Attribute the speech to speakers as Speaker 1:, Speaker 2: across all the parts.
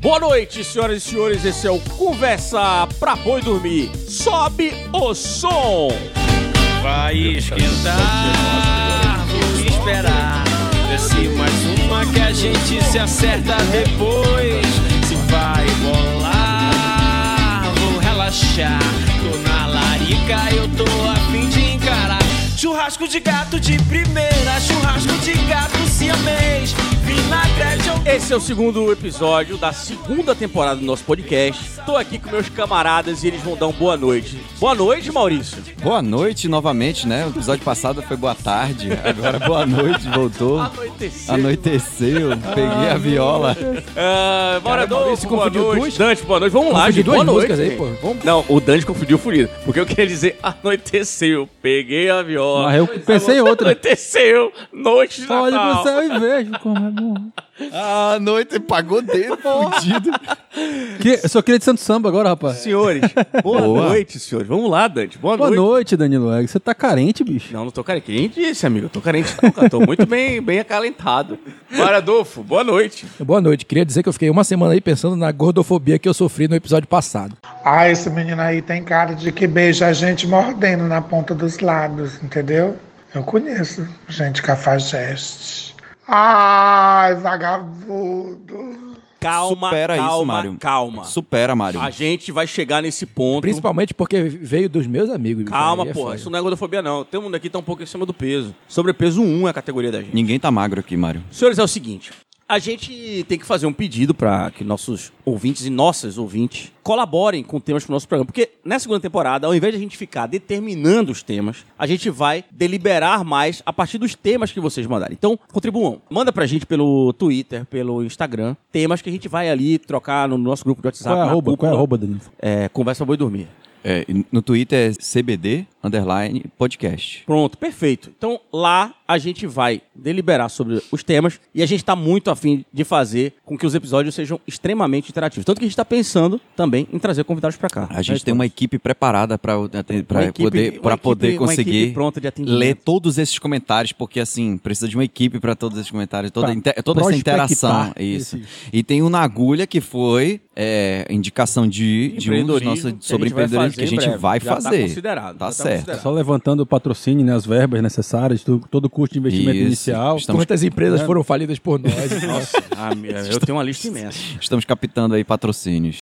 Speaker 1: Boa noite, senhoras e senhores. Esse é o Conversa pra Boi Dormir. Sobe o som!
Speaker 2: Vai esquentar, vou esperar. Desce mais uma que a gente se acerta depois. Se vai bolar, vou relaxar. Tô na larica, eu tô a fim de encarar. Churrasco de gato de primeira, churrasco de gato siamês. Vinagrete eu
Speaker 1: Esse é o segundo episódio da segunda temporada do nosso podcast. Tô aqui com meus camaradas e eles vão dar um boa noite. Boa noite, Maurício.
Speaker 3: Boa noite novamente, né? O episódio passado foi boa tarde, agora boa noite, voltou.
Speaker 1: Anoiteceu.
Speaker 3: Anoiteceu, peguei a viola.
Speaker 1: Ah, Morador,
Speaker 4: Maurício
Speaker 1: boa
Speaker 4: confundiu
Speaker 1: noite.
Speaker 4: duas-
Speaker 1: Dante, boa noite. Vamos lá,
Speaker 4: Confundiu
Speaker 1: gente.
Speaker 4: duas
Speaker 1: Boa noite.
Speaker 4: músicas aí,
Speaker 1: gente.
Speaker 4: pô. Vamos-
Speaker 1: Não, o Dante confundiu o furido. Porque eu queria dizer anoiteceu, peguei a viola.
Speaker 4: Mas eu pensei em outra.
Speaker 1: Anoiteceu, noite de
Speaker 4: Olha pro
Speaker 1: Natal.
Speaker 4: céu e vejo como é bom.
Speaker 3: Ah, A noite pagodeiro fudido.
Speaker 4: Que- eu só queria de Santo Samba agora, rapaz.
Speaker 1: Senhores, boa,
Speaker 3: Boa.
Speaker 1: noite, senhores. Vamos lá, Dante. Boa,
Speaker 4: Boa
Speaker 1: noite.
Speaker 4: noite, Danilo Egg. Você tá carente, bicho.
Speaker 1: Não, não tô carente. Quem disse, amigo? Eu tô carente não, cara. Tô muito bem, bem acalentado. Maradolfo, boa noite.
Speaker 5: Boa noite, queria dizer que eu fiquei uma semana aí pensando na gordofobia que eu sofri no episódio passado.
Speaker 6: Ah, esse menino aí tem cara de que beija a gente mordendo na ponta dos lábios, entendeu? Eu conheço gente cafajeste. Ai, vagabundo.
Speaker 1: Calma,
Speaker 3: Supera isso,
Speaker 1: calma,
Speaker 3: Mário.
Speaker 1: calma.
Speaker 3: Supera, Mário.
Speaker 1: A gente vai chegar nesse ponto.
Speaker 5: Principalmente porque veio dos meus amigos. bicho,
Speaker 1: Calma,
Speaker 5: aí é
Speaker 1: porra.
Speaker 5: foda.
Speaker 1: Isso não é gordofobia, não. Todo mundo aqui tá um pouco em cima do peso. Sobrepeso 1 é a categoria da gente.
Speaker 3: Ninguém tá magro aqui, Mário.
Speaker 1: Senhores, é o seguinte. A gente tem que fazer um pedido para que nossos ouvintes e nossas ouvintes colaborem com temas pro nosso programa. Porque na segunda temporada, ao invés de a gente ficar determinando os temas, a gente vai deliberar mais a partir dos temas que vocês mandarem. Então, contribuam. Manda pra gente pelo Twitter, pelo Instagram, temas que a gente vai ali trocar no nosso grupo de WhatsApp.
Speaker 4: Qual é a
Speaker 1: na
Speaker 4: arroba?
Speaker 1: cúpula.
Speaker 4: Qual é a arroba, Danilo?
Speaker 1: É, conversa boi dormir.
Speaker 3: É, e no Twitter é CBD underline podcast.
Speaker 1: Pronto, perfeito. Então lá a gente vai deliberar sobre os temas e a gente está muito afim de fazer com que os episódios sejam extremamente interativos. Tanto que a gente está pensando também em trazer convidados para cá.
Speaker 3: A gente tem uma equipe preparada para
Speaker 1: Uma equipe-
Speaker 3: poder,
Speaker 1: uma
Speaker 3: pra poder
Speaker 1: equipe- uma equipe
Speaker 3: conseguir
Speaker 1: pronta de atendimento.
Speaker 3: ler todos esses comentários, porque assim, precisa de uma equipe para todos esses comentários, toda,
Speaker 4: Pra
Speaker 3: inte- toda essa
Speaker 4: prospectar
Speaker 3: interação. Isso.
Speaker 4: esses-
Speaker 3: E tem o Na Agulha, que foi é, indicação de, de um dos
Speaker 1: Empreendedorismo,
Speaker 3: nossos
Speaker 1: que a
Speaker 3: sobre
Speaker 1: gente vai
Speaker 3: empreendedorismo
Speaker 1: fazer
Speaker 3: que a
Speaker 1: em
Speaker 3: gente
Speaker 1: breve.
Speaker 3: vai
Speaker 1: Já tá
Speaker 3: fazer.
Speaker 1: considerado,
Speaker 3: Tá
Speaker 1: já tá
Speaker 3: certo.
Speaker 1: considerado.
Speaker 4: Só levantando o patrocínio, né, as verbas necessárias, tu- todo o custo de investimento
Speaker 3: Isso.
Speaker 4: inicial.
Speaker 3: Estamos-
Speaker 5: Quantas empresas
Speaker 4: né?
Speaker 5: foram falidas por nós? Nossa.
Speaker 1: Ah, minha- eu tenho uma lista imensa.
Speaker 3: Estamos captando aí patrocínios.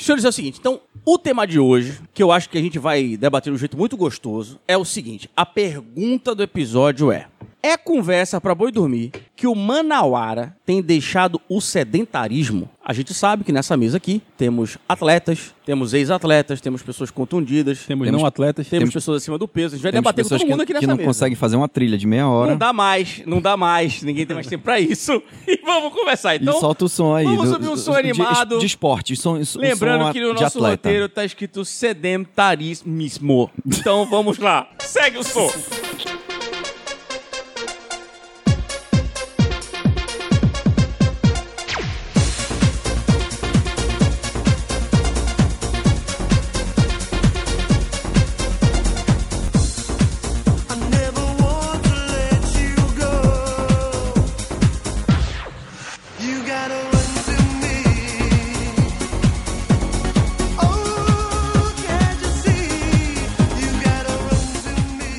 Speaker 1: Senhores, é o seguinte, então, o tema de hoje, que eu acho que a gente vai debater de um jeito muito gostoso, é o seguinte: a pergunta do episódio é: É conversa pra boi dormir que o Manauara tem deixado o sedentarismo? A gente sabe que nessa mesa aqui temos atletas, temos ex-atletas, temos pessoas contundidas, temos,
Speaker 4: Temos,
Speaker 3: Temos-
Speaker 4: não atletas.
Speaker 1: pessoas acima do peso. A gente vai
Speaker 3: Temos
Speaker 1: debater com
Speaker 3: pessoas
Speaker 1: todo mundo
Speaker 3: que,
Speaker 1: aqui nessa
Speaker 3: que não
Speaker 1: mesa.
Speaker 3: conseguem fazer uma trilha de meia hora.
Speaker 1: Não dá mais, não dá mais, ninguém tem mais tempo pra isso. E vamos conversar
Speaker 3: E
Speaker 1: então.
Speaker 3: solta o som aí.
Speaker 1: vamos
Speaker 3: do-
Speaker 1: subir um
Speaker 3: do-
Speaker 1: som
Speaker 3: de-
Speaker 1: animado.
Speaker 3: De, esporte, som, um som
Speaker 1: Lembrando que no
Speaker 3: de
Speaker 1: nosso
Speaker 3: atleta.
Speaker 1: roteiro tá escrito sedentarismo. Então vamos lá. Segue o som.
Speaker 7: Oh,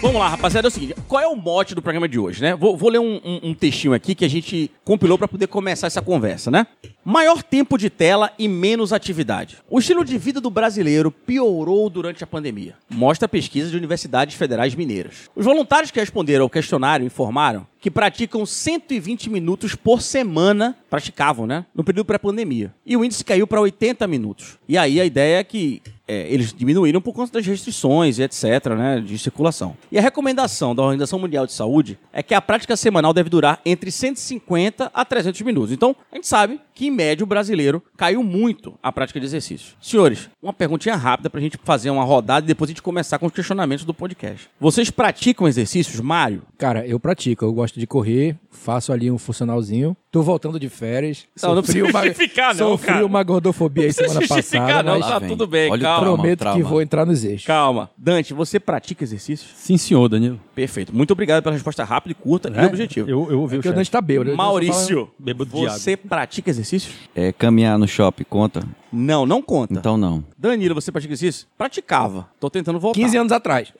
Speaker 1: Vamos lá, rapaziada. É o seguinte. Qual é o mote do programa de hoje, né? Vou, vou ler um, um- um textinho aqui que a gente compilou pra poder começar essa conversa, né? Maior tempo de tela e menos atividade. O estilo de vida do brasileiro piorou durante a pandemia. Mostra a pesquisa de universidades federais mineiras. Os voluntários que responderam ao questionário informaram que praticam 120 minutos por semana, praticavam, né? No período pré-pandemia. E o índice caiu para 80 minutos. E aí a ideia é que é, eles diminuíram por conta das restrições e etc, né, de circulação. E a recomendação da Organização Mundial de Saúde é que a prática semanal deve durar entre 150 a 300 minutos. Então, a gente sabe que, em média, o brasileiro caiu muito a prática de exercício. Senhores, uma perguntinha rápida pra gente fazer uma rodada e depois a gente começar com os questionamentos do podcast. Vocês praticam exercícios, Mário?
Speaker 5: Cara, eu pratico, eu gosto de correr, faço ali um funcionalzinho. Tô voltando de férias.
Speaker 1: Não, não precisa
Speaker 5: uma-
Speaker 1: justificar, não,
Speaker 5: Sofri
Speaker 1: cara.
Speaker 5: uma gordofobia aí
Speaker 1: Não precisa
Speaker 5: semana
Speaker 1: justificar,
Speaker 5: passada, né?
Speaker 1: não,
Speaker 5: mas
Speaker 1: tá tudo bem,
Speaker 3: Olha
Speaker 1: calma.
Speaker 3: o trauma, o
Speaker 5: prometo que
Speaker 3: trauma.
Speaker 5: vou entrar nos eixos.
Speaker 1: Calma. Dante, você pratica exercícios?
Speaker 4: Sim, senhor, Danilo.
Speaker 1: Perfeito. Muito obrigado pela resposta rápida e curta e
Speaker 4: É?
Speaker 1: objetiva.
Speaker 4: Eu, eu ouvi o
Speaker 5: Porque o
Speaker 4: chefe.
Speaker 5: Dante tá bêbado. né?
Speaker 1: Maurício,
Speaker 4: Bêbado de
Speaker 1: você pratica exercícios?
Speaker 3: É, caminhar no shopping,
Speaker 1: Tá.
Speaker 3: conta?
Speaker 1: Não, não conta.
Speaker 3: Então não.
Speaker 1: Danilo, você pratica exercício? Praticava. Tô tentando voltar.
Speaker 5: 15 anos atrás.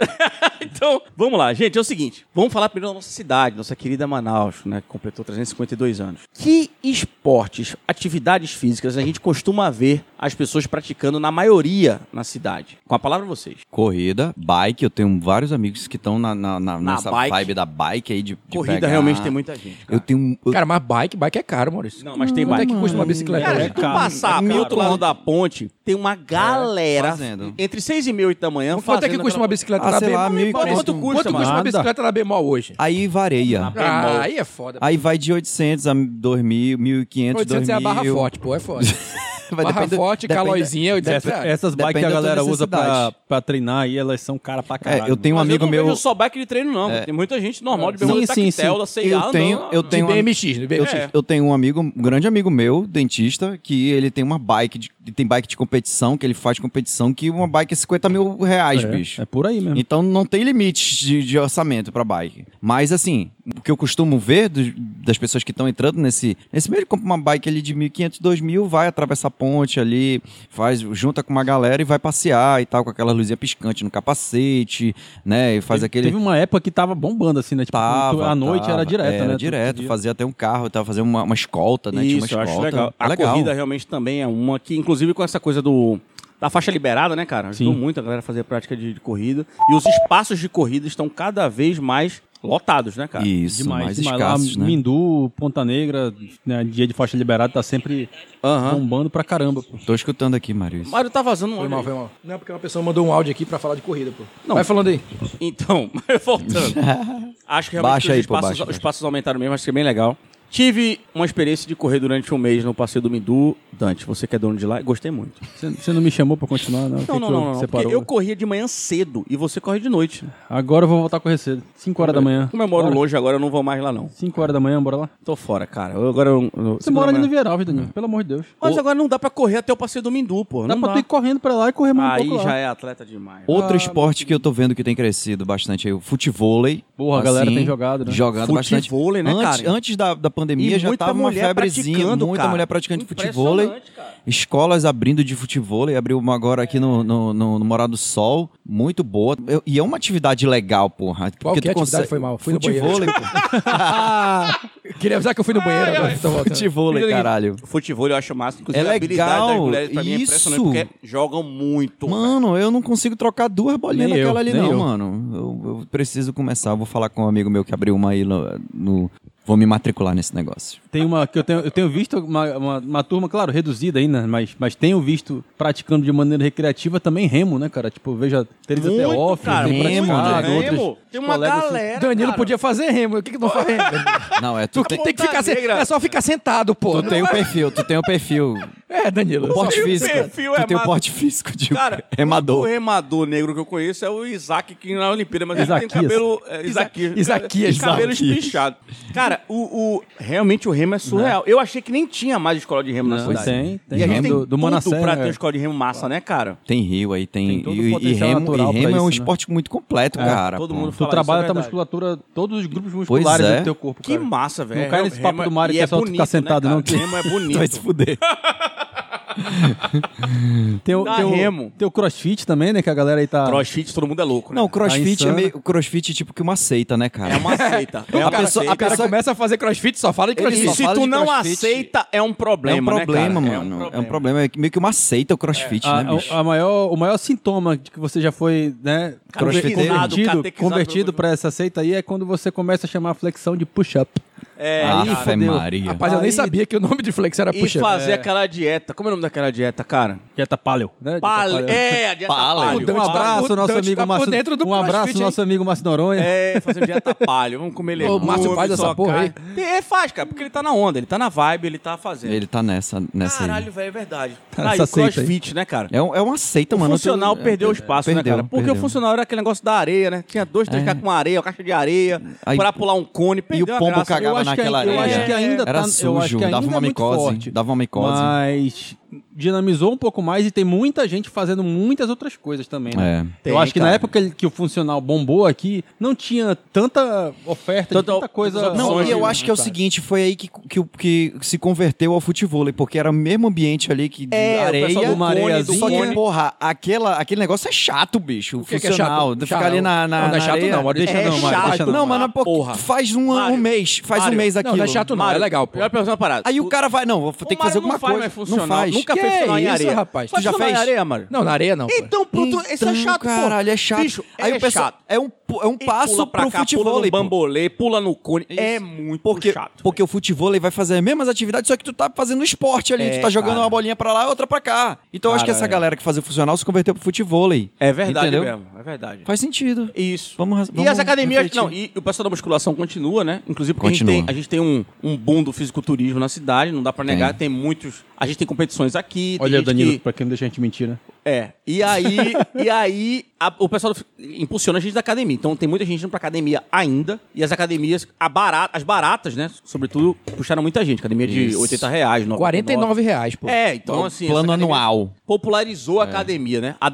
Speaker 1: Então, vamos lá, gente, é o seguinte. Vamos falar primeiro da nossa cidade, nossa querida Manaus, né, que completou 352 anos. Que esportes, atividades físicas a gente costuma ver as pessoas praticando na maioria na cidade? Com a palavra vocês.
Speaker 3: Corrida, bike, eu tenho vários amigos que estão na, na- na-
Speaker 1: Na
Speaker 3: nessa
Speaker 1: bike.
Speaker 3: vibe da bike aí de, de
Speaker 1: Corrida
Speaker 3: pegar.
Speaker 1: realmente tem muita gente. cara.
Speaker 3: Eu tenho... um, eu-
Speaker 5: Cara, mas bike, bike é caro, Maurício.
Speaker 1: Não, mas tem
Speaker 5: Quanto é
Speaker 1: bike.
Speaker 5: que custa uma bicicleta?
Speaker 1: né? Cara,
Speaker 4: É
Speaker 1: se tu
Speaker 4: caro,
Speaker 1: passar
Speaker 3: é
Speaker 1: pro
Speaker 3: caro.
Speaker 1: outro lado da ponte, tem uma galera
Speaker 3: fazendo.
Speaker 1: entre 6 e meia e 8 da manhã
Speaker 5: Quanto é que
Speaker 1: fazendo
Speaker 5: custa
Speaker 1: aquela-
Speaker 5: uma bicicleta
Speaker 3: Ah,
Speaker 5: na
Speaker 3: sei lá,
Speaker 5: bemol?
Speaker 3: mil
Speaker 1: Quanto
Speaker 3: e pouco.
Speaker 1: custa?
Speaker 5: Quanto custa uma
Speaker 4: Nada.
Speaker 5: bicicleta na bemol hoje?
Speaker 3: Aí vareia.
Speaker 1: bemol.
Speaker 5: Ah, aí é foda.
Speaker 3: Aí vai de 800 a 2.000, 1.500,
Speaker 5: 800 é a barra
Speaker 3: 2.000.
Speaker 5: forte, pô, é foda.
Speaker 3: Vai
Speaker 5: barra
Speaker 3: depender-
Speaker 5: forte,
Speaker 3: depende-
Speaker 5: calóizinha, 800
Speaker 4: Essa-
Speaker 5: reais.
Speaker 4: essas bikes que a
Speaker 3: Depende da tua
Speaker 4: galera usa pra,
Speaker 3: necessidade.
Speaker 4: pra treinar aí, elas são caras pra caralho.
Speaker 3: É, eu tenho um
Speaker 1: Mas eu
Speaker 3: amigo
Speaker 1: não
Speaker 3: meu...
Speaker 1: vejo só bike de treino, não.
Speaker 5: É.
Speaker 1: Tem muita gente normal de
Speaker 4: Sim,
Speaker 1: bermuda
Speaker 4: sim, sim.
Speaker 1: tactela, sei lá,
Speaker 3: Eu tenho,
Speaker 1: andando.
Speaker 3: eu tenho um-
Speaker 5: BMX, né?
Speaker 3: Eu,
Speaker 5: BMX.
Speaker 1: É.
Speaker 3: eu tenho um amigo, um grande amigo meu, dentista, que ele tem uma bike, de, ele tem bike de competição, que ele faz competição, que uma bike é 50 mil reais, bicho.
Speaker 4: É por aí mesmo.
Speaker 3: Então não tem limite de, de orçamento pra bike. Mas assim, o que eu costumo ver dos- das pessoas que estão entrando nesse. Nesse meio, compra uma bike ali de 1.500, 2.000, vai atravessar a ponte ali, faz, junta com uma galera e vai passear e tal, com aquela luzinha piscante no capacete, né? E faz
Speaker 4: Teve-
Speaker 3: aquele.
Speaker 4: Teve uma época que tava bombando, assim, né? Tipo, tu-
Speaker 3: Tava,
Speaker 4: a noite
Speaker 3: tava. É,
Speaker 4: era direta,
Speaker 3: Era
Speaker 4: né? Tu
Speaker 3: direto,
Speaker 4: podia-
Speaker 3: fazia até um carro, tava fazendo uma, uma escolta, né?
Speaker 1: Isso,
Speaker 3: Tinha
Speaker 1: eu
Speaker 3: uma
Speaker 1: acho
Speaker 3: escolta.
Speaker 1: legal. A corrida realmente também é uma que, inclusive com essa coisa do da faixa liberada, né, cara? Ajudou
Speaker 4: Sim.
Speaker 1: muito a galera a fazer prática de, de corrida. E os espaços de corrida estão cada vez mais lotados, né, cara?
Speaker 3: Isso,
Speaker 4: é Demais,
Speaker 3: mais
Speaker 4: demais.
Speaker 3: escassos,
Speaker 4: Lá,
Speaker 3: né?
Speaker 4: Mindu, Ponta Negra, né, dia de faixa liberada, tá sempre
Speaker 3: Aham.
Speaker 4: bombando pra caramba. pô.
Speaker 3: Tô escutando aqui, Mário. isso.
Speaker 1: Mário tá vazando um
Speaker 5: Foi
Speaker 1: áudio
Speaker 5: mal,
Speaker 1: aí.
Speaker 5: foi mal. Não, porque uma pessoa mandou um áudio aqui pra falar de corrida, pô.
Speaker 1: Não.
Speaker 5: Vai falando aí.
Speaker 1: Então, voltando. acho que realmente
Speaker 3: Baixa
Speaker 1: os,
Speaker 3: aí, pô,
Speaker 1: espaços,
Speaker 3: baixa,
Speaker 1: os
Speaker 3: baixa.
Speaker 1: espaços aumentaram mesmo, acho que é bem legal. Tive uma experiência de correr durante um mês no passeio do Mindu. Dante, você que é dono de lá, gostei muito.
Speaker 4: Você- Você não me chamou pra continuar, não? O que
Speaker 1: Não, não,
Speaker 4: que tu
Speaker 1: não, não, não. Porque
Speaker 4: separou?
Speaker 1: eu corria de manhã cedo e você corre de noite.
Speaker 4: Agora eu vou voltar a correr cedo. 5 horas da manhã.
Speaker 1: Como eu moro
Speaker 4: Bora.
Speaker 1: longe agora, eu não vou mais lá, não.
Speaker 4: 5 horas da manhã, bora lá.
Speaker 1: Tô fora, cara. Eu agora eu, é eu-
Speaker 4: Você mora ali
Speaker 1: manhã.
Speaker 4: no Vieral, Danilo. Pelo amor de Deus.
Speaker 1: Mas agora não dá pra correr até o passeio do Mindu, pô.
Speaker 4: Dá
Speaker 1: não
Speaker 4: pra tu ir correndo pra lá e correr mais um
Speaker 1: Aí
Speaker 4: pouco lá.
Speaker 1: já é atleta demais.
Speaker 4: ah,
Speaker 3: Outro esporte que eu tô vendo que tem crescido bastante aí, o futevôlei. Assim,
Speaker 4: Porra, a galera tem jogado, né?
Speaker 3: Jogado bastante.
Speaker 1: Futevôlei, né,
Speaker 3: antes,
Speaker 1: cara?
Speaker 3: Antes da, da pandemia
Speaker 1: E
Speaker 3: já
Speaker 1: muita
Speaker 3: tava uma
Speaker 1: mulher
Speaker 3: febrezinha,
Speaker 1: praticando,
Speaker 3: muita
Speaker 1: cara.
Speaker 3: mulher praticando
Speaker 1: Impressionante,
Speaker 3: futevôlei.
Speaker 1: cara.
Speaker 3: Escolas abrindo de futevôlei, abriu uma agora aqui no, no, no, no Morado do Sol, muito boa. Eu- e é uma atividade legal, porra.
Speaker 5: Qual
Speaker 3: porque
Speaker 5: que é a
Speaker 3: tu
Speaker 5: atividade?
Speaker 3: consegue-
Speaker 5: Foi mal. Fui no banheiro.
Speaker 3: futevôlei, pô.
Speaker 5: Queria avisar que eu fui no banheiro agora. Tô voltando.
Speaker 3: Futevôlei, caralho.
Speaker 1: Futebol eu acho massa. Inclusive,
Speaker 3: É
Speaker 1: a habilidade das
Speaker 3: legal,
Speaker 1: mulheres pra mim é
Speaker 3: isso.
Speaker 1: impressionante, porque jogam muito. velho.
Speaker 3: Mano, eu não consigo trocar duas bolinhas
Speaker 4: Nem eu,
Speaker 3: daquela ali,
Speaker 4: nem
Speaker 3: não,
Speaker 4: eu.
Speaker 3: mano. Eu, eu preciso começar. Eu vou falar com um amigo meu que abriu uma aí no. no- vou me matricular nesse negócio.
Speaker 4: Tem uma que eu tenho, eu tenho visto uma, uma, uma turma, claro, reduzida ainda, mas, mas tenho visto praticando de maneira recreativa também remo, né, cara? Tipo, eu vejo a Teresa
Speaker 1: Muito,
Speaker 4: Teófilo,
Speaker 1: cara,
Speaker 4: tem
Speaker 3: muito
Speaker 4: praticado,
Speaker 1: remo.
Speaker 4: outros
Speaker 1: Tem uma
Speaker 4: colegas, assim.
Speaker 1: galera.
Speaker 5: Danilo
Speaker 1: cara.
Speaker 5: podia fazer remo. O que que não faz remo? Danilo?
Speaker 3: Não, é
Speaker 5: Tu
Speaker 3: tu, tem,
Speaker 5: tem que ficar
Speaker 1: Ponta
Speaker 5: sentado.
Speaker 1: Negra.
Speaker 5: É só ficar sentado, pô.
Speaker 3: tu tem o perfil, tu tem o perfil.
Speaker 5: É, Danilo.
Speaker 3: O porte
Speaker 1: é? o
Speaker 3: físico.
Speaker 1: perfil é
Speaker 3: tu tem o
Speaker 1: ma-
Speaker 3: porte físico de
Speaker 1: Cara, o
Speaker 3: remador.
Speaker 1: remador negro que eu conheço é o Isaac, que na Olimpíada, mas ele tem
Speaker 4: Isaquias.
Speaker 1: cabelo. É, Isaquias.
Speaker 5: Isaquias.
Speaker 1: Cabelo
Speaker 5: Isaquias.
Speaker 1: espichado. Cara, o, o- realmente o remo é surreal. Eu achei que nem tinha mais escola de remo na
Speaker 4: Né? Não,
Speaker 1: cidade.
Speaker 4: tem, tem.
Speaker 1: E a gente
Speaker 4: Remo
Speaker 1: tem
Speaker 4: do- do
Speaker 1: tudo
Speaker 4: Manassés,
Speaker 1: pra
Speaker 4: né?
Speaker 1: ter uma escola de remo massa, né, cara?
Speaker 3: Tem rio aí, tem.
Speaker 4: Tem todo o
Speaker 3: e, e
Speaker 4: potencial
Speaker 3: remo,
Speaker 4: natural
Speaker 3: e
Speaker 4: pra
Speaker 3: remo é um
Speaker 4: isso, né?
Speaker 3: esporte muito completo, cara.
Speaker 1: todo
Speaker 3: pô.
Speaker 1: mundo
Speaker 4: Tu
Speaker 1: Fala,
Speaker 4: trabalha
Speaker 1: isso é
Speaker 4: a tua
Speaker 1: verdade.
Speaker 4: musculatura, todos os grupos
Speaker 3: Pois
Speaker 4: musculares
Speaker 3: é.
Speaker 4: do teu corpo,
Speaker 1: Que
Speaker 4: cara.
Speaker 1: massa, velho.
Speaker 4: cai nesse papo
Speaker 1: Remo é-
Speaker 4: do Mário
Speaker 1: e
Speaker 4: que é só tu ficar sentado,
Speaker 1: né,
Speaker 4: não,
Speaker 1: cara?
Speaker 4: que-
Speaker 1: Remo é bonito.
Speaker 3: Vai se fuder.
Speaker 4: Tem o,
Speaker 1: Dá
Speaker 4: tem o-
Speaker 1: remo.
Speaker 4: tem o crossfit também, né, que a galera aí tá...
Speaker 1: Crossfit, todo mundo é louco, né?
Speaker 3: Não, o crossfit é
Speaker 4: insano.
Speaker 3: meio. O crossfit é tipo que uma seita, né, cara?
Speaker 1: É uma seita. É
Speaker 3: A
Speaker 1: uma
Speaker 3: pessoa- a
Speaker 1: seita.
Speaker 5: O cara
Speaker 3: pessoa-
Speaker 5: começa a fazer crossfit, só fala de
Speaker 3: Ele
Speaker 5: crossfit.
Speaker 1: E
Speaker 3: só
Speaker 1: se um
Speaker 3: fala
Speaker 1: tu
Speaker 3: de
Speaker 1: não
Speaker 3: crossfit.
Speaker 1: aceita, é um problema,
Speaker 3: É um problema,
Speaker 1: né, cara?
Speaker 3: mano. É um problema. É meio que uma seita o crossfit,
Speaker 5: É. Ah,
Speaker 4: A,
Speaker 3: né, bicho?
Speaker 4: a- a maior, Ah, o maior sintoma de que você já foi, né,
Speaker 1: Catequizado,
Speaker 4: convertido,
Speaker 1: catequizado
Speaker 4: convertido
Speaker 1: pelo-
Speaker 4: pra essa seita aí é quando você começa a chamar a flexão de push-up.
Speaker 1: É,
Speaker 3: Ave
Speaker 1: cara.
Speaker 3: Maria.
Speaker 5: Rapaz, eu nem
Speaker 1: Aí-
Speaker 5: sabia que o nome de flex era
Speaker 1: E
Speaker 5: puxa.
Speaker 1: fazer aquela dieta. Como é o nome daquela dieta, cara?
Speaker 4: Dieta paleo, né?
Speaker 1: Paleo. É, a dieta
Speaker 3: Paleo.
Speaker 1: paleo.
Speaker 5: O
Speaker 4: Um
Speaker 5: Dante tá-
Speaker 4: abraço,
Speaker 5: o
Speaker 4: nosso
Speaker 5: Dante
Speaker 4: amigo
Speaker 5: tá por
Speaker 4: Márcio.
Speaker 5: dentro do
Speaker 4: um abraço,
Speaker 5: CrossFit, hein?
Speaker 4: nosso amigo Márcio Noronha.
Speaker 1: É, fazer um dieta palho. Vamos comer legume.
Speaker 5: Márcio, faz essa
Speaker 1: só
Speaker 5: porra aí.
Speaker 1: carne. É, faz, cara, porque ele tá na onda, ele tá na vibe, ele tá fazendo.
Speaker 3: Ele tá nessa, nessa aí.
Speaker 1: Caralho, velho, é verdade. Tá
Speaker 4: Tá
Speaker 1: aí,
Speaker 4: nessa
Speaker 1: o
Speaker 4: seita
Speaker 1: crossfit, né, cara?
Speaker 3: É, um, é uma seita,
Speaker 1: O
Speaker 3: mano.
Speaker 1: funcional
Speaker 3: Eu-
Speaker 1: perdeu o
Speaker 3: eu-
Speaker 1: espaço, né,
Speaker 3: perdeu,
Speaker 1: cara? Porque o
Speaker 3: perdeu.
Speaker 1: funcional era aquele negócio da areia, né? Tinha dois, três
Speaker 3: É.
Speaker 1: caras com areia, uma caixa de areia,
Speaker 3: Aí-
Speaker 1: pra pular um cone,
Speaker 3: E o
Speaker 1: perdeu a
Speaker 3: pombo
Speaker 1: graça.
Speaker 4: Eu
Speaker 3: cagava
Speaker 4: acho que
Speaker 3: naquela
Speaker 4: ainda- eu
Speaker 3: areia.
Speaker 4: acho que ainda
Speaker 3: Era
Speaker 4: tá- eu acho
Speaker 3: sujo,
Speaker 4: que ainda
Speaker 3: dava
Speaker 4: é
Speaker 3: uma
Speaker 4: muito forte.
Speaker 3: micose. Dava uma micose.
Speaker 4: Mas dinamizou um pouco mais e tem muita gente fazendo muitas outras coisas também, né?
Speaker 3: É.
Speaker 1: Tem,
Speaker 4: Eu acho que na
Speaker 1: cara.
Speaker 4: época ele- que o funcional bombou aqui, não tinha tanta oferta,
Speaker 1: Tanta-
Speaker 4: de tanta coisa.
Speaker 1: tantas
Speaker 3: Não,
Speaker 1: opções
Speaker 3: e
Speaker 1: de-
Speaker 3: eu acho que é o
Speaker 4: Tá.
Speaker 3: seguinte, foi aí que, que, o- que se converteu ao futevôlei, porque era o mesmo ambiente ali que de
Speaker 1: É, o pessoal
Speaker 3: areia,
Speaker 1: do
Speaker 4: uma
Speaker 1: cone, do
Speaker 4: areiazinha.
Speaker 3: Só que,
Speaker 1: cone.
Speaker 3: porra, aquela, aquele negócio é chato, bicho. O
Speaker 5: que que é
Speaker 3: funcional.
Speaker 5: chato?
Speaker 3: de
Speaker 5: Chato.
Speaker 3: Ficar ali na, na,
Speaker 5: Não, não é
Speaker 3: na
Speaker 5: chato
Speaker 3: areia.
Speaker 5: não, mas deixa
Speaker 1: É
Speaker 4: não, Mário,
Speaker 1: chato,
Speaker 4: deixa não.
Speaker 3: Não, mas não é porque
Speaker 1: porra.
Speaker 3: faz um,
Speaker 1: Mário,
Speaker 3: um mês, faz
Speaker 1: Mário,
Speaker 3: um mês
Speaker 1: não,
Speaker 3: aquilo.
Speaker 5: não é chato não, é legal, pô.
Speaker 1: Eu ia pensar uma parada.
Speaker 3: Aí o
Speaker 1: Tu-
Speaker 3: cara vai, não, vou ter que
Speaker 1: o Mário
Speaker 3: fazer alguma
Speaker 1: não faz
Speaker 3: coisa.
Speaker 1: mais funcional.
Speaker 3: Não faz.
Speaker 1: Nunca
Speaker 5: Que
Speaker 1: fez funcional em
Speaker 5: isso,
Speaker 1: areia.
Speaker 5: rapaz?
Speaker 1: Faz
Speaker 3: Tu já
Speaker 1: funcional
Speaker 3: fez?
Speaker 1: em areia, mano?
Speaker 5: Não, na areia não. pô.
Speaker 1: Então, pronto, esse é
Speaker 3: Então,
Speaker 1: chato, pô.
Speaker 3: Caralho, é chato.
Speaker 1: Bicho,
Speaker 3: aí
Speaker 1: é
Speaker 3: o pessoal,
Speaker 1: chato.
Speaker 3: É um, é um
Speaker 1: E
Speaker 3: passo
Speaker 1: pula pra
Speaker 3: pro
Speaker 1: cá, Pula
Speaker 3: futevôlei.
Speaker 1: no
Speaker 3: pô.
Speaker 1: bambolê, pula no cone. É muito
Speaker 3: Porque,
Speaker 1: chato.
Speaker 3: porque o futevôlei vai fazer as mesmas atividades, só que tu tá fazendo esporte ali. tu tá jogando
Speaker 1: cara.
Speaker 3: uma bolinha pra lá, outra pra cá. Então eu acho que
Speaker 1: Cara,
Speaker 3: essa
Speaker 1: é.
Speaker 3: galera que fazia o funcional se converteu pro futevôlei.
Speaker 1: É verdade
Speaker 3: Entendeu?
Speaker 1: mesmo, é verdade.
Speaker 3: Faz sentido.
Speaker 1: Isso.
Speaker 3: Vamos-
Speaker 1: e
Speaker 3: vamos
Speaker 1: as academias.
Speaker 3: refletir.
Speaker 1: Não, e o pessoal da musculação continua, né? Inclusive porque a gente
Speaker 3: Continua.
Speaker 1: tem, a gente tem um, um boom do fisiculturismo na cidade, não dá pra negar, tem, muitos. A gente tem competições aqui. tem
Speaker 4: Olha,
Speaker 1: gente
Speaker 4: Danilo,
Speaker 1: que-
Speaker 4: pra quem não deixa a gente mentir, né?
Speaker 1: é. E aí, e aí a- o pessoal do- impulsiona a gente da academia. Então tem muita gente indo pra academia ainda. E as academias, a barata, as baratas, né? Sobretudo, puxaram muita gente. Academia de
Speaker 3: Isso.
Speaker 1: 80 reais, 99.
Speaker 5: 49 reais, pô.
Speaker 1: É, então assim.
Speaker 3: Plano
Speaker 1: essa academia
Speaker 3: anual.
Speaker 1: Popularizou a academia, né? A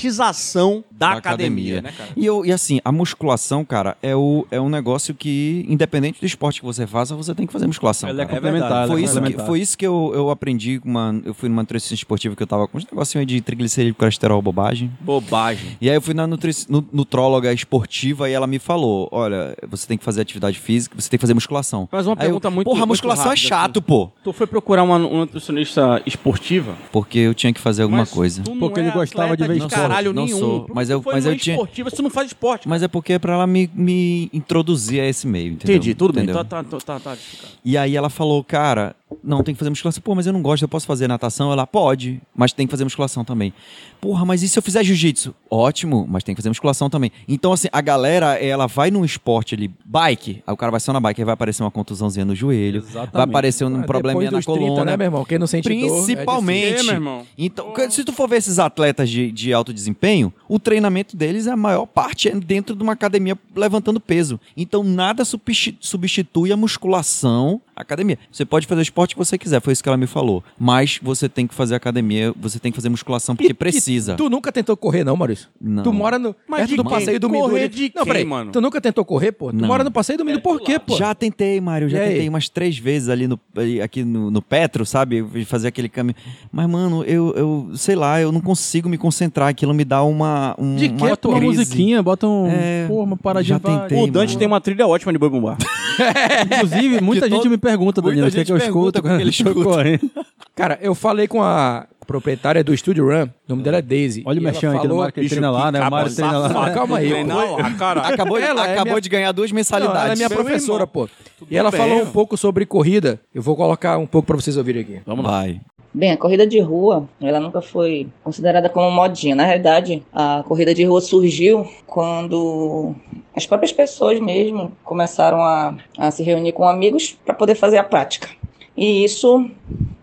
Speaker 1: democratização da,
Speaker 3: Da
Speaker 1: academia, né, cara?
Speaker 3: E, eu, e assim, a musculação, cara, é, o, é um negócio que, independente do esporte que você faça, você tem que fazer musculação.
Speaker 4: Ela é
Speaker 3: cara.
Speaker 4: complementar. ela é
Speaker 3: Foi isso, que,
Speaker 4: complementar.
Speaker 3: foi isso que eu, eu aprendi. com Uma, eu fui numa nutrição esportiva que eu tava com uns negocinho aí de triglicerídeo, colesterol, bobagem.
Speaker 1: Bobagem.
Speaker 3: E aí eu fui na nutri nu- nutróloga esportiva e ela me falou: olha, você tem que fazer atividade física, você tem que fazer musculação.
Speaker 1: Mas uma
Speaker 3: Aí eu,
Speaker 1: pergunta muito-
Speaker 3: Porra,
Speaker 1: muito
Speaker 3: musculação é
Speaker 1: rápida, assim."
Speaker 3: chato, pô.
Speaker 1: Tu foi procurar uma, uma nutricionista esportiva?
Speaker 3: Porque eu tinha que fazer alguma coisa.
Speaker 1: tu não
Speaker 4: Porque ele gostava
Speaker 1: atleta
Speaker 4: de ver
Speaker 1: de
Speaker 4: esporte.
Speaker 1: caralho
Speaker 3: Não
Speaker 1: nenhum.
Speaker 3: sou,
Speaker 1: Tu
Speaker 3: mas eu-
Speaker 1: foi
Speaker 3: mas eu
Speaker 1: numa
Speaker 3: tinha-
Speaker 1: esportiva, se tu não faz esporte.
Speaker 3: Mas é porque é pra ela me, me introduzir a esse meio, entendeu?
Speaker 1: Entendi, tudo
Speaker 3: Entendeu?
Speaker 1: bem. Tá, tá, tá, tá, tá.
Speaker 3: E aí ela falou, cara, não, tem que fazer musculação. Pô, mas eu não gosto, eu posso fazer natação? Ela, pode, mas tem que fazer musculação também. Porra, mas e se eu fizer jiu-jitsu? Ótimo, mas tem que fazer musculação também. Então, assim, a galera, ela vai num esporte ali, bike, aí o cara vai só na bike, aí vai aparecer uma contusãozinha no joelho,
Speaker 4: Exatamente.
Speaker 3: vai aparecer um
Speaker 5: Ah,
Speaker 3: probleminha
Speaker 5: depois
Speaker 3: na
Speaker 5: dos 30,
Speaker 3: coluna.
Speaker 5: né, meu irmão? Quem não sente dor, é difícil.
Speaker 1: É,
Speaker 3: Principalmente.
Speaker 1: meu irmão.
Speaker 3: então, se tu for ver esses atletas de, de alto desempenho, o treinamento deles, a maior parte é dentro de uma academia levantando peso. Então, nada substi- substitui a musculação à academia. Você pode fazer o esporte que você quiser, foi isso que ela me falou. Mas você tem que fazer academia, você tem que fazer musculação, porque
Speaker 5: E-
Speaker 3: precisa.
Speaker 5: e Tu nunca tentou correr, não, Maurício?
Speaker 3: Não.
Speaker 5: Tu mora no.
Speaker 1: Mas de
Speaker 5: perto do
Speaker 1: quem?
Speaker 5: passeio do Mindu.
Speaker 1: Correr
Speaker 5: ali.
Speaker 1: de
Speaker 5: não,
Speaker 1: quem,
Speaker 5: peraí.
Speaker 1: mano?
Speaker 5: Tu nunca tentou correr, pô? Tu
Speaker 3: Não.
Speaker 5: mora no passeio do Mindu por quê, pô?
Speaker 3: Já tentei, Mário, já
Speaker 5: E aí?
Speaker 3: tentei umas três vezes ali no, ali- aqui no, no Petro, sabe? Eu fui Fazer aquele caminho. Mas, mano, eu, eu sei lá, eu não consigo me concentrar. Aquilo me dá uma. Um,
Speaker 5: De quê?
Speaker 3: uma
Speaker 4: Bota uma
Speaker 3: crise.
Speaker 4: musiquinha, bota um.
Speaker 3: É,
Speaker 4: Porra, uma paradinha.
Speaker 3: já tentei,
Speaker 1: O Dante
Speaker 3: mano.
Speaker 1: tem uma trilha ótima de boi bumbá.
Speaker 5: É
Speaker 4: Inclusive, muita
Speaker 3: Que
Speaker 4: gente
Speaker 3: todo-
Speaker 4: me
Speaker 3: muita
Speaker 4: pergunta, Danilo, o que, é
Speaker 3: gente
Speaker 4: que eu
Speaker 3: pergunta
Speaker 4: escuto quando
Speaker 3: o que ele
Speaker 4: ele estou
Speaker 3: escuta.
Speaker 4: correndo.
Speaker 5: Cara, eu falei com a proprietária do Studio Run, o nome dela é Daisy.
Speaker 4: Olha o
Speaker 5: e ela
Speaker 4: mexão aqui do
Speaker 5: falou-
Speaker 4: Mário, que ele treina lá, né? O Mário treina lá.
Speaker 5: safado. Calma aí,
Speaker 1: Não, a cara.
Speaker 3: Acabou, de,
Speaker 5: Ela é
Speaker 3: acabou
Speaker 5: minha-
Speaker 3: de ganhar duas
Speaker 5: Não,
Speaker 3: mensalidades.
Speaker 5: ela é minha
Speaker 1: Meu
Speaker 5: professora,
Speaker 1: irmão.
Speaker 5: pô. E ela
Speaker 1: bem,
Speaker 5: falou um
Speaker 1: irmão.
Speaker 5: pouco sobre corrida. Eu vou colocar um pouco pra vocês ouvirem aqui.
Speaker 3: Vamos lá. Vai.
Speaker 8: Bem, a corrida de rua, ela nunca foi considerada como modinha. Na realidade, a corrida de rua surgiu quando as próprias pessoas mesmo começaram a, a se reunir com amigos para poder fazer a prática. E isso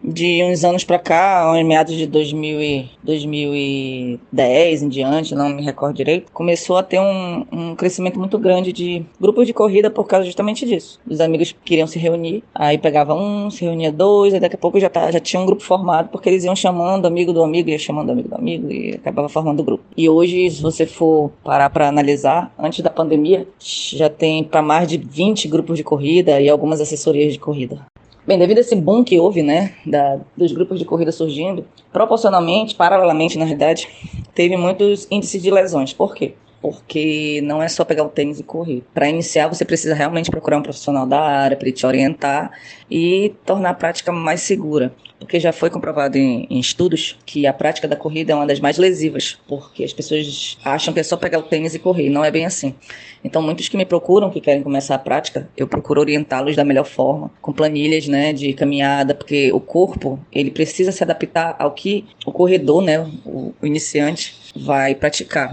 Speaker 8: de uns anos para cá, em meados de 2000 e 2010 em diante, não me recordo direito, começou a ter um, um crescimento muito grande de grupos de corrida por causa justamente disso. Os amigos queriam se reunir, aí pegava um, se reunia dois, aí daqui a pouco já, tá, já tinha um grupo formado, porque eles iam chamando amigo do amigo, ia chamando amigo do amigo e acabava formando o grupo. E hoje, se você for parar para analisar, antes da pandemia, já tem para mais de 20 grupos de corrida e algumas assessorias de corrida. Bem, devido a esse boom que houve, né, da, dos grupos de corrida surgindo, proporcionalmente, paralelamente, na verdade, teve muitos índices de lesões. Por quê? porque não é só pegar o tênis e correr. Para iniciar, você precisa realmente procurar um profissional da área para ele te orientar e tornar a prática mais segura. Porque já foi comprovado em, em estudos que a prática da corrida é uma das mais lesivas, porque as pessoas acham que é só pegar o tênis e correr, não é bem assim. Então, muitos que me procuram, que querem começar a prática, eu procuro orientá-los da melhor forma, com planilhas né, de caminhada, porque o corpo ele precisa se adaptar ao que o corredor, né, o, o iniciante, vai praticar.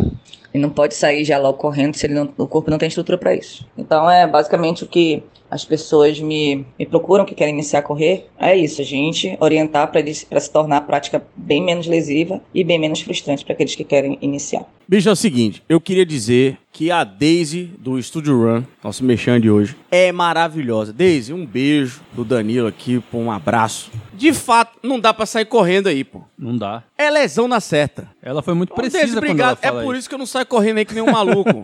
Speaker 8: Ele não pode sair já logo correndo se ele não, o corpo não tem estrutura para isso. Então é basicamente o que as pessoas me, me procuram que querem iniciar a correr. É isso, a gente orientar para se tornar a prática bem menos lesiva e bem menos frustrante para aqueles que querem iniciar.
Speaker 1: Bicho, é o seguinte, eu queria dizer que a Daisy do Studio Run, nosso mexão de hoje, é maravilhosa. Daisy, um beijo do Danilo aqui, pô, um abraço. De fato, não dá pra sair correndo aí, pô.
Speaker 4: Não dá.
Speaker 1: É lesão na seta.
Speaker 4: Ela foi muito
Speaker 1: Daisy,
Speaker 4: precisa quando ela
Speaker 1: obrigado. É
Speaker 4: fala
Speaker 1: por isso que eu não saio correndo aí que nem um maluco.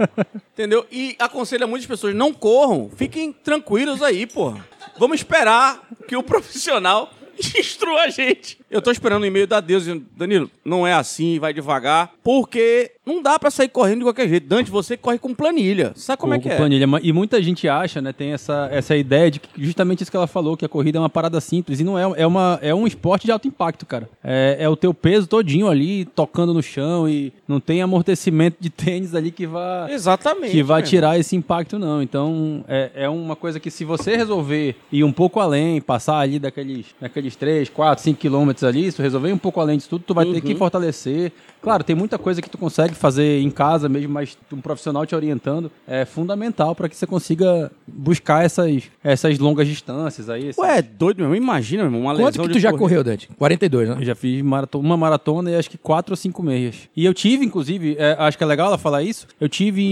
Speaker 1: Entendeu? E aconselho a muitas pessoas, não corram, fiquem tranquilos aí, pô. Vamos esperar que o profissional instrua a gente. Eu tô esperando o e-mail da Deus, Danilo, não é assim, vai devagar, porque não dá pra sair correndo de qualquer jeito. Dante, você corre com planilha. Sabe como é
Speaker 4: Ou
Speaker 1: que
Speaker 4: com
Speaker 1: é?
Speaker 4: planilha. Mas- E muita gente acha, né? Tem essa, essa ideia de que justamente isso que ela falou, que a corrida é uma parada simples. E não é, é, uma, é um esporte de alto impacto, cara. É, é o teu peso todinho ali, tocando no chão e não tem amortecimento de tênis ali que vá.
Speaker 1: Exatamente.
Speaker 4: Que vai
Speaker 1: meu.
Speaker 4: tirar esse impacto, não. Então, é, é uma coisa que se você resolver ir um pouco além, passar ali daqueles, daqueles 3, 4, 5 quilômetros ali, se tu resolver ir um pouco além disso tudo, tu vai ter que
Speaker 1: Uhum.
Speaker 4: fortalecer. Claro, tem muita coisa que tu consegue fazer em casa mesmo, mas um profissional te orientando é fundamental para que você consiga buscar essas, essas longas distâncias aí. esses-
Speaker 1: Ué, é doido mesmo. Imagina, meu irmão, uma
Speaker 5: Quanto
Speaker 1: lesão
Speaker 5: que
Speaker 1: de
Speaker 5: tu já
Speaker 1: corrida.
Speaker 5: correu, Dante? 42, né?
Speaker 4: Eu já fiz marato- uma maratona e acho que quatro ou cinco meias. E eu tive, inclusive, é, acho que é legal ela falar isso. Eu tive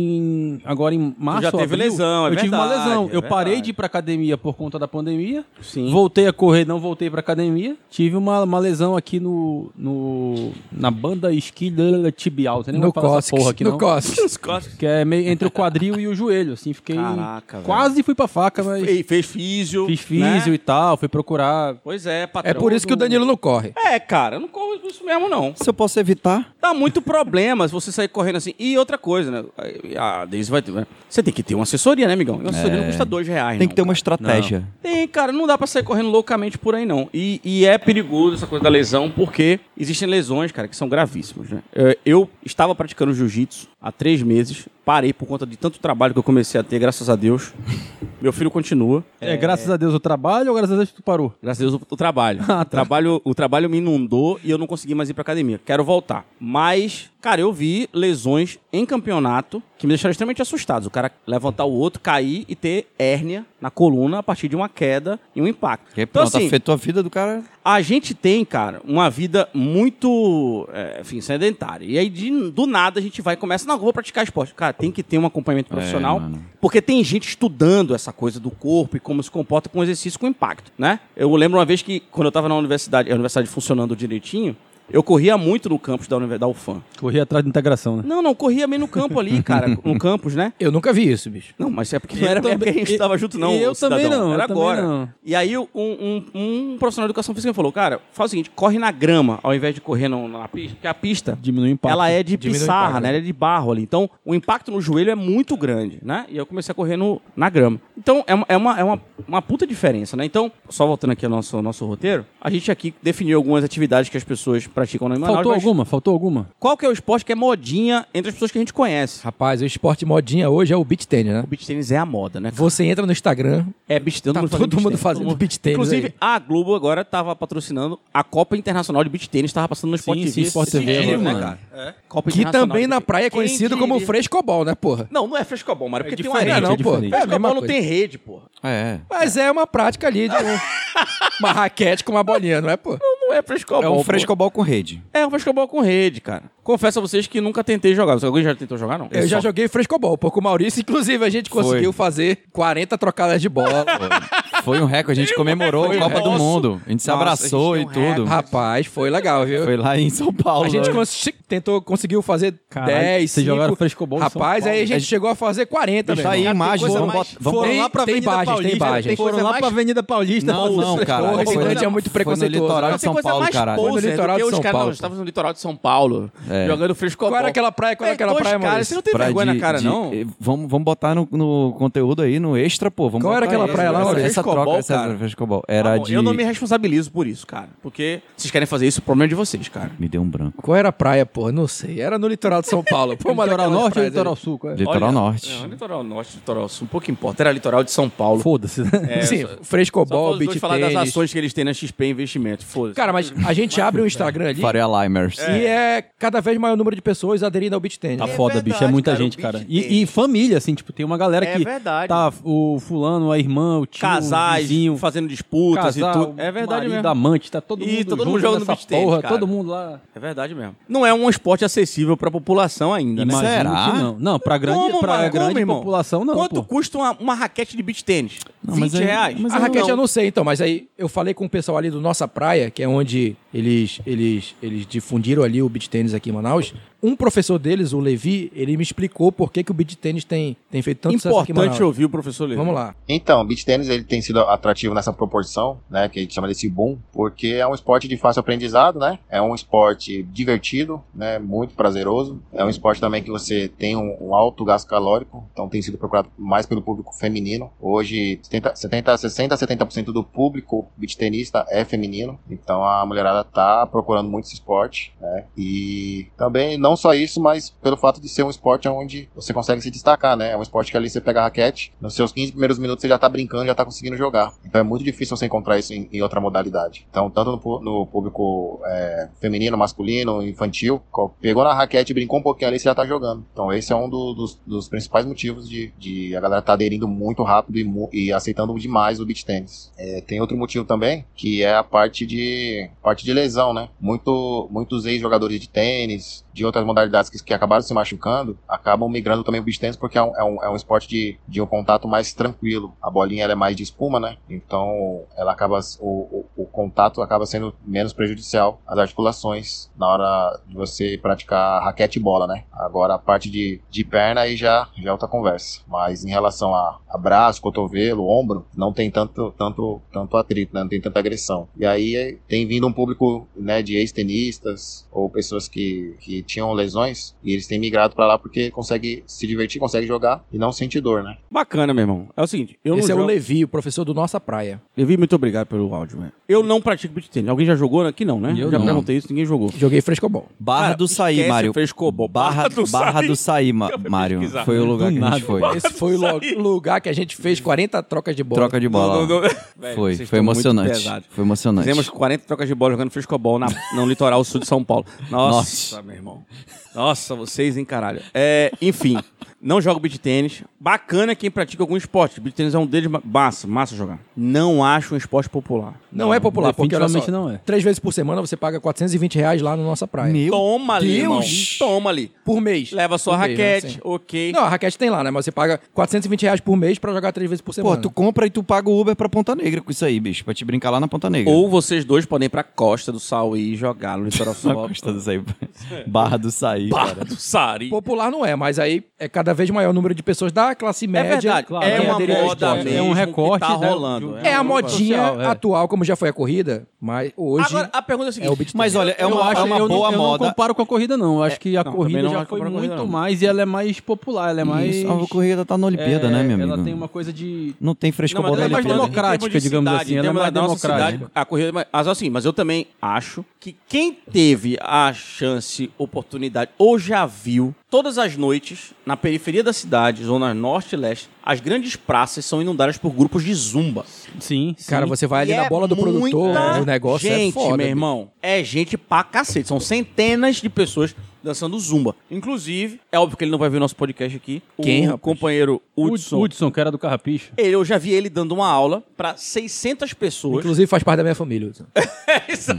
Speaker 4: em. Agora em março.
Speaker 1: já teve
Speaker 4: abril,
Speaker 1: lesão, é
Speaker 4: Eu tive uma
Speaker 1: verdade,
Speaker 4: lesão.
Speaker 1: é
Speaker 4: eu parei
Speaker 1: verdade.
Speaker 4: de ir pra academia por conta da pandemia.
Speaker 1: Sim.
Speaker 4: Voltei a correr, não voltei pra academia. Tive uma, uma lesão aqui no, no. Na banda esquilha tibial. Tem nem
Speaker 5: No
Speaker 4: como falar essa
Speaker 5: Cosque.
Speaker 4: porra aqui,
Speaker 5: no
Speaker 4: não.
Speaker 5: Cosque.
Speaker 1: Os costas.
Speaker 4: Que é meio entre o quadril e o joelho, assim. Fiquei.
Speaker 1: Caraca, velho.
Speaker 4: quase fui pra faca, mas.
Speaker 1: Ei, fez físio.
Speaker 4: Fiz físio
Speaker 1: né?
Speaker 4: e tal, fui procurar.
Speaker 1: Pois é, patrão.
Speaker 5: É por isso que o Danilo não corre.
Speaker 1: É, cara, eu não corro com isso mesmo, não.
Speaker 3: Se eu posso evitar,
Speaker 1: Dá muito problema se você sair correndo assim. E outra coisa, né? A Daisy vai ter. né? Você tem que ter uma assessoria, né, amigão? Uma assessoria não custa dois reais,
Speaker 3: É. tem
Speaker 1: não,
Speaker 3: que ter uma
Speaker 1: cara.
Speaker 3: estratégia.
Speaker 1: Tem, cara, não dá pra sair correndo loucamente por aí, não. E, e é perigoso essa coisa da lesão, porque existem lesões, cara, que são gravíssimas, né? É, Eu estava praticando jiu-jitsu há três meses, parei por conta de tanto trabalho que eu comecei a ter, graças a Deus. Meu filho continua.
Speaker 4: É, graças a Deus o trabalho ou graças a Deus tu parou?
Speaker 1: Graças a Deus, o- o trabalho. o, trabalho o trabalho me inundou e eu não consegui mais ir pra academia. Quero voltar. Mas, cara, eu vi lesões em campeonato que me deixaram extremamente assustados. O cara levantar o outro, cair e ter hérnia na coluna a partir de uma queda e um impacto.
Speaker 3: Porque pronto, afetou é a vida do cara.
Speaker 1: A gente tem, cara, uma vida muito, é, enfim, sedentária. E aí, de- do nada, a gente vai e começa, não, vou praticar esporte. Cara, tem que ter um acompanhamento profissional,
Speaker 3: mano.
Speaker 1: porque tem gente estudando essa coisa do corpo e como se comporta com exercício com impacto, né? Eu lembro uma vez que, quando eu tava na universidade, a universidade funcionando direitinho, eu corria muito no campus da, univer- da UFAM.
Speaker 4: Corri atrás da integração, né?
Speaker 1: Não, não, corria meio no campo ali, cara, no campus, né?
Speaker 5: Eu nunca vi isso, bicho.
Speaker 1: Não, mas é porque
Speaker 4: Eu
Speaker 1: não era
Speaker 4: também-
Speaker 1: é porque a gente
Speaker 4: eu-
Speaker 1: estava junto, não.
Speaker 4: eu
Speaker 1: ô cidadão.
Speaker 4: também não,
Speaker 1: Era
Speaker 4: eu também
Speaker 1: agora.
Speaker 4: não.
Speaker 1: E aí um, um- um profissional de educação física falou: cara, faz o seguinte, corre na grama ao invés de correr no- na pista, porque a pista.
Speaker 4: Diminui o impacto.
Speaker 1: Ela é de
Speaker 5: Diminui o
Speaker 1: pissarra,
Speaker 5: impacto.
Speaker 1: né? Ela é de barro ali. Então, o impacto no joelho é muito grande, né? E eu comecei a correr no, na grama. Então, é, uma- é, uma, é uma, uma puta diferença, né? Então, só voltando aqui ao nosso, nosso roteiro, a gente aqui definiu algumas atividades que as pessoas praticam na Manaus.
Speaker 4: Faltou
Speaker 1: mas
Speaker 4: alguma? Faltou alguma?
Speaker 1: Qual que é o esporte que é modinha entre as pessoas que a gente conhece?
Speaker 5: Rapaz, o esporte modinha hoje é o beat tênis, né?
Speaker 1: O beat tênis é a moda, né? cara?
Speaker 5: Você entra no Instagram,
Speaker 1: É beach tênis.
Speaker 5: Tá
Speaker 1: fazendo
Speaker 5: todo mundo
Speaker 1: beach tênis,
Speaker 5: fazendo
Speaker 1: todo mundo.
Speaker 5: beach tênis
Speaker 1: Inclusive,
Speaker 5: aí.
Speaker 1: a Globo agora tava patrocinando a Copa Internacional de Beach Tênis, tava passando no Sport
Speaker 4: Sim,
Speaker 1: TV.
Speaker 4: sim, Sport TV,
Speaker 1: Esse dia,
Speaker 4: mano.
Speaker 1: né, cara? Copa
Speaker 5: É. que
Speaker 1: Internacional
Speaker 5: também
Speaker 1: de
Speaker 5: na
Speaker 1: beach-
Speaker 5: praia é
Speaker 1: Quem
Speaker 5: conhecido como
Speaker 1: diria?
Speaker 5: frescobol, né, porra?
Speaker 1: Não, não é frescobol, Mário, porque tem uma
Speaker 4: diferente,
Speaker 1: rede.
Speaker 5: é
Speaker 1: Não,
Speaker 5: diferente.
Speaker 1: pô.
Speaker 5: É a mesma
Speaker 1: Frescobol não
Speaker 5: coisa.
Speaker 1: tem rede, pô.
Speaker 3: É.
Speaker 5: Mas é uma prática ali de um- uma raquete com uma bolinha, não é, pô?
Speaker 1: Não é frescobol.
Speaker 3: É um
Speaker 1: pô.
Speaker 3: frescobol com rede.
Speaker 1: É um frescobol com rede, cara. Confesso a vocês que nunca tentei jogar. Você- Alguém já tentou jogar, não?
Speaker 5: Eu já joguei frescobol, pô, com o Maurício. Inclusive, a gente conseguiu fazer 40 trocadas de bola.
Speaker 3: Foi um recorde, a gente comemorou a
Speaker 1: recorde,
Speaker 3: Copa do
Speaker 1: nossa.
Speaker 3: Mundo. A gente se
Speaker 1: Nossa,
Speaker 3: abraçou
Speaker 1: a
Speaker 3: e
Speaker 1: gente tem um
Speaker 3: tudo.
Speaker 5: Rapaz, foi legal, viu?
Speaker 3: Foi lá em São Paulo.
Speaker 5: A gente
Speaker 3: né?
Speaker 5: consi- tentou, conseguiu fazer
Speaker 4: Caralho,
Speaker 5: 10,
Speaker 4: vocês
Speaker 5: 5.
Speaker 4: jogaram frescobol em São
Speaker 5: Rapaz,
Speaker 4: Paulo.
Speaker 5: aí a gente chegou a fazer 40,
Speaker 3: Deixa aí
Speaker 5: velho.
Speaker 3: imagens,
Speaker 2: coisa
Speaker 3: vamos
Speaker 2: mais-
Speaker 3: botar. Vamos...
Speaker 5: Tem-
Speaker 3: lá.
Speaker 5: tem imagens, tem imagens.
Speaker 4: Foram lá pra Avenida Paulista.
Speaker 3: Não, não, cara.
Speaker 5: Porra, esse
Speaker 3: foi,
Speaker 5: grande é muito
Speaker 3: Foi
Speaker 5: preconceituoso.
Speaker 3: no litoral
Speaker 5: Não,
Speaker 3: de São Paulo, cara.
Speaker 5: Foi no litoral de
Speaker 1: né, os
Speaker 5: São
Speaker 1: caras
Speaker 5: Paulo.
Speaker 1: não, estavam no litoral de São Paulo,
Speaker 3: É.
Speaker 1: jogando frescobol.
Speaker 5: Qual era aquela praia? Qual era aquela
Speaker 1: Dois
Speaker 5: praia,
Speaker 1: caras, Você
Speaker 5: Maurício?
Speaker 1: não tem
Speaker 3: Pra
Speaker 1: vergonha
Speaker 3: de-
Speaker 1: na cara,
Speaker 3: de-
Speaker 1: não?
Speaker 3: eh, Vamos, vamos botar no, no conteúdo aí, no extra, pô. Vamos
Speaker 5: Qual era
Speaker 3: botar
Speaker 5: aquela
Speaker 3: aí.
Speaker 5: praia lá,
Speaker 3: Essa,
Speaker 5: Maurício?
Speaker 3: essa
Speaker 1: Frescobol,
Speaker 3: troca, essa
Speaker 1: cara.
Speaker 3: frescobol. Era
Speaker 1: Ah, bom,
Speaker 3: de...
Speaker 1: Eu não me responsabilizo por isso, cara. Porque vocês querem fazer isso, o problema é de vocês, cara.
Speaker 3: Me deu um branco.
Speaker 5: Qual era a praia, porra? Não sei. Era no litoral de São Paulo. Pô, uma
Speaker 4: Litoral
Speaker 5: daquelas
Speaker 4: Norte ou
Speaker 5: praias
Speaker 4: Litoral
Speaker 5: ali.
Speaker 4: Sul? qual é?
Speaker 3: Litoral
Speaker 1: Olha,
Speaker 3: Norte.
Speaker 1: Não, litoral norte, litoral sul, pouco importa. Era litoral de São Paulo.
Speaker 4: Foda-se.
Speaker 1: É,
Speaker 5: Sim,
Speaker 1: só-
Speaker 5: frescobol,
Speaker 1: Só
Speaker 5: beach
Speaker 1: vamos falar das
Speaker 5: tênis.
Speaker 1: ações que eles têm na XP Investimento. Foda-se.
Speaker 5: Cara, mas a gente abre o Instagram ali
Speaker 3: Faria Limers.
Speaker 5: e Hum. é cada vez maior número de pessoas aderindo ao beach
Speaker 4: Tá
Speaker 5: tênis.
Speaker 4: foda, bicho. É muita
Speaker 1: cara, o
Speaker 4: gente,
Speaker 1: bicho
Speaker 4: cara.
Speaker 1: tem.
Speaker 4: E, e família, assim, tipo, tem uma galera
Speaker 1: É
Speaker 4: que.
Speaker 1: verdade.
Speaker 4: Tá o fulano, a irmã, o tio, o
Speaker 1: casais
Speaker 4: vizinho,
Speaker 1: fazendo disputas
Speaker 4: casal,
Speaker 1: e tudo. É verdade
Speaker 4: marido,
Speaker 1: mesmo.
Speaker 4: amante, tá todo
Speaker 1: E
Speaker 4: mundo.
Speaker 1: todo
Speaker 4: junto
Speaker 1: mundo joga no
Speaker 4: nessa
Speaker 1: beach tennis,
Speaker 4: porra,
Speaker 1: cara.
Speaker 4: Todo mundo lá.
Speaker 1: É verdade mesmo. Não é um esporte acessível pra população ainda, né?
Speaker 4: Imagino
Speaker 3: Será?
Speaker 4: que não. Não, pra grande,
Speaker 1: Como,
Speaker 4: pra
Speaker 1: mano?
Speaker 4: grande
Speaker 1: Como, irmão?
Speaker 4: população, não.
Speaker 1: Quanto
Speaker 4: pô.
Speaker 1: custa uma, uma raquete de beach tênis?
Speaker 3: Não,
Speaker 1: 20
Speaker 3: mas aí-
Speaker 1: reais. é
Speaker 3: mas
Speaker 5: A raquete eu não sei, então, mas aí eu falei com o pessoal ali do Nossa Praia, que é onde eles, eles, eles difundiram ali o beat tênis aqui em Manaus. Um professor deles, o Levi, ele me explicou por que, que o beat tênis tem, tem feito tanto sucesso aqui em Manaus.
Speaker 1: Importante ouvir o professor Leandro.
Speaker 5: Vamos lá.
Speaker 7: Então, o beach tênis ele tem sido atrativo nessa proporção, né, que a gente chama desse boom, porque é um esporte de fácil aprendizado, né? É um esporte divertido, né, muito prazeroso. É um esporte também que você tem um, um alto gasto calórico, então tem sido procurado mais pelo público feminino. Hoje, 70, 70 60 a 70% do público beach tenista é feminino, então a mulherada tá procurando muito esse esporte, né? E também não só isso, mas pelo fato de ser um esporte onde você consegue se destacar, né? É um esporte que ali você pega a raquete, nos seus 15 primeiros minutos você já tá brincando, já tá conseguindo jogar. Então é muito difícil você encontrar isso em, em outra modalidade. Então, tanto no, pu- no público é, feminino, masculino, infantil, co- pegou na raquete, brincou um pouquinho ali, você já tá jogando. Então esse é um do- dos, dos principais motivos de, de a galera tá aderindo muito rápido e, mu- e aceitando demais o beach tennis É, tem outro motivo também, que é a parte de parte de lesão, né? Muito, muitos ex-jogadores de tênis, de outras modalidades que, que acabaram se machucando, acabam migrando também pro beach tênis porque é um, é um, é um esporte de, de um contato mais tranquilo. A bolinha ela é mais de espuma, né? Então ela acaba o, o, o contato acaba sendo menos prejudicial às articulações na hora de você praticar raquete e bola, né? Agora a parte de, de perna aí já, já é outra conversa. Mas em relação a, a braço, cotovelo, ombro, não tem tanto, tanto, tanto atrito, né? Não tem tanta agressão. E aí eh, tem vindo um público né, de ex-tenistas ou pessoas que, que tinham lesões e eles têm migrado pra lá porque consegue se divertir, consegue jogar e não sente dor, né?
Speaker 1: Bacana, meu irmão. É o seguinte, eu
Speaker 5: Esse é
Speaker 1: não
Speaker 5: o
Speaker 1: jogo...
Speaker 5: Levi, o professor do Nossa Praia.
Speaker 1: Levi, muito obrigado pelo áudio, velho. Eu não pratico beat tênis. Alguém já jogou aqui não, né?
Speaker 3: Eu
Speaker 1: já
Speaker 3: não.
Speaker 1: perguntei isso, ninguém jogou.
Speaker 5: Joguei frescobol.
Speaker 3: Barra
Speaker 1: Cara,
Speaker 3: do Saí,
Speaker 1: esquece
Speaker 3: Mário.
Speaker 1: o frescobol.
Speaker 3: Barra,
Speaker 1: Barra do
Speaker 3: Barra
Speaker 1: Saí.
Speaker 3: do Saí, Ma-
Speaker 1: Eu vou
Speaker 3: Mário.
Speaker 1: pesquisar.
Speaker 3: Foi o lugar
Speaker 4: Do
Speaker 3: que a
Speaker 4: nada.
Speaker 3: gente foi.
Speaker 5: Esse foi o lo- lugar que a gente fez 40 trocas de bola.
Speaker 3: Troca de bola.
Speaker 1: Não, não, não. Velho,
Speaker 3: Foi,
Speaker 1: vocês estão
Speaker 3: foi
Speaker 1: muito
Speaker 3: emocionante.
Speaker 1: pesados.
Speaker 3: Foi emocionante.
Speaker 1: Fizemos 40 trocas de bola jogando frescobol na, no litoral sul de São Paulo. Nossa, meu irmão. Nossa, vocês, hein, caralho. É, enfim, não jogo beat tênis. Bacana quem pratica algum esporte. Beat tênis é um deles, ma- massa, massa jogar. Não acho um esporte popular.
Speaker 5: Não é popular, porque olha só,
Speaker 4: Definitivamente não é.
Speaker 5: três vezes por semana você paga 420 reais lá no Nossa Praia.
Speaker 3: Meu
Speaker 1: Toma ali, irmão.
Speaker 3: Deus.
Speaker 1: Toma ali.
Speaker 5: Por mês.
Speaker 1: Leva sua
Speaker 5: Por mês, né,
Speaker 1: raquete,
Speaker 5: assim.
Speaker 1: ok.
Speaker 5: Não, a raquete tem lá, né? Mas você paga 420 reais por mês pra jogar três vezes por
Speaker 3: Pô,
Speaker 5: semana.
Speaker 3: tu compra e tu paga o Uber pra Ponta Negra com isso aí, bicho. Pra te brincar lá na Ponta Negra.
Speaker 1: Ou vocês dois podem ir pra Costa do Sauí e jogar no litoral sul.
Speaker 3: na costa do Saí. Barra do Saí.
Speaker 1: Barra do Sari.
Speaker 5: Popular não é, mas aí é cada vez maior o número de pessoas da classe média.
Speaker 1: verdade,
Speaker 5: que
Speaker 1: claro. É
Speaker 5: querem
Speaker 1: uma
Speaker 5: aderir ao
Speaker 1: moda
Speaker 5: esporte.
Speaker 1: mesmo.
Speaker 4: É um
Speaker 1: que
Speaker 4: recorte.
Speaker 1: tá
Speaker 4: da-
Speaker 1: rolando,
Speaker 4: de-
Speaker 5: É a modinha
Speaker 4: social, é.
Speaker 5: atual, como já foi a corrida, mas hoje
Speaker 1: Agora, a pergunta é a seguinte.
Speaker 5: é o beat
Speaker 3: Mas olha, é
Speaker 4: eu
Speaker 3: uma,
Speaker 4: acho,
Speaker 3: é uma
Speaker 4: eu não-
Speaker 3: boa
Speaker 4: eu
Speaker 3: moda.
Speaker 4: não comparo com a corrida, não. Eu acho que a
Speaker 1: não,
Speaker 4: corrida
Speaker 1: também não
Speaker 4: já
Speaker 1: acho que
Speaker 4: foi
Speaker 1: comparo com a corrida,
Speaker 4: muito
Speaker 1: não.
Speaker 4: mais e ela é mais popular, ela é mais.
Speaker 3: Isso, a corrida tá na Olimpíada,
Speaker 4: é,
Speaker 3: né, meu amigo?
Speaker 4: Ela tem uma coisa de.
Speaker 3: Não
Speaker 1: Não,
Speaker 3: tem
Speaker 1: mas
Speaker 3: frescobol
Speaker 4: ela
Speaker 3: da
Speaker 4: é mais
Speaker 5: né?
Speaker 3: Olimpíada.
Speaker 4: democrática. digamos assim, ela é mais democrática.
Speaker 1: a corrida, mas mas assim, mas eu também acho que quem teve a chance, oportunidade, ou já viu todas as noites na periferia da cidade, zona norte e leste, as grandes praças são inundadas por grupos de zumba.
Speaker 4: Sim, sim.
Speaker 5: Cara, você vai ali
Speaker 1: E
Speaker 5: na
Speaker 1: é
Speaker 5: bola do produtor,
Speaker 1: muita
Speaker 5: o negócio
Speaker 1: gente,
Speaker 5: é foda.
Speaker 1: meu
Speaker 5: bicho.
Speaker 1: irmão. É gente pra cacete. São centenas de pessoas dançando zumba. Inclusive, é óbvio que ele não vai ver o nosso podcast aqui. O
Speaker 3: Quem, rapaz?
Speaker 1: companheiro Hudson.
Speaker 4: Hudson. Hudson, que era do Carrapicho.
Speaker 1: Ele- Eu já vi ele dando uma aula pra 600 pessoas. É
Speaker 5: Inclusive faz parte da minha família. Hudson.
Speaker 1: Isso.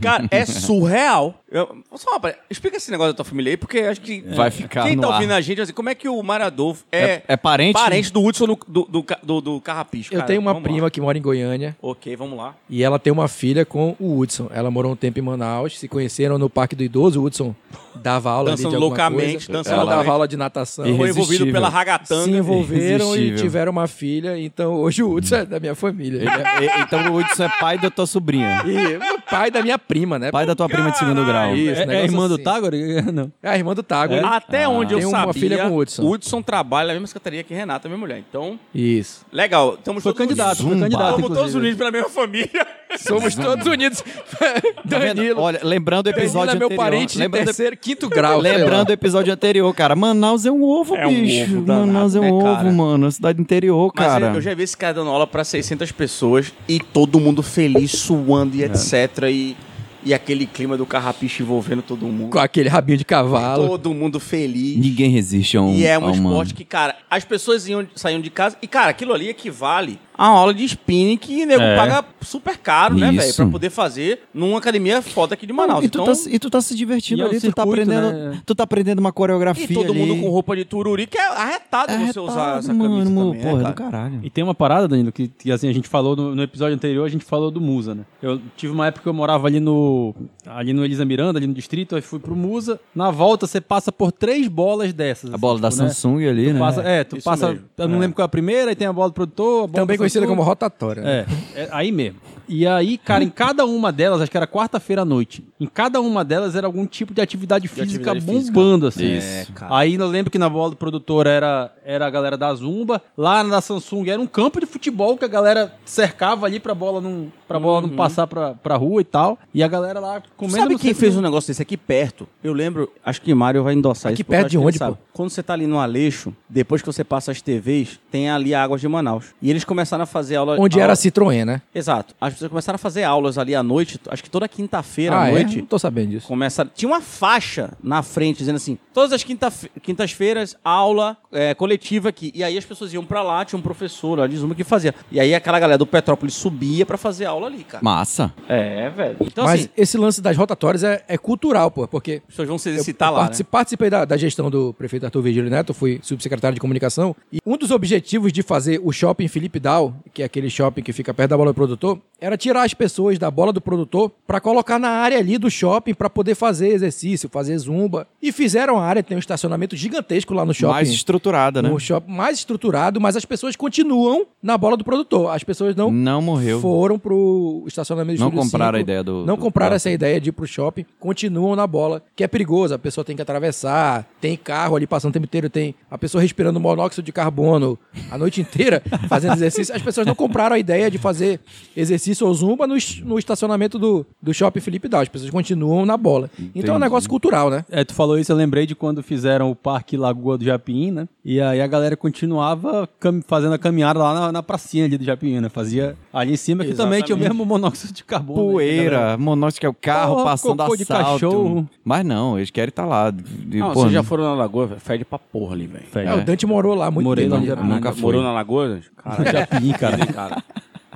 Speaker 1: Cara, é surreal. Eu, só, rapaz, explica esse negócio da tua família aí, porque acho que.
Speaker 3: É. Vai ficar
Speaker 1: Quem
Speaker 3: no
Speaker 1: tá
Speaker 3: ar.
Speaker 1: ouvindo a gente, assim, como é que o Maradolfo é,
Speaker 3: É, é parente?
Speaker 1: parente do Hudson do, do, do, ca- do, do Carrapicho?
Speaker 5: Eu
Speaker 1: cara?
Speaker 5: tenho uma
Speaker 1: Vamos lá.
Speaker 5: prima que mora em Goiânia
Speaker 1: Ok, vamos lá.
Speaker 5: e ela tem uma filha com o Hudson. Ela morou um tempo em Manaus, se conheceram no Parque do Idoso. O Hudson dava aula ali de
Speaker 1: Dançando
Speaker 5: alguma
Speaker 1: loucamente,
Speaker 5: coisa.
Speaker 1: dançando
Speaker 5: Ela dava
Speaker 1: loucamente.
Speaker 5: aula de natação.
Speaker 3: E
Speaker 1: Foi envolvido
Speaker 3: Irresistível.
Speaker 1: pela
Speaker 5: é Se
Speaker 1: ragatanga.
Speaker 5: envolveram e
Speaker 3: Irresistível.
Speaker 5: tiveram uma filha, então hoje o Hudson é da minha família. Ele é-
Speaker 3: E- e- então o Hudson é pai da tua sobrinha.
Speaker 5: E o pai da minha prima, né?
Speaker 3: é Pai da tua prima de segundo grau.
Speaker 5: Isso,
Speaker 4: É, é
Speaker 5: negócio
Speaker 4: irmã do
Speaker 5: assim.
Speaker 4: Tagore? Não.
Speaker 5: É a irmã do Tago. né?
Speaker 3: Ah.
Speaker 1: Até onde
Speaker 5: Tem
Speaker 1: eu
Speaker 5: uma
Speaker 1: sabia,
Speaker 5: filha com o Hudson.
Speaker 1: Hudson trabalha na mesma secretaria que Renata, minha mulher. Então,
Speaker 5: Isso.
Speaker 1: legal. Estamos
Speaker 4: Foi
Speaker 1: todos
Speaker 4: candidato, foi
Speaker 1: unidos.
Speaker 4: candidato,
Speaker 1: Estamos todos
Speaker 4: inclusive.
Speaker 1: unidos pela mesma família.
Speaker 3: É?
Speaker 5: Somos todos unidos.
Speaker 3: Tá vendo?
Speaker 5: Danilo.
Speaker 3: Olha, lembrando o
Speaker 5: Danilo
Speaker 3: episódio
Speaker 5: é meu
Speaker 3: anterior.
Speaker 5: parente de
Speaker 3: lembrando,
Speaker 5: terceiro, quinto grau. sei lá.
Speaker 3: lembrando o episódio anterior, cara. Manaus é um ovo,
Speaker 1: É um
Speaker 3: bicho.
Speaker 1: ovo danado,
Speaker 3: Manaus é um
Speaker 1: né,
Speaker 3: ovo,
Speaker 1: cara?
Speaker 3: mano. É Cidade do interior,
Speaker 1: Mas
Speaker 3: cara.
Speaker 1: eu já vi esse cara dando aula pra 600 pessoas e todo mundo feliz, suando
Speaker 3: É.
Speaker 1: e etc. E, e aquele clima do carrapicho envolvendo todo mundo.
Speaker 5: Com aquele rabinho de cavalo.
Speaker 1: Todo mundo feliz.
Speaker 3: Ninguém resiste a um.
Speaker 1: E é
Speaker 3: a
Speaker 1: um
Speaker 3: uma-
Speaker 1: esporte que, cara, as pessoas iam, saíam de casa. E, cara, aquilo ali equivale a uma aula de spinning que nego
Speaker 4: É.
Speaker 1: paga super caro, né,
Speaker 3: Isso.
Speaker 1: velho? Pra poder fazer numa academia foda aqui de Manaus.
Speaker 3: E tu,
Speaker 1: então,
Speaker 3: tá, se- e tu tá se divertindo
Speaker 4: E é um
Speaker 3: ali, tu tá,
Speaker 4: circuito,
Speaker 3: aprendendo,
Speaker 4: né?
Speaker 3: tu tá aprendendo uma coreografia.
Speaker 1: e todo
Speaker 3: ali.
Speaker 1: mundo com roupa de tururi, que é arretado
Speaker 3: É
Speaker 1: você usar
Speaker 3: retado,
Speaker 1: essa
Speaker 3: mano,
Speaker 1: camisa
Speaker 3: mano,
Speaker 1: também, né,
Speaker 3: Porra,
Speaker 1: cara?
Speaker 3: do caralho.
Speaker 4: E tem uma parada, Danilo, que, que, assim, a gente falou no, no episódio anterior, a gente falou do Musa, né? Eu tive uma época que eu morava ali no. ali no Elisa Miranda, ali no distrito, aí fui pro Musa. Na volta você passa por três bolas dessas.
Speaker 3: A
Speaker 4: assim,
Speaker 3: bola da
Speaker 4: tipo, né?
Speaker 3: Samsung ali, né?
Speaker 4: Passa- é, tu
Speaker 1: Isso
Speaker 4: passa.
Speaker 1: mesmo.
Speaker 4: Eu não lembro qual é a primeira, aí tem a bola do produtor. A bola
Speaker 5: Também
Speaker 4: da
Speaker 5: conhecida
Speaker 4: Samsung.
Speaker 5: como rotatória. né?
Speaker 4: É, é, aí mesmo. E aí, cara, em cada uma delas, acho que era quarta-feira à noite, em cada uma delas era algum tipo de atividade física
Speaker 1: atividade física.
Speaker 4: bombando, assim.
Speaker 1: Isso. É, cara.
Speaker 4: Aí eu lembro que na bola do produtor era, era a galera da Zumba, lá na Samsung era um campo de futebol que a galera cercava ali pra bola não, pra bola não passar pra, pra rua e tal. E a galera lá comendo.
Speaker 1: Uhum. Sabe
Speaker 4: não
Speaker 1: quem
Speaker 4: sei
Speaker 1: fez
Speaker 4: como-
Speaker 1: um negócio desse aqui perto? Eu lembro, acho que Mário vai endossar
Speaker 5: Aqui
Speaker 1: isso. porque eu
Speaker 5: perto
Speaker 1: acho
Speaker 5: de
Speaker 1: que ele
Speaker 5: onde,
Speaker 1: sabe.
Speaker 5: pô?
Speaker 1: Quando você tá ali no Aleixo, depois que você passa as TVs, tem ali a Águas de Manaus. E eles começaram a fazer
Speaker 3: É.
Speaker 1: aula...
Speaker 5: Onde
Speaker 1: aula-
Speaker 5: era a Citroën, né?
Speaker 1: Exato. As pessoas começaram a fazer aulas ali à noite, acho que toda quinta-feira à
Speaker 5: é?
Speaker 1: noite.
Speaker 5: Não tô sabendo disso.
Speaker 1: Começa... Tinha uma faixa na frente dizendo assim: todas as quinta- quintas-feiras, aula é, coletiva aqui. E aí as pessoas iam pra lá, tinha um professor lá de Zuma que fazia. E aí aquela galera do Petrópolis subia pra fazer aula ali, cara.
Speaker 3: Massa.
Speaker 1: É, velho. Então,
Speaker 5: Mas
Speaker 1: assim,
Speaker 5: esse lance das rotatórias é, é cultural, pô, porque
Speaker 1: as pessoas vão se
Speaker 5: eu,
Speaker 1: exercitar
Speaker 5: eu
Speaker 1: lá. né?
Speaker 5: partici- participei da, da gestão do prefeito Arthur Virgílio Neto, fui subsecretário de comunicação, e um dos objetivos de fazer o shopping Felipe Dal, que é aquele shopping que fica perto da bola do produtor, era tirar as pessoas da bola do produtor pra colocar na área ali do shopping pra poder fazer exercício, fazer zumba. E fizeram a área, tem um estacionamento gigantesco lá no shopping.
Speaker 3: Mais estruturada, né?
Speaker 5: Um shopping mais estruturado, mas as pessoas continuam na bola do produtor. As pessoas não
Speaker 3: Não morreu.
Speaker 5: foram pro estacionamento do
Speaker 3: Não
Speaker 5: Estúdio
Speaker 3: compraram
Speaker 5: 5,
Speaker 3: a ideia do-
Speaker 5: Não
Speaker 3: do-
Speaker 5: compraram
Speaker 3: do-
Speaker 5: essa ideia de ir pro shopping, continuam na bola, que é perigoso, a pessoa tem que atravessar, tem carro ali passando o tempo inteiro, tem a pessoa respirando monóxido de carbono a noite inteira fazendo exercício. As pessoas não compraram a ideia de fazer exercício ou zumba no, es- no estacionamento do, do shopping Felipe Dal. As pessoas continuam na bola. Então é um negócio cultural, né?
Speaker 4: É, tu falou isso, eu lembrei de quando fizeram o Parque Lagoa do Japiim, né? E aí a galera continuava cam- fazendo a caminhada lá na, na pracinha ali do Japiim, né? Fazia ali em cima, que também tinha o mesmo monóxido de carbono. né, que a
Speaker 3: Poeira, monóxido que é o carro
Speaker 4: Porra,
Speaker 3: passando
Speaker 4: cocô de
Speaker 3: assalto.
Speaker 4: cachorro.
Speaker 3: Mas não, eles querem estar lá. E,
Speaker 1: Não,
Speaker 3: pô,
Speaker 1: vocês já foram na lagoa, velho? Fede pra porra ali, velho.
Speaker 4: galera-
Speaker 5: É, o Dante morou lá há muito
Speaker 4: Morei
Speaker 5: tempo.
Speaker 4: lá
Speaker 5: ali.
Speaker 4: no Japim.
Speaker 3: nunca
Speaker 1: Morou
Speaker 3: foi.
Speaker 1: na lagoa? Cara, Japim, cara. cara.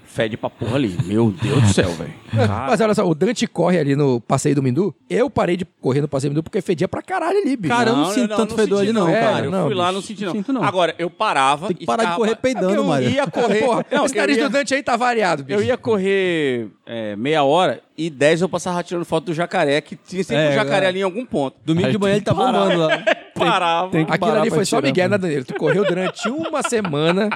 Speaker 1: Fede pra porra ali. Meu Deus do céu, velho.
Speaker 5: Mas olha só, o Dante corre ali no Passeio do Mindu. Eu parei de correr no Passeio do Mindu porque fedia pra caralho ali, bicho.
Speaker 4: Cara, eu não sinto tanto fedor
Speaker 1: senti
Speaker 4: ali não,
Speaker 1: cara.
Speaker 5: cara.
Speaker 1: Eu
Speaker 5: Não,
Speaker 1: fui lá,
Speaker 5: bicho,
Speaker 1: não senti
Speaker 4: não
Speaker 1: não.
Speaker 4: sinto não.
Speaker 1: Agora, eu parava...
Speaker 4: Tem que
Speaker 1: e
Speaker 4: parar de
Speaker 1: ficava-
Speaker 4: correr peidando,
Speaker 1: É porque eu
Speaker 4: Mário.
Speaker 1: ia correr...
Speaker 5: Porra,
Speaker 1: Não,
Speaker 5: esse
Speaker 4: é
Speaker 5: nariz
Speaker 1: eu ia-
Speaker 5: do Dante aí tá variado, bicho.
Speaker 1: Eu ia correr é, meia hora e dez eu passava tirando foto do jacaré, que tinha sempre
Speaker 4: É,
Speaker 1: um jacaré
Speaker 4: é.
Speaker 1: ali em algum ponto.
Speaker 4: Domingo
Speaker 3: Aí
Speaker 4: de manhã
Speaker 3: tem
Speaker 4: ele tá bombando lá.
Speaker 1: Parava.
Speaker 4: tem que-
Speaker 5: Aquilo
Speaker 4: parar
Speaker 5: ali
Speaker 4: pra
Speaker 5: foi só
Speaker 4: tirar,
Speaker 5: Miguel,
Speaker 4: mano.
Speaker 5: né, Danilo? Tu correu durante uma semana,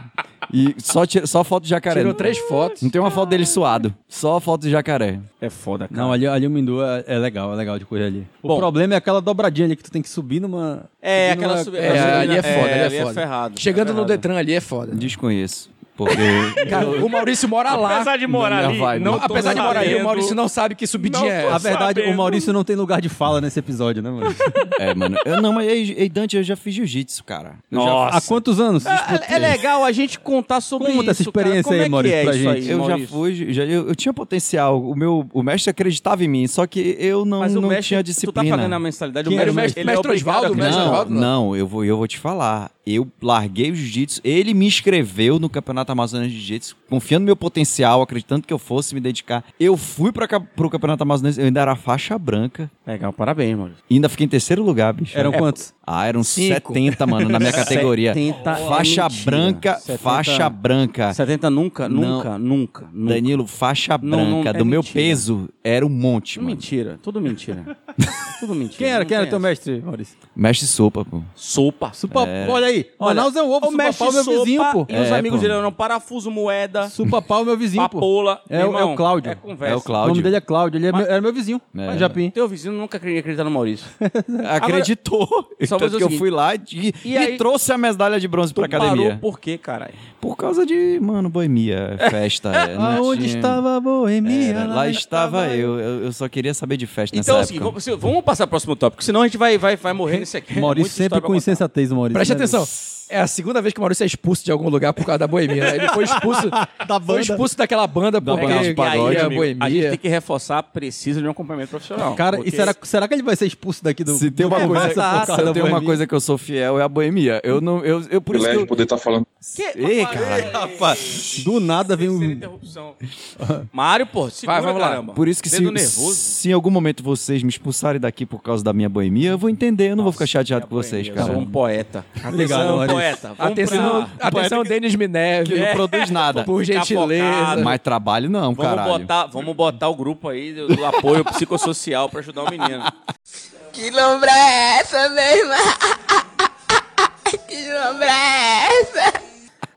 Speaker 3: E só, tira- só foto de jacaré.
Speaker 5: tirou três fotos.
Speaker 3: Não tem uma foto dele suado. Só foto de jacaré.
Speaker 1: É foda, cara.
Speaker 4: Não, ali, ali o Mindu é, é legal, é legal de correr ali. O
Speaker 1: Bom.
Speaker 4: problema é aquela dobradinha ali que tu tem que subir numa.
Speaker 1: é,
Speaker 4: subir numa-
Speaker 1: aquela subida.
Speaker 5: É, ali é foda, ali é
Speaker 1: ali é
Speaker 5: foda.
Speaker 1: ferrado.
Speaker 5: Chegando
Speaker 1: É
Speaker 5: no
Speaker 1: ferrado.
Speaker 5: Detran ali é foda.
Speaker 3: Desconheço. Porque.
Speaker 5: Cara, o Maurício mora lá.
Speaker 9: Apesar de
Speaker 3: na
Speaker 9: morar
Speaker 3: minha
Speaker 9: ali.
Speaker 3: vibe.
Speaker 9: Não
Speaker 3: Não,
Speaker 9: tô
Speaker 5: Apesar de morar aí, o
Speaker 9: sabendo.
Speaker 5: Maurício não sabe que subidinha
Speaker 9: Não
Speaker 5: é
Speaker 9: tô
Speaker 5: essa.
Speaker 4: A verdade,
Speaker 9: sabendo.
Speaker 4: o Maurício não tem lugar de fala nesse episódio, né, mano?
Speaker 3: É, mano. Eu, não, mas ei, ei, Dante, eu já fiz jiu-jitsu, cara. Eu já-
Speaker 9: Nossa.
Speaker 4: Há quantos anos?
Speaker 1: É, é legal a gente contar sobre
Speaker 4: Conta
Speaker 1: isso,
Speaker 4: essa experiência
Speaker 1: cara. Como
Speaker 4: aí,
Speaker 1: é que
Speaker 4: Maurício,
Speaker 1: é
Speaker 4: pra
Speaker 1: isso
Speaker 4: gente.
Speaker 1: aí,
Speaker 3: Eu já
Speaker 1: Maurício?
Speaker 3: fui, já, eu, eu tinha potencial. O meu o mestre acreditava em mim, só que eu não,
Speaker 1: Mas o
Speaker 3: não
Speaker 1: mestre,
Speaker 3: tinha
Speaker 1: Tu tá
Speaker 3: disciplina.
Speaker 1: pagando a mensalidade.
Speaker 4: Quem era o mestre-
Speaker 1: ele é
Speaker 5: mestre
Speaker 1: obrigado a
Speaker 5: Osvaldo,
Speaker 1: acreditar.
Speaker 5: mestre
Speaker 3: Não,
Speaker 5: Osvaldo, não?
Speaker 3: não, eu vou, eu vou te falar. Eu larguei o jiu-jitsu, ele me inscreveu no Campeonato Amazonense de Jiu-Jitsu, confiando no meu potencial, acreditando que eu fosse me dedicar. Eu fui para pro Campeonato Amazonense, eu ainda era faixa branca,
Speaker 1: Legal, É, parabéns, Maurício.
Speaker 3: e ainda fiquei em terceiro lugar, bicho.
Speaker 4: Eram quantos?
Speaker 3: Ah, eram
Speaker 5: Cinco.
Speaker 3: 70, mano, na minha categoria.
Speaker 1: 70 é
Speaker 3: faixa
Speaker 1: mentira.
Speaker 3: branca,
Speaker 1: 70
Speaker 3: faixa branca.
Speaker 1: 70 nunca,
Speaker 3: Não.
Speaker 1: nunca, nunca, nunca.
Speaker 3: Danilo, faixa
Speaker 1: Não, não,
Speaker 3: branca,
Speaker 1: é
Speaker 3: do meu
Speaker 1: mentira.
Speaker 3: peso, era um monte,
Speaker 1: Tudo
Speaker 3: mano.
Speaker 1: mentira, tudo mentira. tudo mentira.
Speaker 4: Quem era?
Speaker 1: Não
Speaker 4: Quem era
Speaker 1: tem
Speaker 4: teu
Speaker 1: essa.
Speaker 4: mestre, Maurício?
Speaker 3: Mexe sopa, pô.
Speaker 1: Sopa.
Speaker 4: Supa, Olha aí. Manaus é um ovo,
Speaker 1: O mestre
Speaker 4: Supapau é meu
Speaker 1: Sopa
Speaker 4: vizinho, pô.
Speaker 1: E os
Speaker 3: É,
Speaker 1: amigos
Speaker 3: pô.
Speaker 1: dele eram parafuso, moeda,
Speaker 4: Supapau é meu vizinho, pô.
Speaker 1: papola.
Speaker 4: É o- é o
Speaker 1: Irmão,
Speaker 4: Cláudio.
Speaker 1: É conversa.
Speaker 3: É o
Speaker 4: O nome
Speaker 3: Cláudio.
Speaker 4: dele é Cláudio, ele é meu- era meu vizinho,
Speaker 3: É.
Speaker 4: em Japim.
Speaker 1: Teu vizinho nunca queria acreditar no Maurício.
Speaker 3: Acreditou.
Speaker 1: Só vou
Speaker 3: Tanto
Speaker 1: dizer o
Speaker 3: que eu
Speaker 1: seguinte.
Speaker 3: fui lá e,
Speaker 1: E
Speaker 3: e
Speaker 1: aí-
Speaker 3: trouxe a medalha de bronze pra
Speaker 1: Tu
Speaker 3: academia.
Speaker 1: Parou por quê, caralho?
Speaker 3: Por causa de, mano, boemia, festa. é, não
Speaker 4: Aonde
Speaker 3: tinha-
Speaker 4: estava a boemia?
Speaker 3: Era, É, lá estava eu, eu. eu só queria saber de festa
Speaker 1: Então,
Speaker 3: nessa
Speaker 1: assim,
Speaker 3: época.
Speaker 1: vamos, vamos passar pro próximo tópico, senão a gente vai, vai, vai morrer nesse aqui.
Speaker 4: Maurício
Speaker 1: Muita
Speaker 4: sempre
Speaker 1: história pra
Speaker 4: com
Speaker 1: contar.
Speaker 4: insensatez, Maurício.
Speaker 5: Preste
Speaker 4: né,
Speaker 5: atenção.
Speaker 4: velho?
Speaker 5: É a segunda vez que o Maurício é expulso de algum lugar por causa da boemia. né? Ele foi expulso, foi expulso daquela banda porque
Speaker 3: banda de
Speaker 5: queria
Speaker 3: pagode,
Speaker 5: a
Speaker 1: É, Amigo, A gente
Speaker 5: boemia.
Speaker 1: tem que reforçar, precisa de um acompanhamento profissional.
Speaker 4: Cara, e
Speaker 1: Porque-
Speaker 4: será, será que ele vai ser expulso daqui do...
Speaker 3: Se tem uma,
Speaker 4: do-
Speaker 3: coisa,
Speaker 4: por causa
Speaker 3: se
Speaker 4: da
Speaker 3: tem uma
Speaker 4: boemia?
Speaker 3: coisa que eu sou fiel é a boemia. Eu não. Eu, eu, por isso que eu,
Speaker 10: poder estar falando.
Speaker 1: Que-
Speaker 3: Ei,
Speaker 1: Papai,
Speaker 3: cara.
Speaker 4: Rapaz, do nada vem
Speaker 1: terceira
Speaker 4: um...
Speaker 1: interrupção. Mário, pô, segura,
Speaker 5: Vai, vamos lá.
Speaker 1: caramba.
Speaker 3: Por isso que se,
Speaker 1: Dedo nervoso.
Speaker 3: se em algum momento vocês me expulsarem daqui por causa da minha boemia, eu vou entender. Eu não vou ficar chateado com vocês,
Speaker 1: Eu
Speaker 3: cara.
Speaker 1: sou um poeta.
Speaker 4: Obrigado,
Speaker 1: Atenção,
Speaker 4: Maurício.
Speaker 1: poeta. Vamos
Speaker 5: Atenção,
Speaker 1: pra-
Speaker 5: atenção Denis Minerve.
Speaker 3: Não produz nada.
Speaker 5: Por
Speaker 1: Ficar focado.
Speaker 5: gentileza.
Speaker 3: Mais é trabalho não,
Speaker 1: Vamos
Speaker 3: caralho.
Speaker 1: botar, vamos botar o grupo aí do, do apoio psicossocial pra ajudar o menino.
Speaker 11: Que lombra é essa, meu irmão? Que lombra é essa?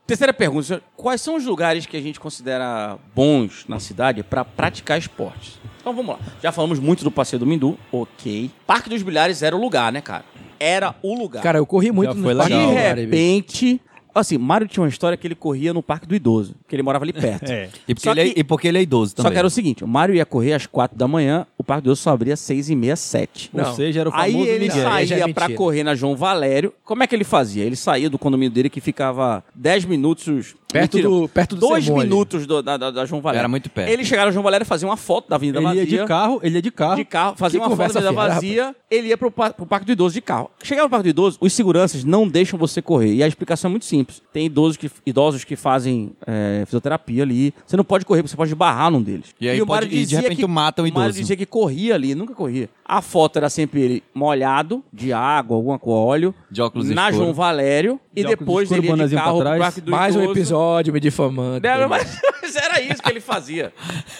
Speaker 1: Terceira pergunta, senhor. quais são os lugares que a gente considera bons na cidade pra praticar esportes? Então vamos lá. Já falamos muito do passeio do Mindu, ok. Parque dos Bilhares era o lugar, né, cara? Era o lugar.
Speaker 5: Cara, eu corri muito
Speaker 4: Já
Speaker 5: no
Speaker 4: foi
Speaker 5: parque
Speaker 4: legal.
Speaker 5: do
Speaker 1: de
Speaker 5: Lari, bicho.
Speaker 1: repente, assim, Mário tinha uma história que ele corria no Parque do Idoso, que ele morava ali perto.
Speaker 3: E porque,
Speaker 1: Só
Speaker 3: ele é,
Speaker 1: que-
Speaker 3: e porque ele é idoso também.
Speaker 1: Só que era o seguinte, o Mário ia correr às quatro da manhã, o Parque do Idoso só abria às seis e meia, sete.
Speaker 4: Ou
Speaker 5: Não.
Speaker 4: seja, era o famoso
Speaker 1: Aí ele
Speaker 4: Miguel.
Speaker 5: Aí já é
Speaker 1: saía
Speaker 5: mentira.
Speaker 1: pra correr na João Valério. Como é que ele fazia? Ele saía do condomínio dele que ficava 10 minutos.
Speaker 5: Perto
Speaker 1: Mentira,
Speaker 5: do- perto do
Speaker 1: Dois
Speaker 5: sermão ali.
Speaker 1: minutos do- da, da- da João Valério.
Speaker 3: Era muito perto.
Speaker 1: Ele chegava na João Valério, fazia uma foto da Avenida
Speaker 4: Ele
Speaker 1: Vazia.
Speaker 4: ia de carro, ele ia de carro.
Speaker 1: de carro, fazia
Speaker 5: Que
Speaker 1: uma foto da
Speaker 5: conversa
Speaker 1: Avenida
Speaker 5: fiada,
Speaker 1: Vazia, ele ia pro, pa- pro Parque do Idoso de carro. Chegava no Parque do Idoso, os seguranças não deixam você correr. E a explicação é muito simples. Tem idosos que, idosos que fazem é, fisioterapia ali. Você não pode correr, porque você pode barrar num deles.
Speaker 3: E aí pode- e de
Speaker 1: dizia
Speaker 3: repente mata o
Speaker 1: Mário
Speaker 3: idoso.
Speaker 1: dizia que corria ali, nunca corria. A foto era sempre ele molhado, de água, alguma com óleo.
Speaker 3: De óculos
Speaker 1: Na
Speaker 3: escuro.
Speaker 1: João Valério. E
Speaker 4: De óculos
Speaker 1: depois
Speaker 4: escuro,
Speaker 1: ele ia de
Speaker 4: bonezinho pra
Speaker 1: carro pro
Speaker 4: trás.
Speaker 1: Parque do
Speaker 5: Mais um
Speaker 1: Idoso.
Speaker 5: episódio me difamando.
Speaker 1: Era, mas, mas era isso que ele fazia,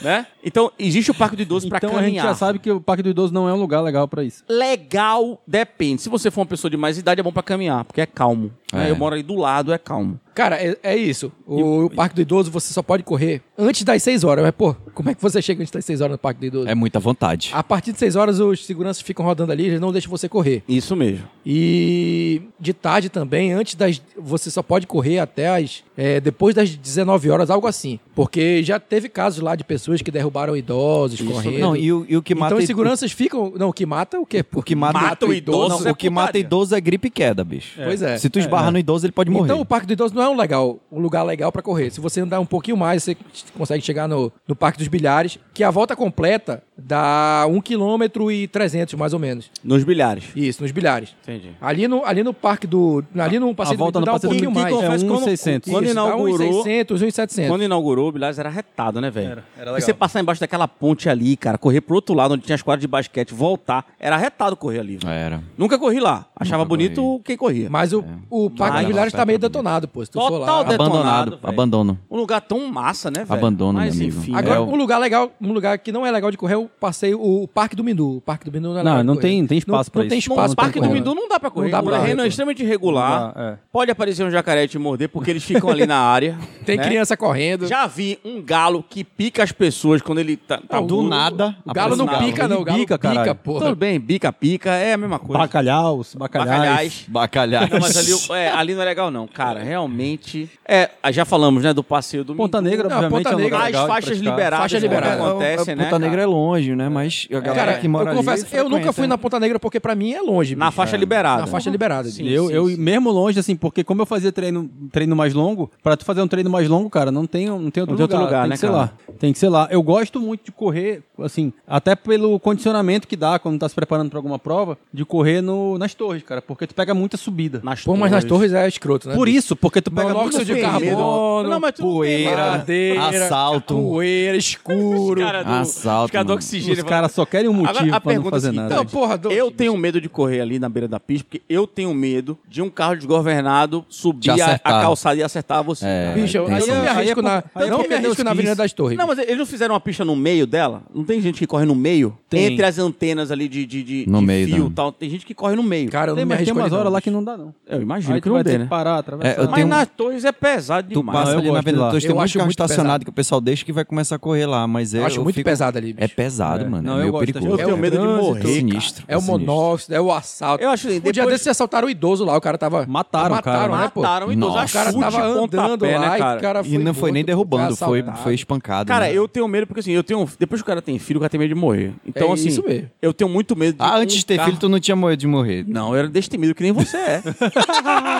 Speaker 1: né? Então, existe o Parque do Idoso pra
Speaker 4: Então a
Speaker 1: caminhar.
Speaker 4: gente já sabe que o Parque do Idoso não é um lugar legal pra isso.
Speaker 1: Legal, depende. Se você for uma pessoa de mais idade, é bom pra caminhar, porque é calmo. né?
Speaker 3: É.
Speaker 1: Eu moro ali do lado, é calmo.
Speaker 5: Cara, é, é isso. O, o Parque do Idoso você só pode correr antes das 6 horas. Mas, pô, como é que você chega antes das 6 horas no Parque do Idoso?
Speaker 3: É muita vontade.
Speaker 1: Ah,
Speaker 5: A partir de 6 horas os seguranças ficam rodando ali, eles não deixam você correr.
Speaker 1: Isso mesmo.
Speaker 5: E de tarde também, antes das. Você só pode correr até as. é, depois das 19 horas, algo assim. Porque já teve casos lá de pessoas que derrubaram idosos correndo.
Speaker 3: Não, e o, e o que mata é
Speaker 5: então os seguranças ficam. Não, o que mata é o né? quê?
Speaker 3: o que mata,
Speaker 1: é Mata o idoso
Speaker 3: não,
Speaker 1: é
Speaker 3: o que mata
Speaker 1: putaria.
Speaker 3: idoso é gripe e queda, bicho.
Speaker 5: Pois é.
Speaker 3: Se tu esbarra no idoso, ele pode morrer.
Speaker 5: Então o Parque do Idoso não é um legal, um lugar legal pra correr. Se você andar um pouquinho mais, você consegue chegar no, no Parque dos Bilhares, que é a volta completa dá 1 km e 300 mais ou menos.
Speaker 1: Nos bilhares.
Speaker 5: Isso, nos Bilhares.
Speaker 1: Entendi.
Speaker 5: Ali no, ali no Parque do, ali no passeio
Speaker 4: a volta
Speaker 5: do
Speaker 4: no
Speaker 5: Idoso dá um
Speaker 4: passeio do
Speaker 5: pouquinho
Speaker 4: Idoso
Speaker 5: mais.
Speaker 1: confesso
Speaker 4: é
Speaker 1: que eu não-
Speaker 4: 1,600.
Speaker 1: quando
Speaker 5: Isso, dá
Speaker 1: inaugurou-
Speaker 5: uns 600, uns 700.
Speaker 1: Quando inaugurou, o Bilhares era retado, né, velho? Era,
Speaker 4: legal.
Speaker 1: Você passar embaixo daquela ponte ali, cara, correr pro outro lado, onde tinha as quadras de basquete, voltar, era retado correr ali. velho.
Speaker 3: Era.
Speaker 1: Nunca corri lá. Achava bonito quem corria.
Speaker 5: Mas o,
Speaker 4: É.
Speaker 5: o Parque
Speaker 1: Mas-
Speaker 5: dos Bilhares tá meio detonado, pô. Se tu for
Speaker 1: Total
Speaker 5: lá.
Speaker 1: de-
Speaker 3: Abandonado.
Speaker 1: Detonado, é velho.
Speaker 3: abandono.
Speaker 1: Um lugar tão massa, né, velho?
Speaker 3: Abandono,
Speaker 1: Mas
Speaker 3: meu amigo.
Speaker 1: enfim.
Speaker 5: Agora,
Speaker 3: É
Speaker 1: né?
Speaker 3: o-
Speaker 5: um lugar legal, um lugar que não é legal de correr é o eu passei o Parque do Mindu. O Parque do Mindu não é lá
Speaker 4: Não,
Speaker 5: de
Speaker 4: não
Speaker 5: correr.
Speaker 4: tem, não tem espaço pra
Speaker 5: não tem
Speaker 4: isso.
Speaker 5: espaço
Speaker 4: Não
Speaker 5: pra
Speaker 1: Parque do
Speaker 5: correr.
Speaker 1: Mindu não dá pra correr.
Speaker 5: Não dá
Speaker 1: O
Speaker 5: pra
Speaker 1: terreno
Speaker 5: correr.
Speaker 1: é extremamente irregular.
Speaker 4: Não dá, é.
Speaker 1: Pode aparecer um jacaré e te morder, porque eles ficam ali na área.
Speaker 5: Tem
Speaker 1: né?
Speaker 5: criança correndo.
Speaker 1: Já vi um galo que pica as pessoas quando ele tá. tá
Speaker 3: do
Speaker 1: puto.
Speaker 3: nada.
Speaker 5: O galo não
Speaker 1: Apresentava.
Speaker 5: pica, não. O galo
Speaker 4: Ele bica,
Speaker 5: pica,
Speaker 4: caralho.
Speaker 5: porra.
Speaker 1: Tudo bem, bica, pica, é a mesma coisa.
Speaker 4: Bacalhau, bacalhais.
Speaker 1: Bacalhais.
Speaker 3: Bacalhau.
Speaker 1: Não, mas ali, é, ali não é legal, não. Cara, realmente. É, já falamos, né, do passeio do
Speaker 4: Ponta
Speaker 1: Mindu.
Speaker 4: Negra,
Speaker 5: Não,
Speaker 4: obviamente,
Speaker 5: Ponta
Speaker 4: é um
Speaker 5: Negra,
Speaker 4: lugar
Speaker 1: As
Speaker 4: legal de
Speaker 1: faixas
Speaker 4: praticar.
Speaker 1: liberadas
Speaker 5: Faixa
Speaker 1: quando
Speaker 5: liberada.
Speaker 4: um-
Speaker 1: acontece,
Speaker 3: Ponta
Speaker 1: né? cara?
Speaker 3: Negra é longe, né? Mas a galera
Speaker 5: Cara,
Speaker 3: que mora
Speaker 5: eu
Speaker 3: ali
Speaker 5: confesso, eu nunca
Speaker 4: né?
Speaker 5: fui na Ponta Negra porque pra mim é longe.
Speaker 1: Na
Speaker 5: bicho.
Speaker 1: faixa liberada.
Speaker 5: Na faixa liberada.
Speaker 1: Sim.
Speaker 5: bicho.
Speaker 4: Eu, eu mesmo longe, assim, porque como eu fazia treino, treino mais longo, pra tu fazer um treino mais longo, cara, não tem, não tem
Speaker 1: Não tem
Speaker 4: outro lugar.
Speaker 1: outro lugar,
Speaker 4: tem
Speaker 1: né,
Speaker 4: que ser
Speaker 1: cara?
Speaker 4: lá. Tem que ser lá. Eu gosto muito de correr, assim, até pelo condicionamento que dá quando tá se preparando pra alguma prova, de correr no, nas torres, cara, porque tu pega muita subida.
Speaker 1: Nas
Speaker 5: Pô, mas nas torres é escroto, né?
Speaker 4: Por
Speaker 5: bicho?
Speaker 4: isso, porque tu pega muita
Speaker 5: Monóxido de
Speaker 4: subida.
Speaker 5: carbono,
Speaker 1: Não, mas tu não tem
Speaker 3: poeira,
Speaker 5: madeira,
Speaker 3: assalto.
Speaker 5: Poeira, escuro.
Speaker 1: Cara do,
Speaker 3: Assalto,
Speaker 1: os cara do
Speaker 3: mano.
Speaker 1: oxigênio.
Speaker 4: Os caras só querem um motivo
Speaker 1: Agora, a
Speaker 4: pra não
Speaker 1: pergunta é a
Speaker 4: fazer
Speaker 1: seguinte,
Speaker 4: nada.
Speaker 1: então,
Speaker 5: Não, porra, do-
Speaker 1: Eu tenho medo de correr ali na beira da pista, porque eu tenho medo de um carro desgovernado subir
Speaker 3: Te
Speaker 1: a,
Speaker 3: acertar.
Speaker 1: a calçada e acertar você.
Speaker 3: É,
Speaker 5: Bicho, eu-
Speaker 3: tem
Speaker 5: aí
Speaker 3: isso.
Speaker 5: eu me
Speaker 4: Aí é
Speaker 5: arrisco
Speaker 4: por-
Speaker 5: na,
Speaker 4: aí é
Speaker 5: não
Speaker 4: porque
Speaker 5: me arrisco
Speaker 4: Deus
Speaker 5: na Avenida
Speaker 4: quis.
Speaker 5: das Torres.
Speaker 1: Não, mas eles não fizeram uma pista no meio dela? Não tem gente que corre no meio?
Speaker 4: Tem.
Speaker 1: Entre as antenas ali de, de, de,
Speaker 3: No
Speaker 1: de
Speaker 3: meio,
Speaker 1: fio
Speaker 3: não.
Speaker 1: e tal. Tem gente que corre no meio.
Speaker 5: Cara, eu
Speaker 4: Tem,
Speaker 5: não me
Speaker 4: mas tem
Speaker 5: arrisco
Speaker 4: umas
Speaker 5: ali,
Speaker 4: horas lá
Speaker 5: bicho.
Speaker 4: que não dá, não.
Speaker 1: eu imagino
Speaker 4: Aí
Speaker 1: que
Speaker 4: tu
Speaker 1: não
Speaker 4: vai
Speaker 1: dê,
Speaker 4: ter
Speaker 1: né?
Speaker 4: que parar,
Speaker 3: É, eu
Speaker 4: atravessar.
Speaker 1: Mas
Speaker 3: tenho-
Speaker 1: nas torres é pesado
Speaker 3: Tu
Speaker 1: demais.
Speaker 3: passa
Speaker 4: eu
Speaker 3: ali
Speaker 4: gosto
Speaker 3: na
Speaker 4: de
Speaker 3: Avenida
Speaker 4: lá.
Speaker 3: Torres, tem
Speaker 5: Eu
Speaker 3: muito
Speaker 5: acho
Speaker 3: carro
Speaker 5: muito
Speaker 3: estacionado
Speaker 5: pesado.
Speaker 3: que o pessoal deixa que vai começar a correr lá, mas eu,
Speaker 5: Eu acho
Speaker 3: eu
Speaker 5: muito
Speaker 3: fico-
Speaker 5: pesado ali, bicho.
Speaker 3: É pesado, mano.
Speaker 4: Não,
Speaker 3: é
Speaker 4: eu
Speaker 3: meio
Speaker 4: gosto,
Speaker 3: perigoso.
Speaker 1: Eu tenho medo de
Speaker 5: trânsito,
Speaker 1: morrer,
Speaker 3: É sinistro.
Speaker 5: É o
Speaker 3: sinistro.
Speaker 5: monóxido, é o assalto.
Speaker 1: Eu acho que
Speaker 5: O dia
Speaker 1: depois-
Speaker 5: desse assaltaram o idoso lá, o cara tava...
Speaker 4: Mataram o cara,
Speaker 5: Mataram, né, pô?
Speaker 1: Mataram o idoso.
Speaker 3: Nossa.
Speaker 1: Ah,
Speaker 5: O cara
Speaker 1: chute,
Speaker 5: tava andando
Speaker 1: pontapé,
Speaker 5: lá
Speaker 1: né,
Speaker 5: e o
Speaker 1: cara?
Speaker 5: cara
Speaker 3: E não foi nem
Speaker 5: morto, pô,
Speaker 3: derrubando, foi,
Speaker 5: assaltado.
Speaker 3: foi espancado.
Speaker 1: tá? Cara,
Speaker 3: né?
Speaker 1: eu tenho medo porque assim, eu tenho. Depois que o cara tem filho, o cara tem medo de morrer. Então,
Speaker 5: É
Speaker 1: assim.
Speaker 5: isso mesmo.
Speaker 1: Eu tenho muito medo de. um
Speaker 3: Ah, antes de ter
Speaker 1: carro-
Speaker 3: filho, tu não tinha medo de morrer.
Speaker 1: Não, eu era destemido que nem você é.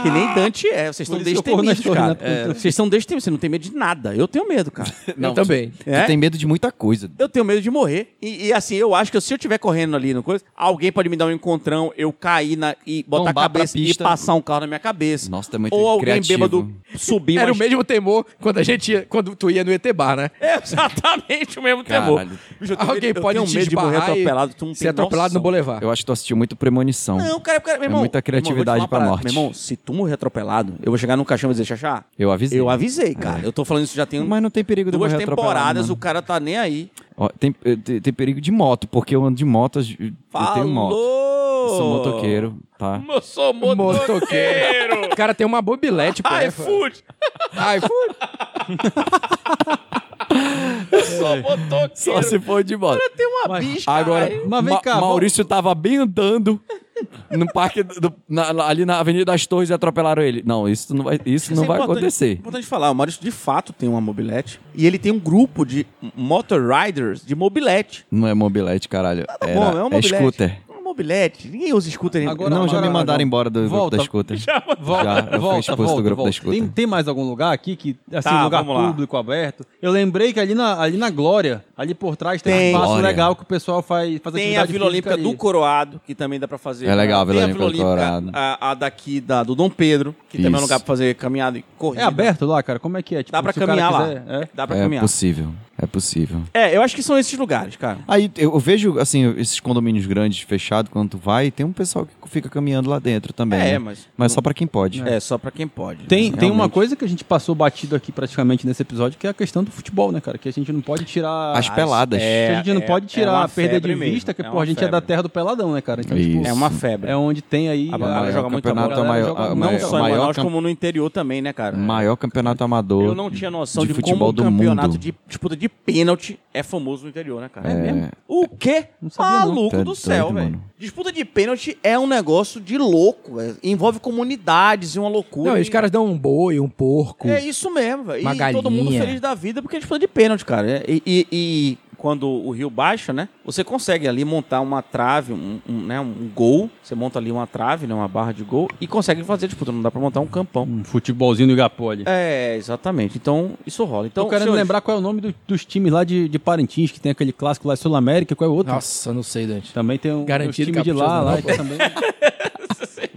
Speaker 1: que nem Dante é. Vocês estão
Speaker 4: Por isso que eu corro
Speaker 1: destemidos,
Speaker 4: nas torres,
Speaker 1: cara.
Speaker 4: né? Porque
Speaker 1: É. Vocês são destemidos, você não tem medo de nada. Eu tenho medo, cara.
Speaker 5: Eu também.
Speaker 1: É?
Speaker 3: Tu tem medo de muita coisa.
Speaker 1: Eu tenho medo de morrer. E, e, assim, eu acho que se eu estiver correndo ali no coisa, alguém pode me dar um encontrão, eu cair na, e botar
Speaker 3: Tombar
Speaker 1: a cabeça
Speaker 3: pra
Speaker 1: e
Speaker 3: pista.
Speaker 1: passar um carro na minha cabeça.
Speaker 3: Nossa, tá muito
Speaker 1: Ou alguém
Speaker 3: criativo.
Speaker 1: bêbado subir
Speaker 5: Era
Speaker 1: uma
Speaker 5: o mesmo temor quando a gente ia, quando tu ia no ET Bar, né?
Speaker 1: É exatamente o mesmo temor.
Speaker 3: Caralho.
Speaker 1: Bicho, eu tenho
Speaker 5: Alguém
Speaker 1: medo- eu
Speaker 5: pode
Speaker 1: tenho
Speaker 5: te
Speaker 1: medo de morrer
Speaker 5: esbarrar e
Speaker 1: atropelado. Tu não
Speaker 5: ser
Speaker 1: tem
Speaker 5: atropelado
Speaker 1: noção.
Speaker 5: no Bolevar.
Speaker 3: Eu acho que tu assistiu muito Premonição.
Speaker 1: Tá. Não, cara, cara, meu irmão.
Speaker 3: muita criatividade
Speaker 1: irmão, vou te falar
Speaker 3: pra
Speaker 1: uma parada.
Speaker 3: morte.
Speaker 1: Meu irmão, se tu morrer atropelado, eu vou chegar num caixão e dizer, Xaxá,
Speaker 3: Eu avisei.
Speaker 1: eu avisei, cara. Eu tô falando isso já tem
Speaker 3: Mas não tem perigo de
Speaker 1: duas
Speaker 3: morrer atropelado,
Speaker 1: temporadas,
Speaker 3: mano.
Speaker 1: o cara tá nem aí.
Speaker 3: Ó, tem, eh, tem, tem perigo de moto, porque eu ando de moto, eu tenho moto. Eu
Speaker 1: Falou!
Speaker 3: sou motoqueiro, tá?
Speaker 1: Eu sou motoqueiro!
Speaker 5: O cara tem uma mobilete, pô. né?
Speaker 1: Ai, food!
Speaker 5: Ai, fui.
Speaker 1: Sou motoqueiro!
Speaker 3: Só se for de moto.
Speaker 1: Tem uma bicha,
Speaker 3: Agora,
Speaker 1: caralho.
Speaker 4: Mas vem
Speaker 3: Ma-
Speaker 4: cá,
Speaker 3: Maurício tava bem andando no parque do- do- na- na- ali na Avenida das Torres e atropelaram ele. Não, isso não vai, isso não
Speaker 1: é
Speaker 3: vai
Speaker 1: importante-
Speaker 3: acontecer.
Speaker 1: importante falar, o Maurício de fato tem uma mobilete e ele tem um grupo de motorriders de mobilete.
Speaker 3: Não é mobilete, caralho.
Speaker 1: Tá
Speaker 3: Era-
Speaker 1: bom, é um mobilete.
Speaker 3: scooter.
Speaker 1: É um mobilete. Ninguém usa scooter ainda.
Speaker 4: Agora-
Speaker 3: não, já me
Speaker 4: agora-
Speaker 3: mandaram embora do grupo
Speaker 4: Volta.
Speaker 3: da scooter. Já, eu
Speaker 4: Volta,
Speaker 3: fui
Speaker 4: volta,
Speaker 3: expulso
Speaker 4: volta,
Speaker 3: do grupo
Speaker 4: volta.
Speaker 3: da escuta.
Speaker 4: Tem, tem mais algum lugar aqui que assim
Speaker 1: Tá,
Speaker 4: lugar
Speaker 1: vamos lá.
Speaker 4: público aberto? Eu lembrei que ali na ali na Glória, ali por trás tem,
Speaker 1: Tem.
Speaker 4: um espaço
Speaker 3: Glória.
Speaker 4: legal que o pessoal faz faz
Speaker 1: Tem
Speaker 4: atividade
Speaker 1: a Vila
Speaker 4: física
Speaker 1: Olímpica do
Speaker 4: ali.
Speaker 1: Coroado, que também dá pra fazer. né?
Speaker 3: É legal a Vila
Speaker 1: Tem
Speaker 3: Olímpica do Coroado.
Speaker 1: A, a daqui da, do Dom Pedro, que também é um
Speaker 3: Isso.
Speaker 1: lugar pra fazer caminhada e corrida.
Speaker 4: É aberto lá, cara. Como é que é? Tipo,
Speaker 1: Dá pra
Speaker 4: se o cara
Speaker 1: caminhar lá.
Speaker 4: quiser- é?
Speaker 1: Dá pra
Speaker 3: É
Speaker 1: caminhar.
Speaker 3: possível, é possível.
Speaker 1: É, eu acho que são esses lugares, cara.
Speaker 3: Aí eu vejo, assim, esses condomínios grandes fechados, quando tu vai, tem um pessoal que fica caminhando lá dentro também.
Speaker 1: É,
Speaker 3: né?
Speaker 1: mas-
Speaker 3: Mas só pra quem pode.
Speaker 1: É, só pra quem pode.
Speaker 4: Tem,
Speaker 1: né?
Speaker 4: tem uma coisa que a gente passou batido aqui praticamente nesse episódio, que é a questão do futebol, né, cara? Que a gente não pode tirar.
Speaker 3: As peladas.
Speaker 4: Que a
Speaker 1: É,
Speaker 4: gente não
Speaker 1: é-
Speaker 4: pode
Speaker 1: é
Speaker 4: tirar,
Speaker 1: uma
Speaker 4: perder de
Speaker 1: febre mesmo,
Speaker 4: vista, que,
Speaker 1: é
Speaker 4: pô,
Speaker 1: uma
Speaker 4: a gente é da
Speaker 1: febre.
Speaker 4: terra do peladão, né, cara? Então,
Speaker 3: Isso.
Speaker 1: É uma febre.
Speaker 4: é onde tem aí.
Speaker 1: A galera
Speaker 3: é,
Speaker 1: joga
Speaker 3: o
Speaker 1: muito
Speaker 3: campeonato
Speaker 1: bola.
Speaker 3: é o maior-
Speaker 4: Joga
Speaker 3: a- a
Speaker 4: muito
Speaker 1: Não
Speaker 3: maior-
Speaker 1: só em
Speaker 3: maior
Speaker 1: Manaus,
Speaker 3: camp-
Speaker 1: como no interior também, né, cara?
Speaker 3: maior campeonato amador.
Speaker 1: Eu não tinha noção de,
Speaker 3: futebol
Speaker 1: como
Speaker 3: do
Speaker 1: o campeonato
Speaker 3: mundo.
Speaker 1: de disputa de pênalti é famoso no interior, né, cara?
Speaker 3: É mesmo?
Speaker 1: O quê?
Speaker 4: Não sabia não.
Speaker 1: Maluco
Speaker 3: Tá
Speaker 1: do
Speaker 3: doido,
Speaker 1: céu,
Speaker 3: mano.
Speaker 1: velho. Disputa de pênalti é um negócio de louco, velho. Envolve comunidades e uma loucura.
Speaker 5: Não, e
Speaker 1: E-
Speaker 5: os caras dão um boi, um porco.
Speaker 1: É isso mesmo, velho.
Speaker 5: Uma
Speaker 1: E todo mundo
Speaker 5: galinha.
Speaker 1: feliz da vida porque é disputa de pênalti, cara. E, e- e quando o rio baixa, né? Você consegue ali montar uma trave, um, um, né, um gol. Você monta ali uma trave, né, uma barra de gol e consegue fazer disputa. Não dá pra montar um campão.
Speaker 4: Um futebolzinho do Igapó ali.
Speaker 1: É, exatamente. Então, isso rola. Então,
Speaker 4: Tô querendo
Speaker 1: senhores,
Speaker 4: lembrar qual é o nome do- dos times lá de, de Parintins, que tem aquele clássico lá Sul América, qual é o outro?
Speaker 5: Nossa, não sei, Dante.
Speaker 4: Também tem um
Speaker 5: Garantido
Speaker 4: os times de lá,
Speaker 5: caprichoso,
Speaker 4: lá
Speaker 5: não,
Speaker 4: que também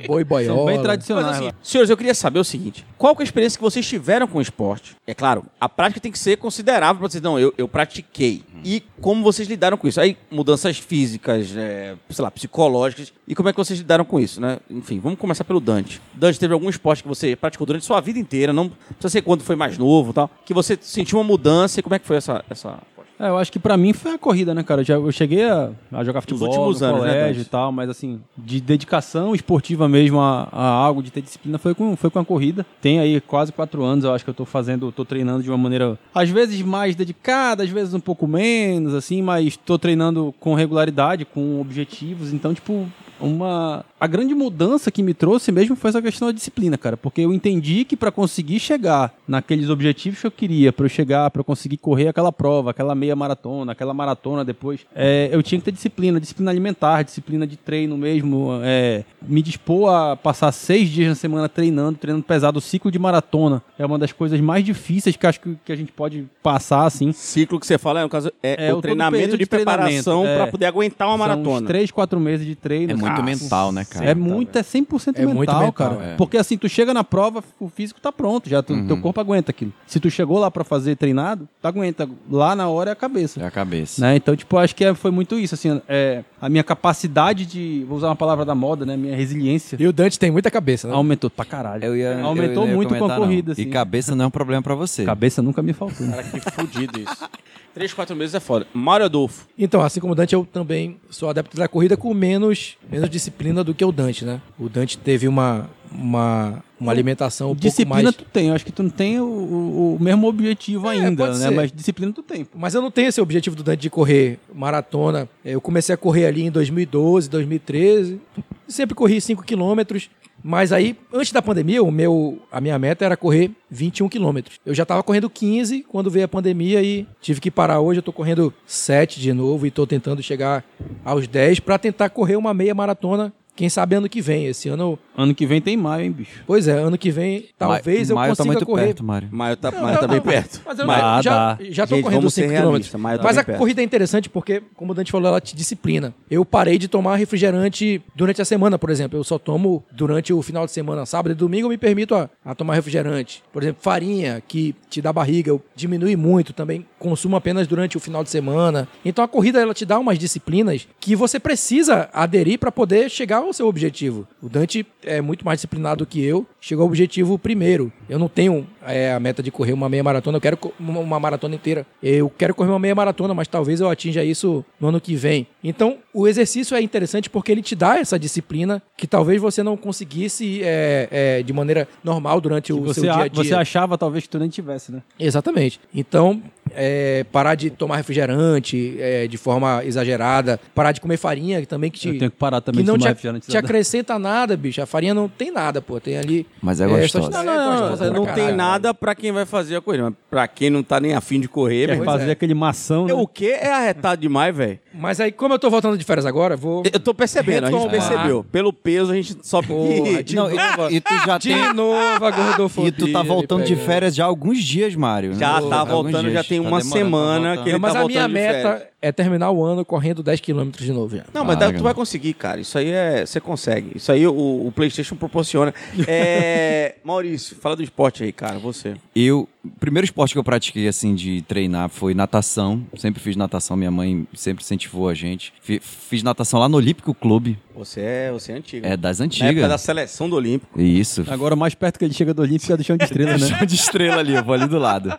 Speaker 5: Boi,
Speaker 4: são
Speaker 5: boiola.
Speaker 4: bem tradicionais.
Speaker 1: Mas assim,
Speaker 4: lá.
Speaker 1: senhores, eu queria saber o seguinte: qual que é a experiência que vocês tiveram com o esporte? É claro, a prática tem que ser considerável para vocês. Não, eu, eu pratiquei. E como vocês lidaram com isso? Aí, mudanças físicas, é, sei lá, psicológicas. E como é que vocês lidaram com isso, né? Enfim, vamos começar pelo Dante. Dante, teve algum esporte que você praticou durante sua vida inteira? Não precisa ser quando foi mais novo e tal. Que você sentiu uma mudança e como é que foi essa. essa...
Speaker 4: É, eu acho que pra mim foi a corrida, né, cara? Eu, já- eu cheguei a, a jogar futebol
Speaker 1: últimos
Speaker 4: no
Speaker 1: anos, né,
Speaker 4: colégio
Speaker 1: Dante?
Speaker 4: e tal, mas assim, de dedicação esportiva mesmo a, a algo, de ter disciplina, foi com, foi com a corrida. Tem aí quase quatro anos, eu acho que eu tô fazendo, tô treinando de uma maneira, às vezes mais dedicada, às vezes um pouco menos, assim, mas tô treinando com regularidade, com objetivos, então, tipo, uma a grande mudança que me trouxe mesmo foi essa questão da disciplina, cara, porque eu entendi que pra conseguir chegar naqueles objetivos que eu queria, pra eu chegar, pra eu conseguir correr aquela prova, aquela meia maratona, aquela maratona depois, é, eu tinha que ter disciplina, disciplina alimentar, disciplina de treino mesmo, é, me dispor a passar seis dias na semana treinando, treinando pesado, o ciclo de maratona é uma das coisas mais difíceis que eu acho que, que a gente pode passar, assim,
Speaker 1: Ciclo que você fala, no caso, é,
Speaker 4: É, o
Speaker 1: o
Speaker 4: todo
Speaker 1: treinamento
Speaker 4: período
Speaker 1: de
Speaker 4: de treinamento,
Speaker 1: preparação
Speaker 4: é.
Speaker 1: pra poder aguentar uma
Speaker 4: São uns
Speaker 1: maratona.
Speaker 4: três, quatro meses de treino.
Speaker 3: É muito
Speaker 4: cara.
Speaker 3: mental, né, cara?
Speaker 4: É muito, é 100%
Speaker 5: É
Speaker 4: mental,
Speaker 5: muito mental,
Speaker 4: cara.
Speaker 5: é.
Speaker 4: Porque assim, tu chega na prova, o físico tá pronto, já tu-
Speaker 3: Uhum.
Speaker 4: teu corpo aguenta aquilo. Se tu chegou lá pra fazer treinado, tu aguenta. Lá na hora é a cabeça.
Speaker 3: É a cabeça.
Speaker 4: Né? Então, tipo, acho que é- foi muito isso, assim, é, a minha capacidade de, vou usar uma palavra da moda, né, minha resiliência,
Speaker 5: E o Dante tem muita cabeça, né?
Speaker 4: aumentou pra caralho.
Speaker 3: Eu ia- eu
Speaker 4: aumentou
Speaker 3: não ia
Speaker 4: muito com a
Speaker 3: comentar, não.
Speaker 4: corrida, assim.
Speaker 3: E cabeça não é um problema pra você.
Speaker 4: Cabeça nunca me faltou.
Speaker 5: É, um
Speaker 1: Cara, que fudido isso. Três, quatro meses é foda. Mário Adolfo.
Speaker 5: Então, assim como o Dante, eu também sou adepto da corrida com menos, menos disciplina do que o Dante, né? O Dante teve uma, uma, uma alimentação um
Speaker 4: disciplina
Speaker 5: pouco mais...
Speaker 4: tu tem, eu acho que tu não tem o, o- o mesmo
Speaker 3: É,
Speaker 4: objetivo ainda,
Speaker 5: pode
Speaker 4: né,
Speaker 5: ser.
Speaker 4: mas disciplina tu tem. pô.
Speaker 5: Mas eu não tenho esse objetivo do Dante de correr maratona. É, Eu comecei a correr ali em 2012, 2013. Sempre corri 5 quilômetros. Mas aí, antes da pandemia, o meu, a minha meta era correr 21 quilômetros. Eu já estava correndo 15 quando veio a pandemia e tive que parar hoje. Eu tô correndo 7 de novo e tô tentando chegar aos 10 para tentar correr uma meia maratona. Quem sabe ano que vem. Esse ano,
Speaker 4: Ano que vem tem maio, hein, bicho.
Speaker 5: pois é, ano que vem, talvez eu
Speaker 3: Maio tá
Speaker 5: consiga
Speaker 3: muito
Speaker 5: correr
Speaker 3: perto, Mário.
Speaker 1: Mário tá,
Speaker 5: Não,
Speaker 1: Mário
Speaker 5: não,
Speaker 1: tá bem
Speaker 5: não.
Speaker 1: perto.
Speaker 5: Mas eu
Speaker 1: Mário,
Speaker 4: Dá,
Speaker 5: já,
Speaker 4: dá.
Speaker 5: já tô
Speaker 1: Gente,
Speaker 5: correndo
Speaker 1: vamos ser
Speaker 5: 5
Speaker 1: realistas, mas
Speaker 5: km. Mas,
Speaker 1: tá bem
Speaker 5: a
Speaker 1: perto.
Speaker 5: corrida é interessante porque, como o Dante falou, ela te disciplina. Eu parei de tomar refrigerante durante a semana, por exemplo. Eu só tomo durante o final de semana, sábado e domingo, eu me permito a, a tomar refrigerante. Por exemplo, farinha, que te dá barriga, eu diminui muito também. Consumo apenas durante o final de semana. Então a corrida ela te dá umas disciplinas que você precisa aderir para poder chegar ao seu objetivo. O Dante é muito mais disciplinado que eu, chegou ao objetivo primeiro. Eu não tenho é, a meta de correr uma meia maratona, eu quero co- uma, uma maratona inteira. Eu quero correr uma meia maratona, mas talvez eu atinja isso no ano que vem. Então, o exercício é interessante porque ele te dá essa disciplina que talvez você não conseguisse é, é, de maneira normal durante o
Speaker 4: Você,
Speaker 5: seu dia a
Speaker 4: a-
Speaker 5: dia.
Speaker 4: você achava talvez que tu nem tivesse, né?
Speaker 5: Exatamente. Então, é, parar de tomar refrigerante é, de forma exagerada, parar de comer farinha que também que te.
Speaker 4: Eu tenho que parar também
Speaker 5: que não
Speaker 4: de
Speaker 5: te,
Speaker 4: tomar
Speaker 5: ac-
Speaker 4: refrigerante.
Speaker 5: te acrescenta nada, bicho. A farinha não tem nada, pô. Tem ali.
Speaker 3: Mas é
Speaker 5: só-
Speaker 3: gostosa.
Speaker 1: Não, não,
Speaker 5: é
Speaker 1: não,
Speaker 5: gostosa
Speaker 1: não,
Speaker 5: pra
Speaker 1: tem
Speaker 5: caralho.
Speaker 1: nada pra quem vai fazer a corrida, mas pra quem não tá nem afim de correr,
Speaker 4: Quer
Speaker 1: velho.
Speaker 4: fazer aquele mação, né?
Speaker 1: O que é arretado demais, velho?
Speaker 5: Mas aí, como eu tô voltando de férias agora, vou.
Speaker 1: Eu tô percebendo, a gente
Speaker 5: Retomar.
Speaker 1: percebeu. Pelo peso, a gente só
Speaker 5: Porra, de
Speaker 3: Não,
Speaker 4: Ah,
Speaker 3: e, e tu já
Speaker 5: De
Speaker 3: tem...
Speaker 5: novo a gordofobia.
Speaker 3: E tu tá voltando de
Speaker 5: pegando.
Speaker 3: férias já há alguns dias, Mário.
Speaker 1: Já
Speaker 3: Né?
Speaker 1: tá
Speaker 3: Alguns
Speaker 1: voltando, já
Speaker 3: dias.
Speaker 1: tem
Speaker 3: Tá
Speaker 1: uma
Speaker 3: demorando pra
Speaker 1: semana
Speaker 3: voltar.
Speaker 1: que ele
Speaker 5: Mas
Speaker 1: tá
Speaker 5: a minha
Speaker 1: voltando de férias.
Speaker 5: meta é terminar o ano correndo 10km de novo já.
Speaker 1: Não, mas
Speaker 3: Ah,
Speaker 1: dá- tu
Speaker 3: legal.
Speaker 1: vai conseguir, cara. Isso aí é. Você consegue. Isso aí o, o PlayStation proporciona. É, Maurício, fala do esporte aí, cara. Você.
Speaker 3: Eu, o primeiro esporte que eu pratiquei, assim, de treinar foi natação. Sempre fiz natação, minha mãe sempre incentivou a gente. Fi- Fiz natação lá no Olímpico Clube,
Speaker 1: Você é, você é antigo.
Speaker 3: é das
Speaker 1: Na época da
Speaker 3: antigas.
Speaker 1: seleção do Olímpico.
Speaker 3: Isso.
Speaker 4: Agora, mais perto que ele chega do Olímpico é do chão de estrela, né?
Speaker 3: Chão de estrela ali, eu vou ali do lado.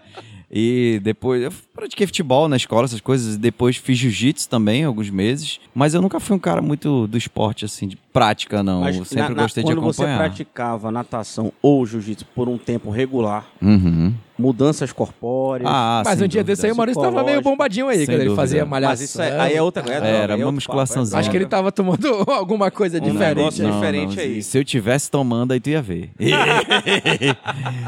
Speaker 3: E depois, eu pratiquei futebol na escola, essas coisas, e depois fiz jiu-jitsu também, alguns meses. Mas eu nunca fui um cara muito do esporte, assim, de prática, não.
Speaker 1: Mas
Speaker 3: eu sempre
Speaker 1: na- na-
Speaker 3: gostei de
Speaker 1: quando você
Speaker 3: acompanhar.
Speaker 1: praticava natação ou jiu-jitsu por um tempo regular,
Speaker 3: Uhum.
Speaker 1: mudanças corpóreas.
Speaker 3: Ah,
Speaker 5: mas
Speaker 3: sem
Speaker 5: um dia
Speaker 3: dúvida.
Speaker 5: desse aí o Maurício tava meio
Speaker 1: Psicológico.
Speaker 5: bombadinho aí,
Speaker 3: Sem
Speaker 5: quando ele
Speaker 3: dúvida.
Speaker 5: fazia malhação.
Speaker 1: mas isso é, aí é outra coisa.
Speaker 3: Era
Speaker 1: droga,
Speaker 3: uma
Speaker 1: outro
Speaker 3: musculaçãozinha.
Speaker 1: papo, é
Speaker 5: Acho que ele tava tomando alguma coisa
Speaker 1: Um
Speaker 5: é diferente.
Speaker 1: negócio diferente
Speaker 3: não,
Speaker 1: aí.
Speaker 3: Se eu tivesse tomando, aí tu ia ver.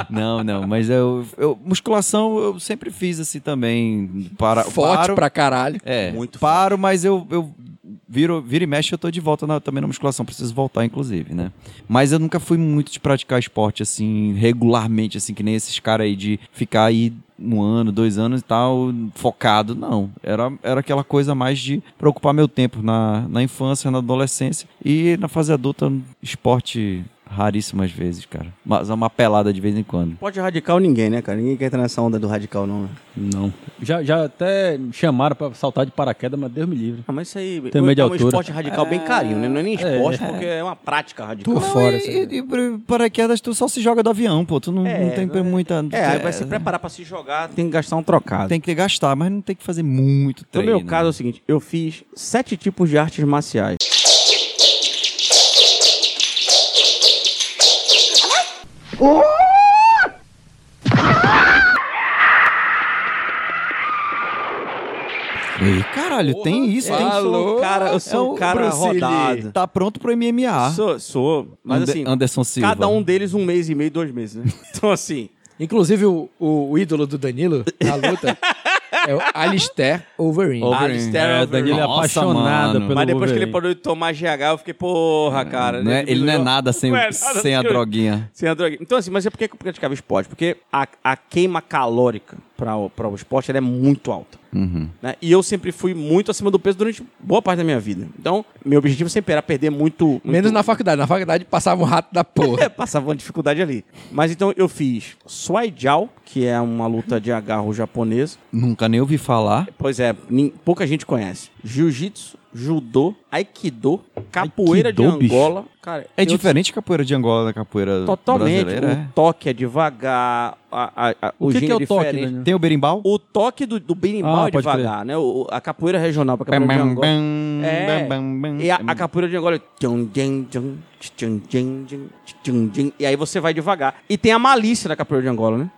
Speaker 3: não, não, mas eu, eu- Musculação eu sempre fiz assim também. Para,
Speaker 5: forte
Speaker 3: paro,
Speaker 5: pra caralho.
Speaker 3: É,
Speaker 1: Muito
Speaker 3: paro, mas eu, eu viro, viro e mexe, eu tô de volta na- também na musculação. Preciso voltar, inclusive, né? Mas eu nunca fui muito de praticar esporte, assim, regularmente, assim, que nem esses caras aí de ficar aí um ano, dois anos e tal, focado. Não. Era, era aquela coisa mais de preocupar meu tempo na, na infância, na adolescência e na fase adulta, esporte raríssimas vezes, cara. Mas é uma pelada de vez em quando.
Speaker 1: Pode radical ninguém, né, cara? Ninguém quer entrar nessa onda do radical, não. né?
Speaker 4: Não. Já, já até me chamaram pra saltar de paraquedas, mas Deus me livre.
Speaker 1: Ah, mas isso aí
Speaker 4: Tem medo de
Speaker 1: é um
Speaker 4: altura.
Speaker 1: esporte radical bem carinho, né? Não é nem esporte, porque é uma prática radical.
Speaker 5: Por fora, assim.
Speaker 3: e,
Speaker 5: essa
Speaker 3: e, e paraquedas, tu só se joga do avião, pô. Tu não,
Speaker 1: É,
Speaker 3: não tem
Speaker 1: não é-
Speaker 3: muita.
Speaker 1: É, aí vai se preparar pra se jogar, tem que gastar um trocado.
Speaker 3: Tem que gastar, mas não tem que fazer muito
Speaker 1: No
Speaker 3: treino. né?
Speaker 1: meu caso é o seguinte, eu fiz sete tipos de artes marciais.
Speaker 3: Ih, caralho, tem isso, tem
Speaker 1: eu sou um cara, eu
Speaker 3: É
Speaker 1: sou
Speaker 3: o
Speaker 1: um cara
Speaker 3: Bruce Lee.
Speaker 1: rodado.
Speaker 3: Tá pronto pro MMA.
Speaker 1: Sou, sou, mas
Speaker 3: Ander-
Speaker 1: assim,
Speaker 3: Anderson Silva.
Speaker 1: cada um deles um mês e meio, dois meses, né? Então assim,
Speaker 5: Inclusive, o, o, o ídolo do Danilo na luta é o Alistair Overeem.
Speaker 1: um
Speaker 3: Overeem.
Speaker 1: Alistair
Speaker 4: É, Danilo é
Speaker 3: Nossa,
Speaker 4: apaixonado
Speaker 3: mano.
Speaker 4: pelo
Speaker 1: mas depois que ele
Speaker 4: Wolverine.
Speaker 1: parou de tomar GH, eu fiquei, porra, cara.
Speaker 3: Não é- ele não é
Speaker 1: jogou-
Speaker 3: nada sem,
Speaker 1: Não é nada
Speaker 3: sem a
Speaker 1: sem o-
Speaker 3: droguinha.
Speaker 1: Sem a droga. Então, assim, mas é porque que eu praticava esporte? Porque a, a queima calórica para o, pra o esporte ela é muito alta.
Speaker 5: Uhum.
Speaker 1: né? E eu sempre fui muito acima do peso durante boa parte da minha vida. Então, meu objetivo sempre era perder muito. muito-
Speaker 5: Menos na faculdade. Na faculdade passava um rato da
Speaker 1: É,
Speaker 5: porra.
Speaker 1: passava uma dificuldade ali. Mas então eu fiz Swaijiao, que é uma luta de agarro japonesa.
Speaker 3: Nunca nem ouvi falar.
Speaker 1: Pois é, nin- pouca gente conhece. Jiu-jitsu, judô, aikido, capoeira
Speaker 4: Aikido,
Speaker 1: de
Speaker 4: bicho.
Speaker 1: Angola. Cara,
Speaker 3: É
Speaker 1: eu-
Speaker 3: diferente a capoeira de Angola da capoeira
Speaker 1: Totalmente.
Speaker 3: brasileira.
Speaker 1: O toque é devagar. a- a- a- o
Speaker 4: O que, que
Speaker 1: gênero
Speaker 4: é o toque,
Speaker 1: diferente.
Speaker 3: É.
Speaker 4: Daniel?
Speaker 3: Tem o berimbau?
Speaker 1: O toque do, do berimbau
Speaker 4: Ah,
Speaker 1: é
Speaker 4: pode
Speaker 1: devagar, né? O- a capoeira regional pra capoeira de Angola. É. E a, a capoeira de Angola. é tchum, tchum, tchum, tchum, tchum, tchum, tchum, tchum. E aí você vai devagar. E tem a malícia da capoeira de Angola, né?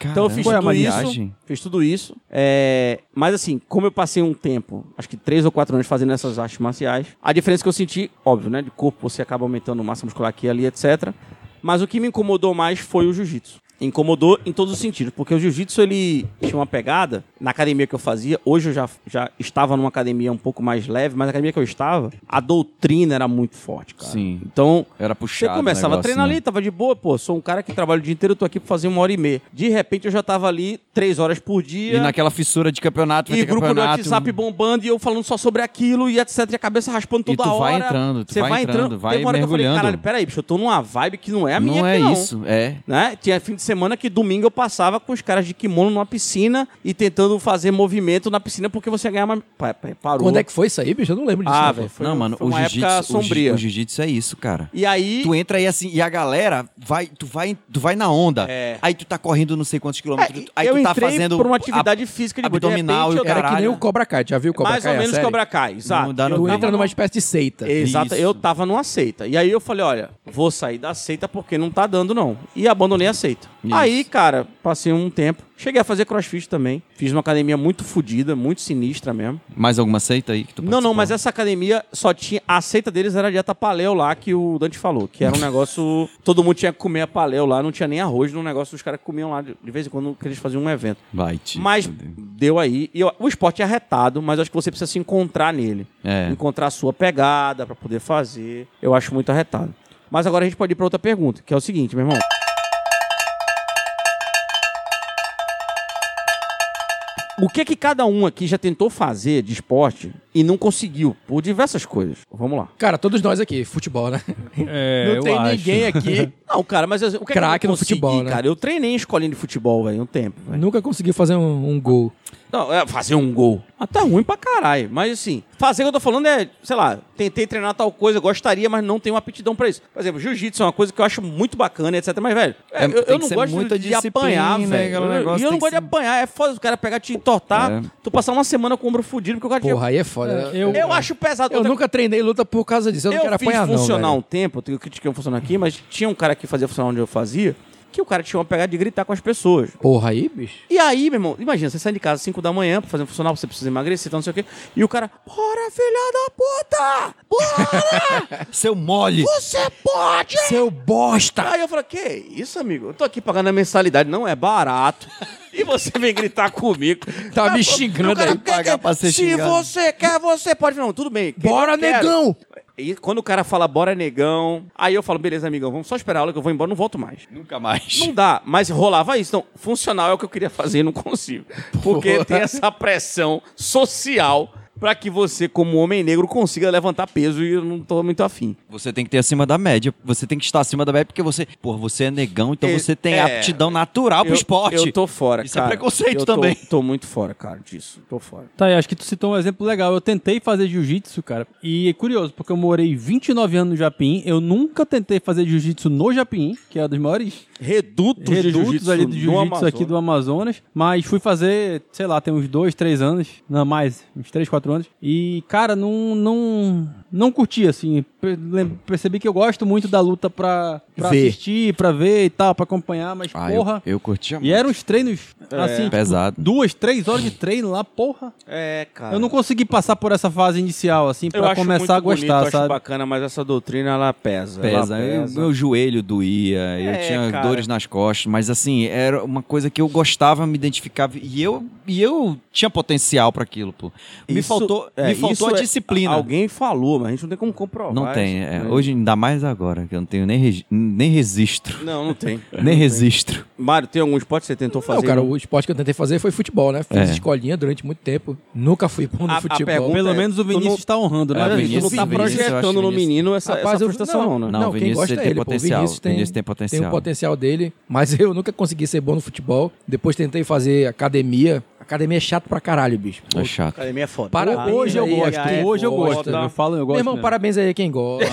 Speaker 1: Então eu fiz
Speaker 3: Qual é a
Speaker 1: tudo
Speaker 3: mariagem?
Speaker 1: isso. Fiz tudo isso. É, mas assim, como eu passei um tempo, acho que três ou quatro anos fazendo essas artes marciais, a diferença que eu senti, óbvio, né? De corpo, você acaba aumentando massa muscular aqui e ali, etc. Mas o que me incomodou mais foi o jiu-jitsu. Incomodou em todos os sentidos, porque o jiu-jitsu ele tinha uma pegada na academia que eu fazia. Hoje eu já, já estava numa academia um pouco mais leve, mas na academia que eu estava, a doutrina era muito forte, cara.
Speaker 3: Sim.
Speaker 1: Então,
Speaker 3: Era
Speaker 1: você
Speaker 3: puxado.
Speaker 1: começava
Speaker 3: o
Speaker 1: a treinar
Speaker 3: negócio, né?
Speaker 1: ali, tava de boa, pô. Sou um cara que trabalha o dia inteiro, eu tô aqui pra fazer uma hora e meia. De repente eu já tava ali três horas por
Speaker 3: né?
Speaker 1: dia.
Speaker 3: E naquela fissura de campeonato, vai
Speaker 1: e
Speaker 3: ter
Speaker 1: grupo no
Speaker 3: campeonato. um
Speaker 1: WhatsApp bombando e eu falando só sobre aquilo e etc. E a cabeça raspando
Speaker 3: E
Speaker 1: toda
Speaker 3: tu
Speaker 1: hora.
Speaker 3: vai entrando, tu
Speaker 1: Você
Speaker 3: vai entrando, vai
Speaker 1: Tem uma hora que eu falei,
Speaker 3: mergulhando.
Speaker 1: caralho, peraí, bicho, eu tô numa vibe que não é a minha
Speaker 3: Não é
Speaker 1: aqui,
Speaker 3: isso, é.
Speaker 1: Né? Tinha fim de semana que domingo eu passava com os caras de kimono numa piscina e tentando fazer movimento na piscina porque você ganhava. pa- pa- Parou.
Speaker 5: Quando é que foi isso aí, bicho? Eu não lembro disso.
Speaker 1: Ah,
Speaker 5: não,
Speaker 1: velho.
Speaker 5: pô.
Speaker 1: Foi-
Speaker 3: Não, mano,
Speaker 1: foi
Speaker 3: o
Speaker 1: uma época
Speaker 3: jiu-jitsu o jiu-
Speaker 1: sombria.
Speaker 3: o jiu-jitsu é isso, cara.
Speaker 1: E aí.
Speaker 3: Tu entra aí assim, e a galera vai, tu vai, tu vai na onda.
Speaker 1: É.
Speaker 3: Aí tu tá correndo não sei quantos quilômetros.
Speaker 1: É,
Speaker 3: aí
Speaker 1: eu
Speaker 3: tu tá
Speaker 1: entrei
Speaker 3: fazendo.
Speaker 1: por uma
Speaker 3: a-
Speaker 1: atividade física de boa. de
Speaker 3: abdominal
Speaker 1: repente,
Speaker 3: e
Speaker 1: eu-
Speaker 3: o
Speaker 5: Era é que nem
Speaker 3: caralho.
Speaker 5: o Cobra Kai. Já viu o Cobra
Speaker 1: É mais
Speaker 5: Kai?
Speaker 1: ou
Speaker 5: a
Speaker 1: menos
Speaker 5: série?
Speaker 1: Cobra Kai, exato.
Speaker 3: Não dá no
Speaker 1: Eu
Speaker 5: Tu
Speaker 1: tava
Speaker 5: entra
Speaker 1: numa-
Speaker 5: numa espécie de seita.
Speaker 1: Exato,
Speaker 3: Isso.
Speaker 1: eu tava numa seita. E aí eu falei, olha, vou sair da seita porque não tá dando não. E abandonei a seita.
Speaker 3: Isso.
Speaker 1: Aí, cara, passei um tempo. Cheguei a fazer crossfit também. Fiz uma academia muito fodida, muito sinistra mesmo.
Speaker 3: Mais alguma seita aí que tu
Speaker 1: Não, não,
Speaker 3: participou?
Speaker 1: mas essa academia só tinha... A seita deles era a dieta paleo lá, que o Dante falou. Que era um negócio... todo mundo tinha que comer a paleo lá. Não tinha nem arroz no negócio. Os caras comiam lá de de vez em quando que eles faziam um evento.
Speaker 3: Vai, te
Speaker 1: Mas
Speaker 3: fuder.
Speaker 1: deu aí. E eu- o esporte é arretado, mas eu acho que você precisa se encontrar nele.
Speaker 3: É.
Speaker 1: Encontrar a sua pegada pra poder fazer. Eu acho muito arretado. Mas agora a gente pode ir pra outra pergunta, que é o seguinte, meu irmão. O que que cada um aqui já tentou fazer de esporte e não conseguiu? Por diversas coisas. Vamos lá.
Speaker 5: Cara, todos nós aqui, futebol, né?
Speaker 4: É,
Speaker 5: não tem ninguém aqui.
Speaker 1: Não, cara, mas assim, o que
Speaker 5: Craque
Speaker 1: é que eu não
Speaker 5: no
Speaker 1: consegui,
Speaker 5: futebol, né?
Speaker 1: cara? Eu treinei em escolinha de futebol, velho, um tempo. velho.
Speaker 5: Nunca conseguiu fazer um, um gol.
Speaker 1: Não, é fazer um gol. Ah, tá ruim pra caralho. Mas assim, fazer o que eu tô falando é, sei lá, tentei treinar tal coisa, gostaria, mas não tenho aptidão pra isso. Por exemplo, jiu-jitsu é uma coisa que eu acho muito bacana, etc. Mas, velho, é,
Speaker 3: É,
Speaker 1: eu, eu
Speaker 3: tem que
Speaker 1: não
Speaker 3: ser
Speaker 1: gosto
Speaker 3: muita
Speaker 1: de, de
Speaker 3: disciplina,
Speaker 1: apanhar,
Speaker 3: né,
Speaker 1: velho.
Speaker 3: aquele
Speaker 1: Eu-
Speaker 3: negócio
Speaker 1: E eu não gosto de
Speaker 3: tem que ser-
Speaker 1: apanhar. É foda o cara pegar te entortar,
Speaker 3: É.
Speaker 1: tu passar uma semana com o ombro fudido, porque o cara
Speaker 5: Porra, aí é foda.
Speaker 4: É,
Speaker 5: eu
Speaker 1: eu, eu acho pesado.
Speaker 5: eu
Speaker 1: Outra
Speaker 5: nunca treinei luta por causa disso. Eu não quero
Speaker 1: fiz
Speaker 5: apanhar, não.
Speaker 1: funcional
Speaker 5: velho.
Speaker 1: um tempo, eu critiquei um funcional aqui, mas tinha um cara que fazia funcional onde eu fazia, que o cara tinha uma pegada de gritar com as pessoas.
Speaker 5: Porra, aí, bicho.
Speaker 1: E aí, meu irmão, imagina, você sai de casa às 5 da manhã pra fazer um funcional, você precisa emagrecer, então não sei o quê. E o cara, bora, filha da puta! Bora!
Speaker 3: Seu mole!
Speaker 1: Você pode!
Speaker 5: Seu bosta!
Speaker 1: Aí eu falo, que isso, amigo? Eu tô aqui pagando a mensalidade, não é barato. E você vem gritar comigo.
Speaker 5: Tá me xingando
Speaker 1: O cara,
Speaker 5: aí.
Speaker 1: "Quer
Speaker 3: pagar
Speaker 1: que- é?
Speaker 3: pra ser
Speaker 1: Se
Speaker 3: xingado."
Speaker 1: você quer, você pode. Não, tudo bem. quer-
Speaker 5: Bora,
Speaker 1: eu quero.
Speaker 5: negão!
Speaker 1: E quando o cara fala, bora, negão, aí eu falo, beleza, amigão, vamos só esperar a aula que eu vou embora, não volto mais.
Speaker 3: Nunca mais.
Speaker 1: Não dá, mas rolava isso. Então, funcional é o que eu queria fazer e não consigo. Porque tem essa pressão social pra que você, como homem negro, consiga levantar peso e eu não tô muito afim.
Speaker 3: Você tem que ter acima da média. Você tem que estar acima da média porque você, porra, você é negão, então
Speaker 1: É,
Speaker 3: você tem
Speaker 1: é.
Speaker 3: aptidão natural pro
Speaker 1: eu,
Speaker 3: esporte.
Speaker 1: Eu tô fora,
Speaker 3: Isso é
Speaker 1: cara.
Speaker 3: preconceito
Speaker 1: Eu tô-
Speaker 3: também.
Speaker 1: Tô muito fora, cara, disso. Tô fora.
Speaker 4: Tá, aí, acho que tu citou um exemplo legal. Eu tentei fazer jiu-jitsu, cara. E é curioso, porque eu morei 29 anos no Japim. Eu nunca tentei fazer jiu-jitsu no Japim, que é um dos maiores
Speaker 1: Redutos, de
Speaker 4: redutos
Speaker 1: jiu-jitsu
Speaker 4: ali do
Speaker 1: no
Speaker 4: jiu-jitsu
Speaker 1: Amazonas.
Speaker 4: aqui do Amazonas. Mas fui fazer, sei lá, tem uns dois, três anos. Não, mais, uns três, quatro anos. E, cara, não, não, não curti, assim. Per- lem- Percebi que eu gosto muito da luta pra, pra
Speaker 5: Ver.
Speaker 4: assistir, pra ver e tal, pra acompanhar, mas
Speaker 3: Ah, eu-
Speaker 4: porra.
Speaker 3: Eu, curti
Speaker 4: E eram uns treinos, assim, tipo,
Speaker 3: pesado.
Speaker 4: duas, três horas de treino lá, porra.
Speaker 1: É, cara.
Speaker 5: Ah,
Speaker 4: Eu não consegui passar por essa fase inicial, assim,
Speaker 1: Eu
Speaker 4: pra
Speaker 1: acho
Speaker 4: começar a
Speaker 1: muito bonito,
Speaker 4: gostar,
Speaker 1: eu acho
Speaker 4: sabe?
Speaker 1: bacana, mas essa doutrina, ela pesa. ela
Speaker 3: Pesa, eu- meu joelho doía,
Speaker 1: É,
Speaker 3: eu tinha
Speaker 1: cara.
Speaker 3: dores nas costas, mas assim, era uma coisa que eu gostava, me identificava e eu, e eu tinha potencial pra aquilo, pô. Me
Speaker 1: Isso-
Speaker 3: faltou,
Speaker 1: é,
Speaker 3: me faltou
Speaker 1: isso
Speaker 3: a
Speaker 1: é-
Speaker 3: disciplina.
Speaker 1: Alguém falou, mas a gente não tem como comprovar.
Speaker 3: Não tem,
Speaker 1: isso,
Speaker 3: é.
Speaker 1: né?
Speaker 3: hoje ainda mais agora, que eu não tenho nem, regi- nem registro,
Speaker 1: Não, não tem.
Speaker 3: nem registro.
Speaker 1: Mário, tem algum esporte que você tentou fazer?
Speaker 5: Não, cara, o esporte que eu tentei fazer foi futebol, né? Fiz
Speaker 3: É.
Speaker 5: escolinha durante muito tempo. Nunca fui bom no
Speaker 1: A- a
Speaker 5: futebol.
Speaker 1: pergunta-
Speaker 4: Pelo
Speaker 1: É,
Speaker 4: menos o
Speaker 1: tu não-
Speaker 4: Vinícius está honrando, né?
Speaker 3: É,
Speaker 1: Cara,
Speaker 4: Vinícius?
Speaker 1: tu não
Speaker 3: Vinícius,
Speaker 1: tá
Speaker 3: Vinícius, eu acho
Speaker 1: projetando no
Speaker 3: Vinícius-
Speaker 1: menino essa,
Speaker 5: Rapaz,
Speaker 1: essa
Speaker 5: eu-
Speaker 1: frustração, não, né?
Speaker 3: Não,
Speaker 5: Não,
Speaker 3: o
Speaker 5: quem
Speaker 3: Vinícius
Speaker 5: gosta é
Speaker 3: ele
Speaker 5: ele,
Speaker 3: tem
Speaker 5: pô.
Speaker 3: potencial.
Speaker 5: Vinícius tem-
Speaker 3: Vinícius tem
Speaker 5: Tem
Speaker 3: potencial.
Speaker 5: o potencial dele, mas eu nunca consegui ser bom no futebol. Depois tentei fazer academia. Academia é chato pra caralho, bicho.
Speaker 3: É chato.
Speaker 1: Academia é foda.
Speaker 5: Para-
Speaker 4: Hoje eu
Speaker 5: Aí,
Speaker 4: gosto,
Speaker 5: aí,
Speaker 4: hoje eu
Speaker 5: gosta,
Speaker 4: gosto.
Speaker 5: né?
Speaker 4: Eu falo, eu gosto.
Speaker 5: Meu irmão,
Speaker 4: mesmo.
Speaker 5: parabéns aí a quem gosta.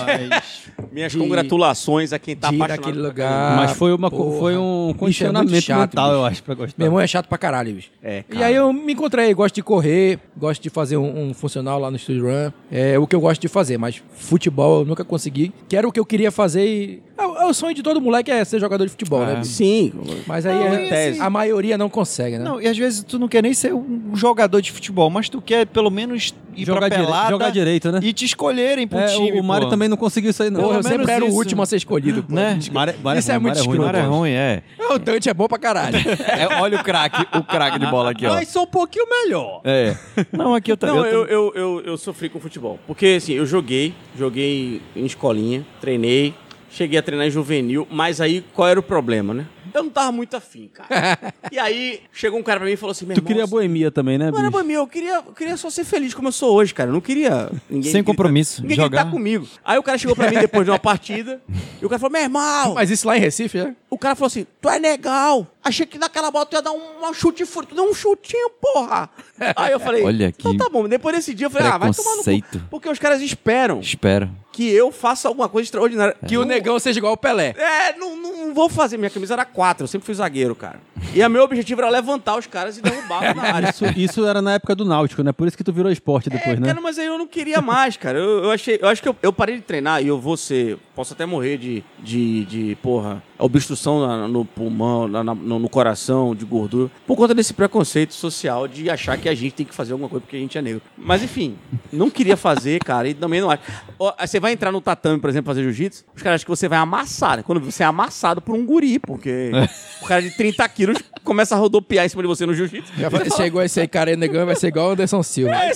Speaker 1: Minhas
Speaker 5: de-
Speaker 1: congratulações a quem tá
Speaker 5: de ir
Speaker 1: apaixonado.
Speaker 5: naquele
Speaker 1: por
Speaker 5: lugar.
Speaker 4: Mas foi, uma,
Speaker 5: Porra.
Speaker 4: foi um
Speaker 5: Bicho, é
Speaker 4: condicionamento
Speaker 5: muito chato,
Speaker 4: mental,
Speaker 5: bicho.
Speaker 4: eu acho, pra gostar.
Speaker 5: Meu irmão é chato pra caralho, bicho.
Speaker 1: É,
Speaker 5: e aí eu me encontrei, gosto de correr, gosto de fazer um, um funcional lá no Studio Run. É o que eu gosto de fazer, mas futebol eu nunca consegui. Que era o que eu queria fazer e. É, o- é o sonho de todo moleque é ser jogador de futebol, né?
Speaker 1: academia.
Speaker 5: bicho?
Speaker 1: Sim.
Speaker 5: Mas aí é-
Speaker 1: e assim-
Speaker 5: a maioria não consegue, né?
Speaker 3: Não, e às vezes tu não quer nem ser um jogador de futebol, mas tu quer pelo menos ir
Speaker 4: jogar,
Speaker 3: pra
Speaker 4: dire-
Speaker 3: pelada
Speaker 4: jogar direito, né?
Speaker 3: e te escolherem pro
Speaker 4: É,
Speaker 3: time.
Speaker 4: o, o Mário
Speaker 3: pô.
Speaker 4: também não conseguiu isso aí, não.
Speaker 5: Porra, eu
Speaker 3: pelo menos
Speaker 5: sempre era o
Speaker 3: isso.
Speaker 5: último a ser escolhido. pô.
Speaker 3: Né?
Speaker 4: Mário- Mário
Speaker 5: Isso é
Speaker 4: ruim,
Speaker 5: muito
Speaker 4: Mário ruim, né?
Speaker 5: escroto.
Speaker 3: Mário é ruim, é.
Speaker 5: O Dante é bom pra caralho.
Speaker 3: É, olha o craque, o craque de bola aqui, ó.
Speaker 4: Mas sou um pouquinho melhor.
Speaker 3: É. Não, aqui eu também.
Speaker 1: Não, eu, eu, eu, eu sofri com futebol. Porque, assim, eu joguei, joguei em escolinha, treinei, cheguei a treinar em juvenil, mas aí qual era o problema, né? Eu não tava muito afim, cara. e aí chegou um cara pra mim e falou assim: meu
Speaker 4: Tu
Speaker 1: irmão,
Speaker 4: queria
Speaker 1: você-
Speaker 4: boemia também, né,
Speaker 1: Não era
Speaker 4: bicho?
Speaker 1: boemia, eu queria, eu queria só ser feliz como eu sou hoje, cara. Eu não queria. Ninguém
Speaker 3: Sem
Speaker 1: gritar-
Speaker 3: compromisso,
Speaker 1: Ninguém
Speaker 3: jogar.
Speaker 1: gritar comigo. Aí o cara chegou pra mim depois de uma partida, e o cara falou: meu irmão,
Speaker 5: Mas isso lá em Recife, é?
Speaker 1: o cara falou assim: tu é legal. Achei que naquela bola tu ia dar um, um chute furo. Tu deu um chutinho, porra. Aí eu falei:
Speaker 3: Olha
Speaker 1: então
Speaker 3: que
Speaker 1: tá bom. Depois desse dia eu falei: ah, vai tomar no cu.
Speaker 3: preconceito.
Speaker 1: Porque os caras esperam
Speaker 3: Espera.
Speaker 1: que eu faça alguma coisa extraordinária.
Speaker 5: Que o negão seja igual o Pelé.
Speaker 1: É, não, não, não vou fazer. Minha camisa era quatro. Eu sempre fui zagueiro, cara. E a meu objetivo era levantar os caras e derrubar na área.
Speaker 4: Isso, isso era na época do Náutico, né? Por isso que tu virou esporte depois, né?
Speaker 1: É, Cara, mas aí eu não queria mais, cara. Eu, eu achei, eu acho que eu, eu parei de treinar e eu vou ser. Posso até morrer de, de, de porra, obstrução na- no pulmão, na- na- no, no coração, de gordura, por conta desse preconceito social de achar que a gente tem que fazer alguma coisa porque a gente é negro. Mas enfim, não queria fazer, cara, e também não acho. Ó, aí Você vai entrar no tatame, por exemplo, fazer jiu-jitsu, os caras acham que você vai amassar, né? Quando você é amassado por um guri, porque
Speaker 3: É.
Speaker 1: o cara de 30 quilos começa a rodopiar em cima de você no jiu-jitsu.
Speaker 5: Já falei, chegou esse aí, cara, negão, vai ser igual o Anderson Silva.
Speaker 3: É,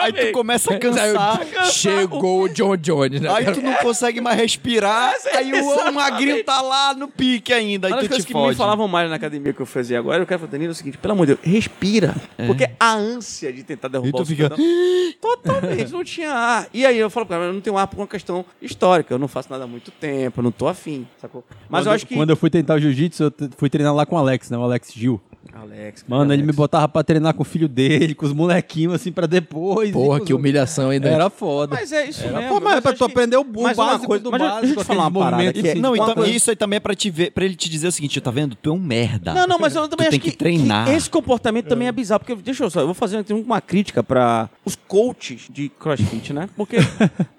Speaker 3: Aí tu começa a cansar.
Speaker 5: Chegou o John Jones, né?
Speaker 3: Aí tu não consegue mais respirar,
Speaker 1: é
Speaker 3: aí o um magrinho tá lá no pique ainda,
Speaker 1: Uma
Speaker 3: aí
Speaker 1: das
Speaker 3: tu
Speaker 1: coisas
Speaker 3: te
Speaker 1: que me
Speaker 3: fode.
Speaker 1: falavam mais na academia que eu fazia agora, eu quero falar, Danilo, é o seguinte, pelo amor de Deus, respira.
Speaker 4: É.
Speaker 1: Porque a ânsia de tentar derrubar
Speaker 3: E tu
Speaker 1: o
Speaker 3: fica-
Speaker 4: "Ah!"
Speaker 1: cidadão- Totalmente, não tinha ar. E aí eu falo, cara, eu não tenho ar por uma questão histórica, eu não faço nada há muito tempo, eu não tô afim, sacou? Mas
Speaker 4: Quando-
Speaker 1: eu acho que...
Speaker 4: Quando eu fui tentar o jiu-jitsu, eu t- fui treinar lá com o Alex, né? O Alex Gil.
Speaker 1: Alex,
Speaker 4: Mano, ele me
Speaker 1: Alex.
Speaker 4: botava pra treinar com o filho dele, com os molequinhos, assim, pra depois. e
Speaker 5: Porra,
Speaker 4: com
Speaker 5: que
Speaker 4: os-
Speaker 5: humilhação ainda.
Speaker 4: Era foda.
Speaker 1: Mas é isso mesmo.
Speaker 4: Pô, mas é pra tu aprender o o
Speaker 1: Mas uma
Speaker 4: básico
Speaker 1: coisa-
Speaker 4: do
Speaker 1: mas deixa eu-
Speaker 4: básico.
Speaker 1: deixa eu te falar uma
Speaker 4: aqueles
Speaker 1: parada
Speaker 4: movimentos,
Speaker 1: que é-
Speaker 4: assim,
Speaker 3: Não,
Speaker 4: de
Speaker 3: então
Speaker 4: quando-
Speaker 3: isso aí também é pra, te ver, pra ele te dizer o seguinte, tá vendo? Tu é um merda.
Speaker 1: Não, não, mas eu também acho
Speaker 3: Tu tem que treinar.
Speaker 1: esse comportamento também é bizarro. Porque, deixa eu só, eu vou fazer tem uma crítica pra os coaches de crossfit, né? Porque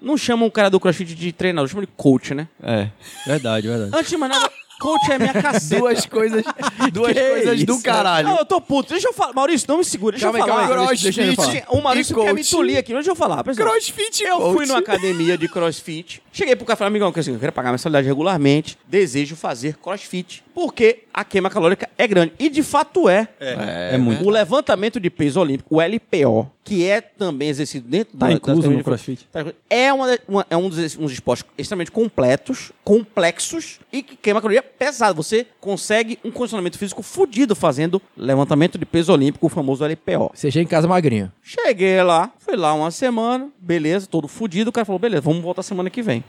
Speaker 1: não chamam o cara do crossfit de treinador, chamam de coach, né?
Speaker 3: É.
Speaker 4: Verdade, verdade.
Speaker 1: Antes de mais nada, coach é minha caceta.
Speaker 5: Duas coisas.
Speaker 3: Duas coisas do caralho.
Speaker 1: Não, eu tô puto. Deixa eu falar. Maurício, não me segura. Deixa
Speaker 5: Calma aí,
Speaker 1: eu falar.
Speaker 5: calma aí,
Speaker 1: Crossfit.
Speaker 5: deixa eu falar.
Speaker 1: O Maurício
Speaker 3: E
Speaker 1: quer
Speaker 3: coach.
Speaker 1: me tolir aqui. Deixa eu falar. Por exemplo,
Speaker 3: Crossfit
Speaker 1: Eu fui numa academia de crossfit. Cheguei pro cara e falei, amigão, que assim, eu quero pagar mensalidade regularmente. Desejo fazer crossfit. Porque a queima calórica é grande. E de fato é.
Speaker 4: É muito.
Speaker 1: O levantamento de peso olímpico, o LPO, que é também exercido dentro
Speaker 4: Tá
Speaker 1: da-
Speaker 4: incluso
Speaker 1: das-
Speaker 4: no CrossFit.
Speaker 1: Tá incluso. É, uma- uma- é um dos uns esportes extremamente completos, complexos e que queima caloria pesado. Você consegue um condicionamento físico fudido fazendo levantamento de peso olímpico, o famoso LPO.
Speaker 5: Você chega em casa magrinho.
Speaker 1: Cheguei lá, fui lá uma semana, beleza, todo fudido. O cara falou, beleza, vamos voltar semana que vem.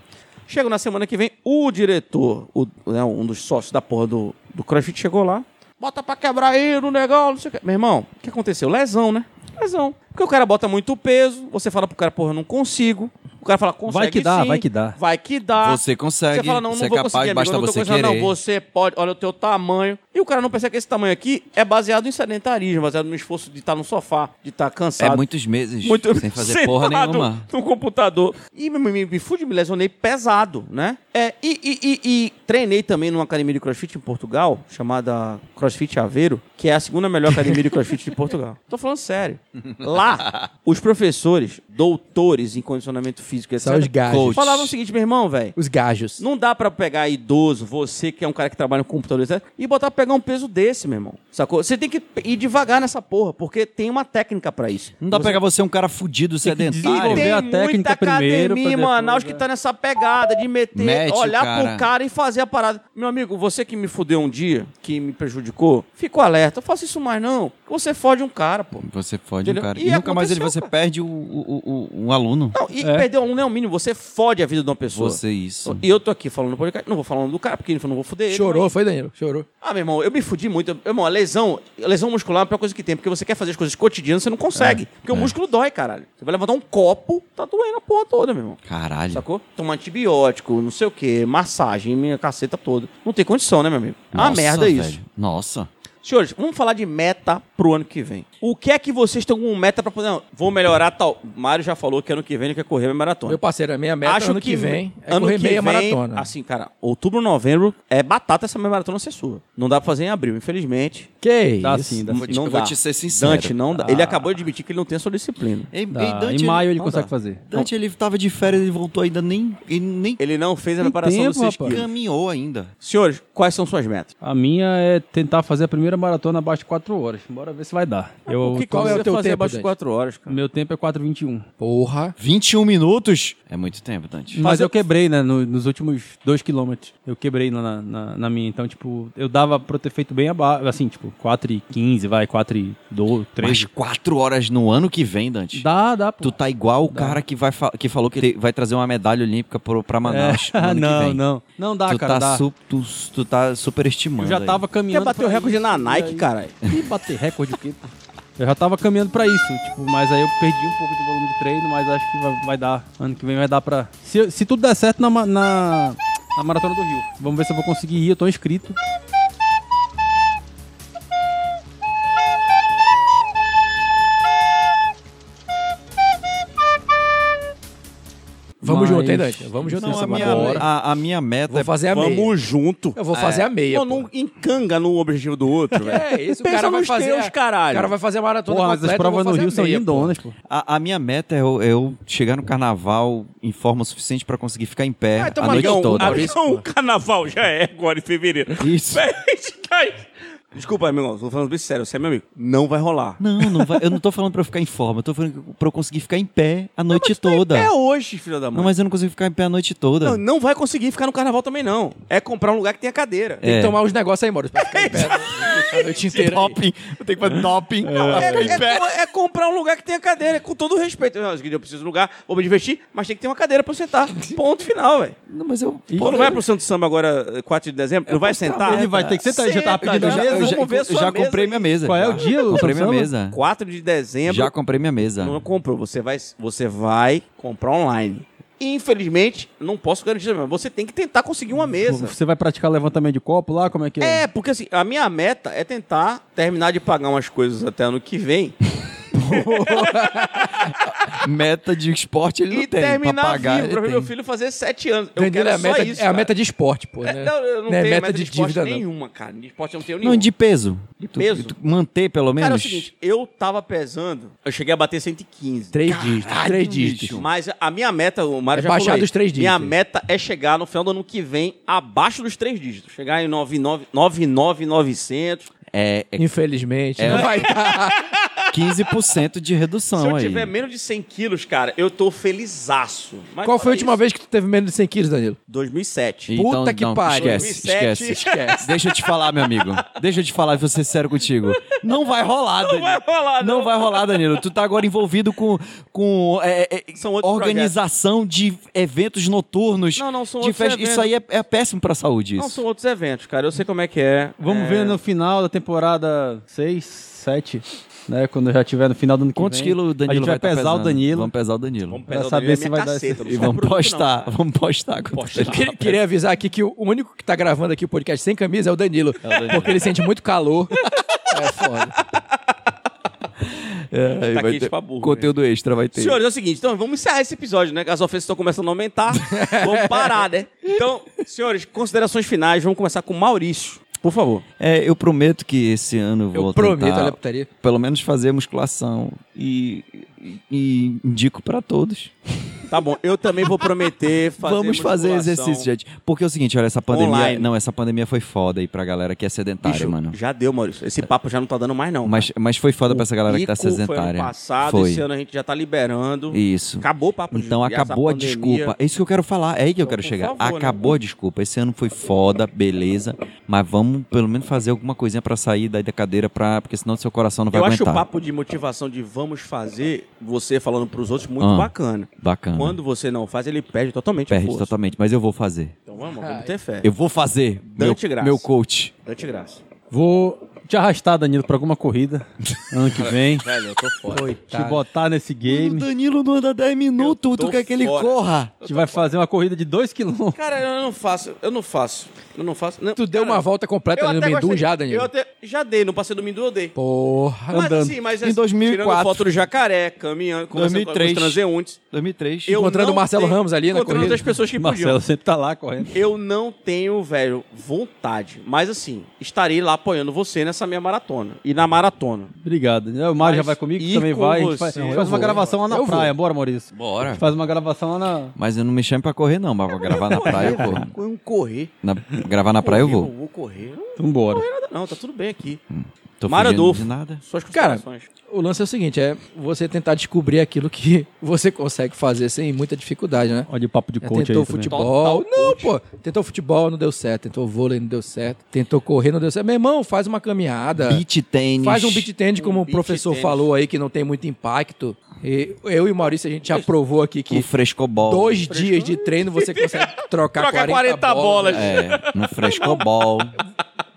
Speaker 1: Chego na semana que vem, o diretor, o- né, um dos sócios da porra do, do CrossFit chegou lá. Bota pra quebrar aí no negão, não sei o que. Meu irmão, o que aconteceu? Lesão, né? Lesão. Porque o cara bota muito peso, você fala pro cara, porra, eu não consigo. O cara fala, consegue
Speaker 4: Vai que dá,
Speaker 1: sim,
Speaker 4: vai que dá.
Speaker 1: Vai que dá.
Speaker 3: Você consegue,
Speaker 1: Você fala, não,
Speaker 3: você
Speaker 1: não
Speaker 3: é
Speaker 1: vou
Speaker 3: capaz,
Speaker 1: conseguir,
Speaker 3: basta
Speaker 1: amigo, eu não tô
Speaker 3: você
Speaker 1: conseguindo,
Speaker 3: querer.
Speaker 1: Não, você pode, olha o teu tamanho. E o cara não percebe que esse tamanho aqui é baseado em sedentarismo, baseado no esforço de estar no sofá, de estar cansado.
Speaker 3: É muitos meses
Speaker 1: Muito
Speaker 3: sem fazer porra
Speaker 1: sentado
Speaker 3: nenhuma.
Speaker 1: No computador. E me, me, me fudi, me lesionei pesado, né? É, e, e- e- e treinei também numa academia de crossfit em Portugal, chamada Crossfit Aveiro, que é a segunda melhor academia de crossfit de Portugal. Tô falando sério. Lá, os professores, doutores em condicionamento físico,
Speaker 5: São os
Speaker 1: etc.,
Speaker 5: gajos.
Speaker 1: falavam o seguinte, meu irmão, velho.
Speaker 5: Os gajos.
Speaker 1: Não dá pra pegar idoso, você que é um cara que trabalha no computador, etc, e botar pra pegar um peso desse, meu irmão. Sacou? Você tem que ir devagar nessa porra, porque tem uma técnica pra isso.
Speaker 3: Não dá pra
Speaker 1: Você-
Speaker 3: pegar você um cara fudido,
Speaker 1: e
Speaker 3: sedentário.
Speaker 4: desenvolver
Speaker 1: tem
Speaker 4: a
Speaker 1: muita
Speaker 4: técnica primeiro,
Speaker 1: academia em
Speaker 4: pra depois,
Speaker 1: Manaus
Speaker 4: é.
Speaker 1: que tá nessa pegada de meter,
Speaker 3: Mete o
Speaker 1: olhar
Speaker 3: cara.
Speaker 1: pro cara e fazer a parada. Meu amigo, você que me fudeu um dia, que me prejudicou, ficou alerta. Eu faço isso mais não. Você fode um cara, pô.
Speaker 3: Você fode um
Speaker 1: Entendeu?
Speaker 3: cara.
Speaker 1: E
Speaker 3: E, nunca mais ele, você
Speaker 1: aconteceu, cara.
Speaker 3: perde o, o, o- o- um aluno.
Speaker 1: Não, e perder um aluno é o mínimo. Você fode a vida de uma pessoa.
Speaker 3: Você é isso.
Speaker 1: E eu tô aqui falando no podcast, não vou falar o nome do cara, porque eu não vou fuder ele.
Speaker 5: Chorou, foi, Danilo? Chorou.
Speaker 1: Ah, meu irmão, eu me fudi muito. Eu- Meu irmão, a lesão, a lesão muscular é a pior coisa que tem, porque você quer fazer as coisas cotidianas, você não consegue.
Speaker 4: É.
Speaker 1: porque o músculo dói, caralho. Você vai levantar um copo, tá doendo a porra toda, meu irmão.
Speaker 3: Caralho.
Speaker 1: Hum. Sacou? Toma antibiótico, não sei o quê, massagem, minha caceta toda. Não tem condição, né, meu amigo? ah,
Speaker 3: Nossa,
Speaker 1: merda é isso.
Speaker 3: velho. Nossa.
Speaker 1: Senhores, vamos falar de meta pro ano que vem. O que é que vocês têm como meta pra poder. Não, vou melhorar tal. Mário já falou que ano que vem ele quer correr minha maratona.
Speaker 5: Meu parceiro, a minha meta
Speaker 1: Acho
Speaker 5: ano que, vem é correr meia maratona.
Speaker 1: Assim, cara, outubro, novembro é batata essa meia maratona ser sua. Não dá pra fazer em abril, infelizmente.
Speaker 5: Que
Speaker 3: Tá é assim.
Speaker 4: Dá
Speaker 5: isso?
Speaker 4: sim, dá
Speaker 1: Não
Speaker 3: vou te- eu vou te ser sincero.
Speaker 1: Dante, não dá. Ele acabou de admitir que ele não tem a sua disciplina.
Speaker 3: Ei, ei,
Speaker 4: Dá.
Speaker 3: Dante,
Speaker 4: Tá.
Speaker 3: né?
Speaker 4: em maio ele
Speaker 3: não
Speaker 4: consegue
Speaker 3: dá.
Speaker 4: fazer.
Speaker 3: Dante, ele tava de férias e voltou ainda nem. Ele nem
Speaker 1: Ele não fez a
Speaker 4: Tem
Speaker 1: preparação
Speaker 4: tempo,
Speaker 1: dos seus
Speaker 4: rapaz.
Speaker 1: quilos.
Speaker 3: caminhou ainda.
Speaker 1: Senhores, quais são suas metas?
Speaker 4: A minha é tentar fazer a primeira maratona abaixo de 4 horas. Bora ver se vai dar. Eu,
Speaker 5: que- qual é o
Speaker 1: Você
Speaker 5: teu
Speaker 1: fazer
Speaker 5: tempo,
Speaker 1: abaixo de
Speaker 5: Dante?
Speaker 1: 4 horas, cara.
Speaker 4: Meu tempo é 4h21.
Speaker 5: Porra.
Speaker 3: 21 minutos? É muito tempo, Dante.
Speaker 4: Mas eu quebrei, né? no- nos últimos dois quilômetros. Eu quebrei na, na, na minha. Então, tipo, eu dava pra eu ter feito bem abaixo. Assim, tipo, 4 e 15, vai, 4 e 12,
Speaker 3: Mais
Speaker 4: 13.
Speaker 3: 4 horas no ano que vem, Dante.
Speaker 4: Dá, dá, pô.
Speaker 3: Tu tá igual o cara que, vai fa- que falou que te- vai trazer uma medalha olímpica pro, pra Manaus. no
Speaker 4: Ah,
Speaker 3: tá ano que
Speaker 4: não,
Speaker 3: vem.
Speaker 4: não. Não dá,
Speaker 3: tu,
Speaker 4: cara,
Speaker 3: tá
Speaker 4: dá.
Speaker 3: su- tu, tu tá superestimando.
Speaker 4: Eu já
Speaker 3: aí.
Speaker 4: tava
Speaker 1: Quer
Speaker 4: caminhando.
Speaker 1: bater o
Speaker 4: pra
Speaker 1: recorde
Speaker 4: isso,
Speaker 1: na
Speaker 4: e
Speaker 1: Nike,
Speaker 4: aí-
Speaker 1: caralho?
Speaker 4: Ih, bater recorde o quê? pô? Eu já tava caminhando pra isso, tipo, mas aí eu perdi um pouco de volume de treino, mas acho que vai, vai dar. Ano que vem vai dar pra. Se, se tudo der certo na, ma- na, na Maratona do Rio. Vamos ver se eu vou conseguir ir, eu tô inscrito.
Speaker 5: Vamos
Speaker 4: Mas-
Speaker 5: junto, hein, Dante? Vamos junto
Speaker 3: Não,
Speaker 5: nessa
Speaker 3: a minha,
Speaker 5: maratona.
Speaker 3: a, a minha meta
Speaker 5: Vou
Speaker 3: é
Speaker 5: fazer a meia.
Speaker 1: Vamos junto.
Speaker 5: Eu vou fazer a meia.
Speaker 1: É. Não,
Speaker 5: pô.
Speaker 1: não encanga no objetivo do outro, velho.
Speaker 5: É isso, o
Speaker 1: Pensa
Speaker 5: cara vai
Speaker 1: nos
Speaker 5: fazer.
Speaker 1: teus,
Speaker 5: a-
Speaker 1: caralho.
Speaker 5: O cara vai fazer a maratona
Speaker 4: Porra, mas as
Speaker 5: completa, eu vou
Speaker 4: provas
Speaker 5: fazer
Speaker 4: no Rio
Speaker 5: a
Speaker 4: são né?
Speaker 5: meia,
Speaker 4: lindonas, pô.
Speaker 3: A, a minha meta é eu, eu chegar no carnaval em forma suficiente pra conseguir ficar em pé
Speaker 5: Ah, então,
Speaker 3: a noite
Speaker 5: amigão,
Speaker 3: toda.
Speaker 5: a-
Speaker 1: Então, o carnaval já é agora em fevereiro. É tá
Speaker 3: Isso.
Speaker 1: Desculpa, amigão, tô falando bem sério, você é meu amigo. Não vai rolar.
Speaker 5: é
Speaker 3: Não, não vai, eu não tô falando pra eu ficar em forma, eu tô falando pra eu conseguir ficar em pé a noite toda.
Speaker 1: É hoje, filho da mãe.
Speaker 3: Não, mas eu não consigo ficar em pé a noite toda.
Speaker 1: Não, não vai conseguir ficar no carnaval também, não. É comprar um lugar que tenha cadeira.
Speaker 5: Tem
Speaker 3: É.
Speaker 5: que tomar uns negócios aí, Moro, pra ficar em pé né? a noite inteira. aí.
Speaker 3: eu tenho que fazer doping.
Speaker 1: É, é co- é comprar um lugar que tenha cadeira, com todo o respeito. Eu, eu preciso de um lugar, vou me divertir, mas tem que ter uma cadeira pra eu sentar. Ponto final, velho.
Speaker 3: Não, mas eu.
Speaker 1: Pô, não vai pro Santo Samba agora, eh, 4 de dezembro? Não vai sentar?
Speaker 4: Ele vai ter que sentar, ele já tava
Speaker 1: Senta,
Speaker 4: pedindo
Speaker 1: já-
Speaker 4: mesa.
Speaker 3: tá eu já,
Speaker 1: vamos ver
Speaker 3: eu
Speaker 1: sua
Speaker 3: já
Speaker 1: mesa
Speaker 3: comprei
Speaker 1: aí.
Speaker 3: minha mesa.
Speaker 4: Qual é
Speaker 3: já.
Speaker 4: o dia,
Speaker 3: Comprei minha
Speaker 4: Sansão?
Speaker 3: mesa.
Speaker 1: 4 de dezembro.
Speaker 3: Já comprei minha mesa.
Speaker 1: Não comprou, você vai, você vai comprar online. Infelizmente, não posso garantir, mas você tem que tentar conseguir uma mesa.
Speaker 4: Você vai praticar levantamento de copo lá? Como é que é?
Speaker 1: É, porque assim, a minha meta é tentar terminar de pagar umas coisas até ano que vem
Speaker 3: Meta de esporte ele não
Speaker 1: e
Speaker 3: tem pra
Speaker 1: terminar
Speaker 3: pagar.
Speaker 1: vivo, pra ver
Speaker 3: ele
Speaker 1: meu
Speaker 3: tem.
Speaker 1: filho fazer sete anos. Eu
Speaker 5: Danilo,
Speaker 1: quero
Speaker 5: é a
Speaker 1: só
Speaker 5: meta,
Speaker 1: isso,
Speaker 5: é a
Speaker 1: cara.
Speaker 5: meta de esporte, pô.
Speaker 1: É,
Speaker 5: Né?
Speaker 1: não, eu não
Speaker 5: é
Speaker 1: tenho
Speaker 5: meta de
Speaker 1: esporte
Speaker 5: dívida, não.
Speaker 1: nenhuma, cara. De esporte eu não tenho nenhuma.
Speaker 3: Não, de peso. Tu-
Speaker 1: peso?
Speaker 3: tu manter pelo menos.
Speaker 1: Cara, é o seguinte, eu tava pesando, eu cheguei a bater 115.
Speaker 5: Três dígitos, três dígitos.
Speaker 1: Mas a minha meta, o Mário
Speaker 5: É
Speaker 1: já
Speaker 5: baixar
Speaker 1: falou aí,
Speaker 5: dos três
Speaker 1: Minha
Speaker 5: dígitos.
Speaker 1: meta é chegar no final do ano que vem abaixo dos três dígitos. Chegar em 99 99.900.
Speaker 3: É, é
Speaker 1: É.
Speaker 5: Infelizmente, não vai dar.
Speaker 3: 15% de
Speaker 5: Então,
Speaker 3: redução
Speaker 1: Se eu
Speaker 3: aí.
Speaker 1: tiver menos de 100 quilos, cara, eu tô felizaço. Mas
Speaker 5: Qual foi a
Speaker 1: olha
Speaker 5: última
Speaker 1: isso.
Speaker 5: vez que tu teve menos de 100 quilos, Danilo?
Speaker 1: 2007.
Speaker 5: Puta que
Speaker 3: Então, não,
Speaker 5: pariu.
Speaker 3: Esquece,
Speaker 1: 2007.
Speaker 3: esquece, esquece. Deixa eu te falar, meu amigo. Deixa eu te falar, vou ser sério contigo. Não vai rolar, Danilo.
Speaker 1: vai
Speaker 5: Ah,
Speaker 1: rolar,
Speaker 3: Não
Speaker 1: não.
Speaker 3: vai rolar, Danilo. Tu tá agora envolvido com, com é, é,
Speaker 1: São outros
Speaker 3: organização de eventos noturnos.
Speaker 1: Não, não, são
Speaker 3: de
Speaker 1: outros
Speaker 3: festa.
Speaker 1: eventos.
Speaker 3: Isso aí é, é péssimo pra saúde, isso.
Speaker 1: Não, são outros eventos, cara. Eu sei como é que é.
Speaker 4: Vamos
Speaker 1: É,
Speaker 4: ver no final da temporada 6, 7, né? Quando já tiver no final do ano que
Speaker 3: Quantos
Speaker 4: vem.
Speaker 3: quilos o Danilo
Speaker 4: A gente vai
Speaker 3: tá
Speaker 4: pesar
Speaker 3: pesando?
Speaker 4: o Danilo.
Speaker 3: Vamos pesar o Danilo.
Speaker 1: Vamos
Speaker 4: Pra
Speaker 1: pesar o
Speaker 4: saber
Speaker 1: Danilo,
Speaker 4: se
Speaker 1: é
Speaker 4: vai
Speaker 1: minha
Speaker 4: dar
Speaker 1: caceta,
Speaker 3: E
Speaker 1: não sou
Speaker 3: vamos
Speaker 1: produto, não,
Speaker 3: postar,
Speaker 1: cara.
Speaker 3: vamos postar. quanto
Speaker 1: Postar.
Speaker 3: Danilo.
Speaker 5: Queria, queria avisar aqui que o único que tá gravando aqui o podcast sem camisa é o Danilo. Porque ele sente muito calor. é foda.
Speaker 3: É, aí
Speaker 1: Tá
Speaker 3: vai
Speaker 1: quente
Speaker 3: ter-
Speaker 1: pra burro,
Speaker 3: Conteúdo extra vai ter.
Speaker 1: Senhores, é o seguinte, então vamos encerrar esse episódio, né? As ofensas estão começando a aumentar. vamos parar, né? Então, senhores, considerações finais. Vamos começar com o Maurício, por favor.
Speaker 3: É, eu prometo que esse ano eu vou
Speaker 5: Eu prometo,
Speaker 3: tentar,
Speaker 5: olha a putaria.
Speaker 3: pelo menos fazer musculação e, e- e indico pra todos.
Speaker 1: Tá bom, eu também vou prometer fazer
Speaker 3: Vamos fazer
Speaker 1: musculação.
Speaker 3: exercício, gente. Porque é o seguinte, olha, essa pandemia,
Speaker 1: Online.
Speaker 3: não, essa pandemia foi foda aí pra galera que é sedentária,
Speaker 1: Bicho,
Speaker 3: mano.
Speaker 1: já deu, Maurício. Esse papo já não tá dando mais, não.
Speaker 3: Mas, mas foi foda pra essa galera que tá
Speaker 1: Pico foi ano
Speaker 3: sedentária.
Speaker 1: passado,
Speaker 3: Foi.
Speaker 1: esse ano a gente já tá liberando.
Speaker 3: Isso.
Speaker 1: Acabou o papo de
Speaker 3: Então
Speaker 1: viés,
Speaker 3: acabou a,
Speaker 1: pandemia.
Speaker 3: desculpa. É isso que eu quero falar. É aí que eu
Speaker 1: Então,
Speaker 3: quero
Speaker 1: por
Speaker 3: chegar.
Speaker 1: favor, né?
Speaker 3: acabou a desculpa. Esse ano foi foda, beleza. Mas vamos pelo menos fazer alguma coisinha pra sair daí da cadeira, pra... porque senão seu coração não vai
Speaker 1: Eu acho
Speaker 3: aguentar.
Speaker 1: o papo de motivação de vamos fazer, você falando pros outros, muito
Speaker 3: Ah.
Speaker 1: bacana.
Speaker 3: Bacana.
Speaker 1: Quando você não faz, ele perde totalmente a
Speaker 3: Perde
Speaker 1: força.
Speaker 3: totalmente, mas eu vou fazer.
Speaker 1: Então vamos, vamos ter fé.
Speaker 3: Eu vou fazer, meu,
Speaker 1: Dante Graça.
Speaker 3: meu coach.
Speaker 1: Dante Graça.
Speaker 4: Vou te arrastar, Danilo, pra alguma corrida ano que vem.
Speaker 1: Velho, eu tô fora.
Speaker 4: Te botar nesse game.
Speaker 3: Danilo não anda 10
Speaker 1: minutos, tu quer que ele fora.
Speaker 3: corra?
Speaker 4: A gente vai fazer uma corrida de 2 km.
Speaker 1: Cara, eu não faço, eu não faço. Eu não faço. Não,
Speaker 5: Tu deu
Speaker 1: cara,
Speaker 5: uma volta completa no
Speaker 1: até
Speaker 5: Mendu
Speaker 1: gostei.
Speaker 5: já,
Speaker 1: Eu
Speaker 5: Danilo.
Speaker 1: até, já dei, não passei do Mindu, eu dei.
Speaker 5: Porra.
Speaker 1: mas
Speaker 3: andando.
Speaker 1: assim, mas
Speaker 3: Em
Speaker 1: assim,
Speaker 3: 2004.
Speaker 1: tirando foto do jacaré, caminhando, conversando com
Speaker 3: 2003.
Speaker 1: os transeuntes.
Speaker 3: 2003.
Speaker 1: eu
Speaker 5: Encontrando
Speaker 1: não
Speaker 5: o Marcelo
Speaker 1: tenho-
Speaker 5: Ramos ali na
Speaker 1: Encontrando
Speaker 5: corrida.
Speaker 1: as pessoas que podiam.
Speaker 4: Marcelo sempre tá lá correndo.
Speaker 1: Eu não tenho, velho, vontade. Mas assim, estarei lá apoiando você nessa minha maratona. E na maratona.
Speaker 4: Obrigado. Danilo. O Mário já
Speaker 1: Mas
Speaker 4: vai comigo,
Speaker 1: ir
Speaker 4: também
Speaker 1: com
Speaker 4: vai. A
Speaker 1: você,
Speaker 4: gente faz, a gente
Speaker 1: eu
Speaker 4: faz uma
Speaker 1: vou.
Speaker 4: gravação lá na
Speaker 5: Eu vou.
Speaker 4: praia. Bora, Maurício. A
Speaker 3: Bora.
Speaker 4: gente faz uma gravação lá na.
Speaker 3: Mas eu não me chamo pra correr, não, mas vou gravar na praia,
Speaker 1: Né?
Speaker 3: eu vou.
Speaker 5: um
Speaker 1: Eu correr.
Speaker 3: Na- gravar na praia eu
Speaker 1: Correr,
Speaker 3: vou.
Speaker 1: Eu vou correr. Não,
Speaker 4: Então bora.
Speaker 1: não, tá tudo bem aqui.
Speaker 3: Tô
Speaker 1: Mário
Speaker 3: fugindo
Speaker 1: Adolfo.
Speaker 3: de nada.
Speaker 1: Suas
Speaker 5: Cara,
Speaker 1: considerações.
Speaker 5: O lance é o seguinte, é você tentar descobrir aquilo que você consegue fazer sem muita dificuldade, né?
Speaker 4: Olha o papo de
Speaker 5: Já
Speaker 4: coach
Speaker 5: tentou
Speaker 4: aí. também.
Speaker 5: futebol. Não, pô. Tentou futebol, não deu certo. Tentou vôlei, não deu certo. Tentou correr, não deu certo. Meu irmão, faz uma caminhada.
Speaker 3: Beach tênis.
Speaker 5: É. Faz um beat tênis, como
Speaker 1: Um
Speaker 5: o professor
Speaker 1: beach tennis.
Speaker 5: falou aí, que não tem muito impacto. E eu e o Maurício, a gente já provou aqui
Speaker 3: Um
Speaker 5: que
Speaker 3: frescobol.
Speaker 5: dois dias de treino você consegue trocar
Speaker 1: Troca
Speaker 5: 40,
Speaker 1: 40
Speaker 5: bolas. É.
Speaker 1: bolas.
Speaker 3: É, um frescobol.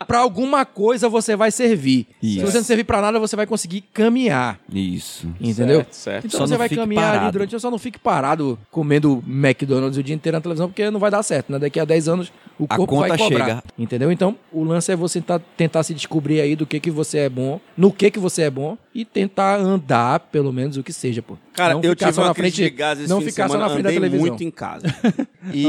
Speaker 5: Pra alguma coisa você vai servir.
Speaker 3: Isso.
Speaker 5: Se você não servir pra nada, você vai conseguir caminhar.
Speaker 3: Isso.
Speaker 5: Entendeu?
Speaker 1: Certo, É, certo.
Speaker 5: Então
Speaker 3: Só
Speaker 5: você
Speaker 3: não
Speaker 5: vai
Speaker 3: fique
Speaker 5: caminhar ali
Speaker 3: parado.
Speaker 5: durante. Eu só não fique parado comendo McDonald's o dia inteiro na televisão, porque não vai dar certo, né? Daqui a 10 anos o
Speaker 3: A
Speaker 5: corpo vai
Speaker 3: conta
Speaker 5: cobrar.
Speaker 3: chega.
Speaker 5: Entendeu? Então, o lance é você tá- tentar se descobrir aí do que que você é bom, no que que você é bom e tentar andar, pelo menos o que seja, pô.
Speaker 1: Cara,
Speaker 5: não
Speaker 1: eu
Speaker 5: ficar
Speaker 1: tive
Speaker 5: só
Speaker 1: uma
Speaker 5: na
Speaker 1: crise
Speaker 5: frente,
Speaker 1: de gás esse
Speaker 5: não
Speaker 1: fim de
Speaker 5: ficar só
Speaker 1: semana,
Speaker 5: na frente da
Speaker 1: andei
Speaker 5: televisão.
Speaker 1: muito em casa.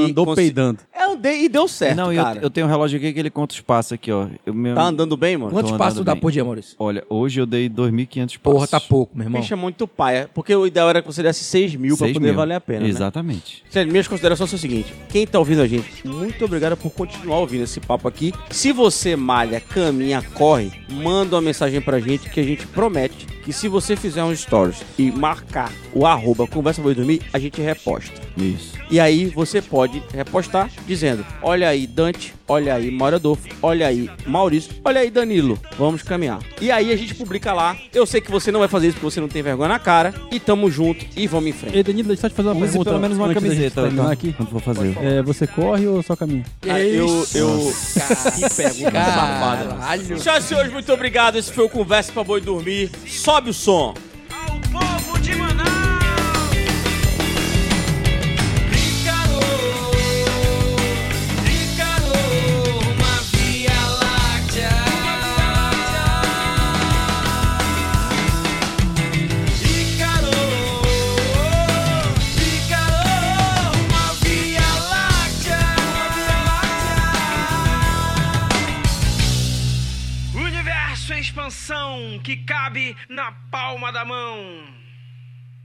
Speaker 4: Andou peidando.
Speaker 1: É, andei e deu certo,
Speaker 3: não, eu,
Speaker 1: cara.
Speaker 3: eu tenho um relógio aqui que ele conta os passos aqui, ó. Eu mesmo-
Speaker 1: Tá andando bem, mano?
Speaker 5: Quantos
Speaker 3: Tô
Speaker 5: passos tu
Speaker 3: andando
Speaker 5: dá
Speaker 3: bem.
Speaker 5: por dia, Maurício?
Speaker 3: Olha, hoje eu dei 2.500 passos.
Speaker 5: Porra, tá pouco, meu irmão.
Speaker 1: Me chamou muito paia. Porque o ideal era que você desse 6 mil pra
Speaker 3: 6
Speaker 1: poder
Speaker 3: mil.
Speaker 1: valer a pena, né?
Speaker 3: Exatamente.
Speaker 1: Sério, minhas considerações são o seguinte: quem tá ouvindo a gente, muito obrigado por continuar ouvindo esse papo aqui. Se você malha, caminha, corre, manda uma mensagem pra gente que a gente promete que se você fizer uns stories e marcar o arroba conversa boi dormir, a gente reposta.
Speaker 3: Isso.
Speaker 1: E aí você pode repostar dizendo: Olha aí, Dante, olha aí, Mauro Adolfo, olha aí, Maurício, olha aí, Danilo, vamos caminhar. E aí a gente publica lá. Eu sei que você não vai fazer isso porque você não tem vergonha na cara. E tamo junto e vamos em frente.
Speaker 4: Ei, Danilo, deixa eu te fazer uma
Speaker 3: Use
Speaker 4: pergunta.
Speaker 3: pelo menos uma
Speaker 4: antes da gente
Speaker 3: camiseta.
Speaker 4: terminar
Speaker 3: tá?
Speaker 4: aqui.
Speaker 3: Quando for fazer.
Speaker 4: É, você corre ou só caminha?
Speaker 1: Ah, eu, eu. Que pergunta safada.
Speaker 5: Caralho.
Speaker 1: Senhoras e senhores, muito obrigado. Esse foi o Conversa pra Boi Dormir. Sobe o som.
Speaker 2: Ao povo de Manaus Tricolor, tricolor, uma via láctea Tricolor, tricolor, uma via láctea Universo em expansão que cabe na palma da mão